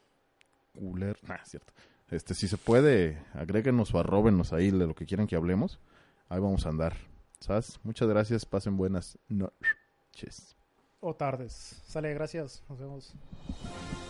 A: culer, nah, es cierto. Este, si se puede, agréguenos o arróbenos ahí de lo que quieran que hablemos. Ahí vamos a andar. ¿Sabes? Muchas gracias, pasen buenas noches.
B: O tardes. Sale, gracias. Nos vemos.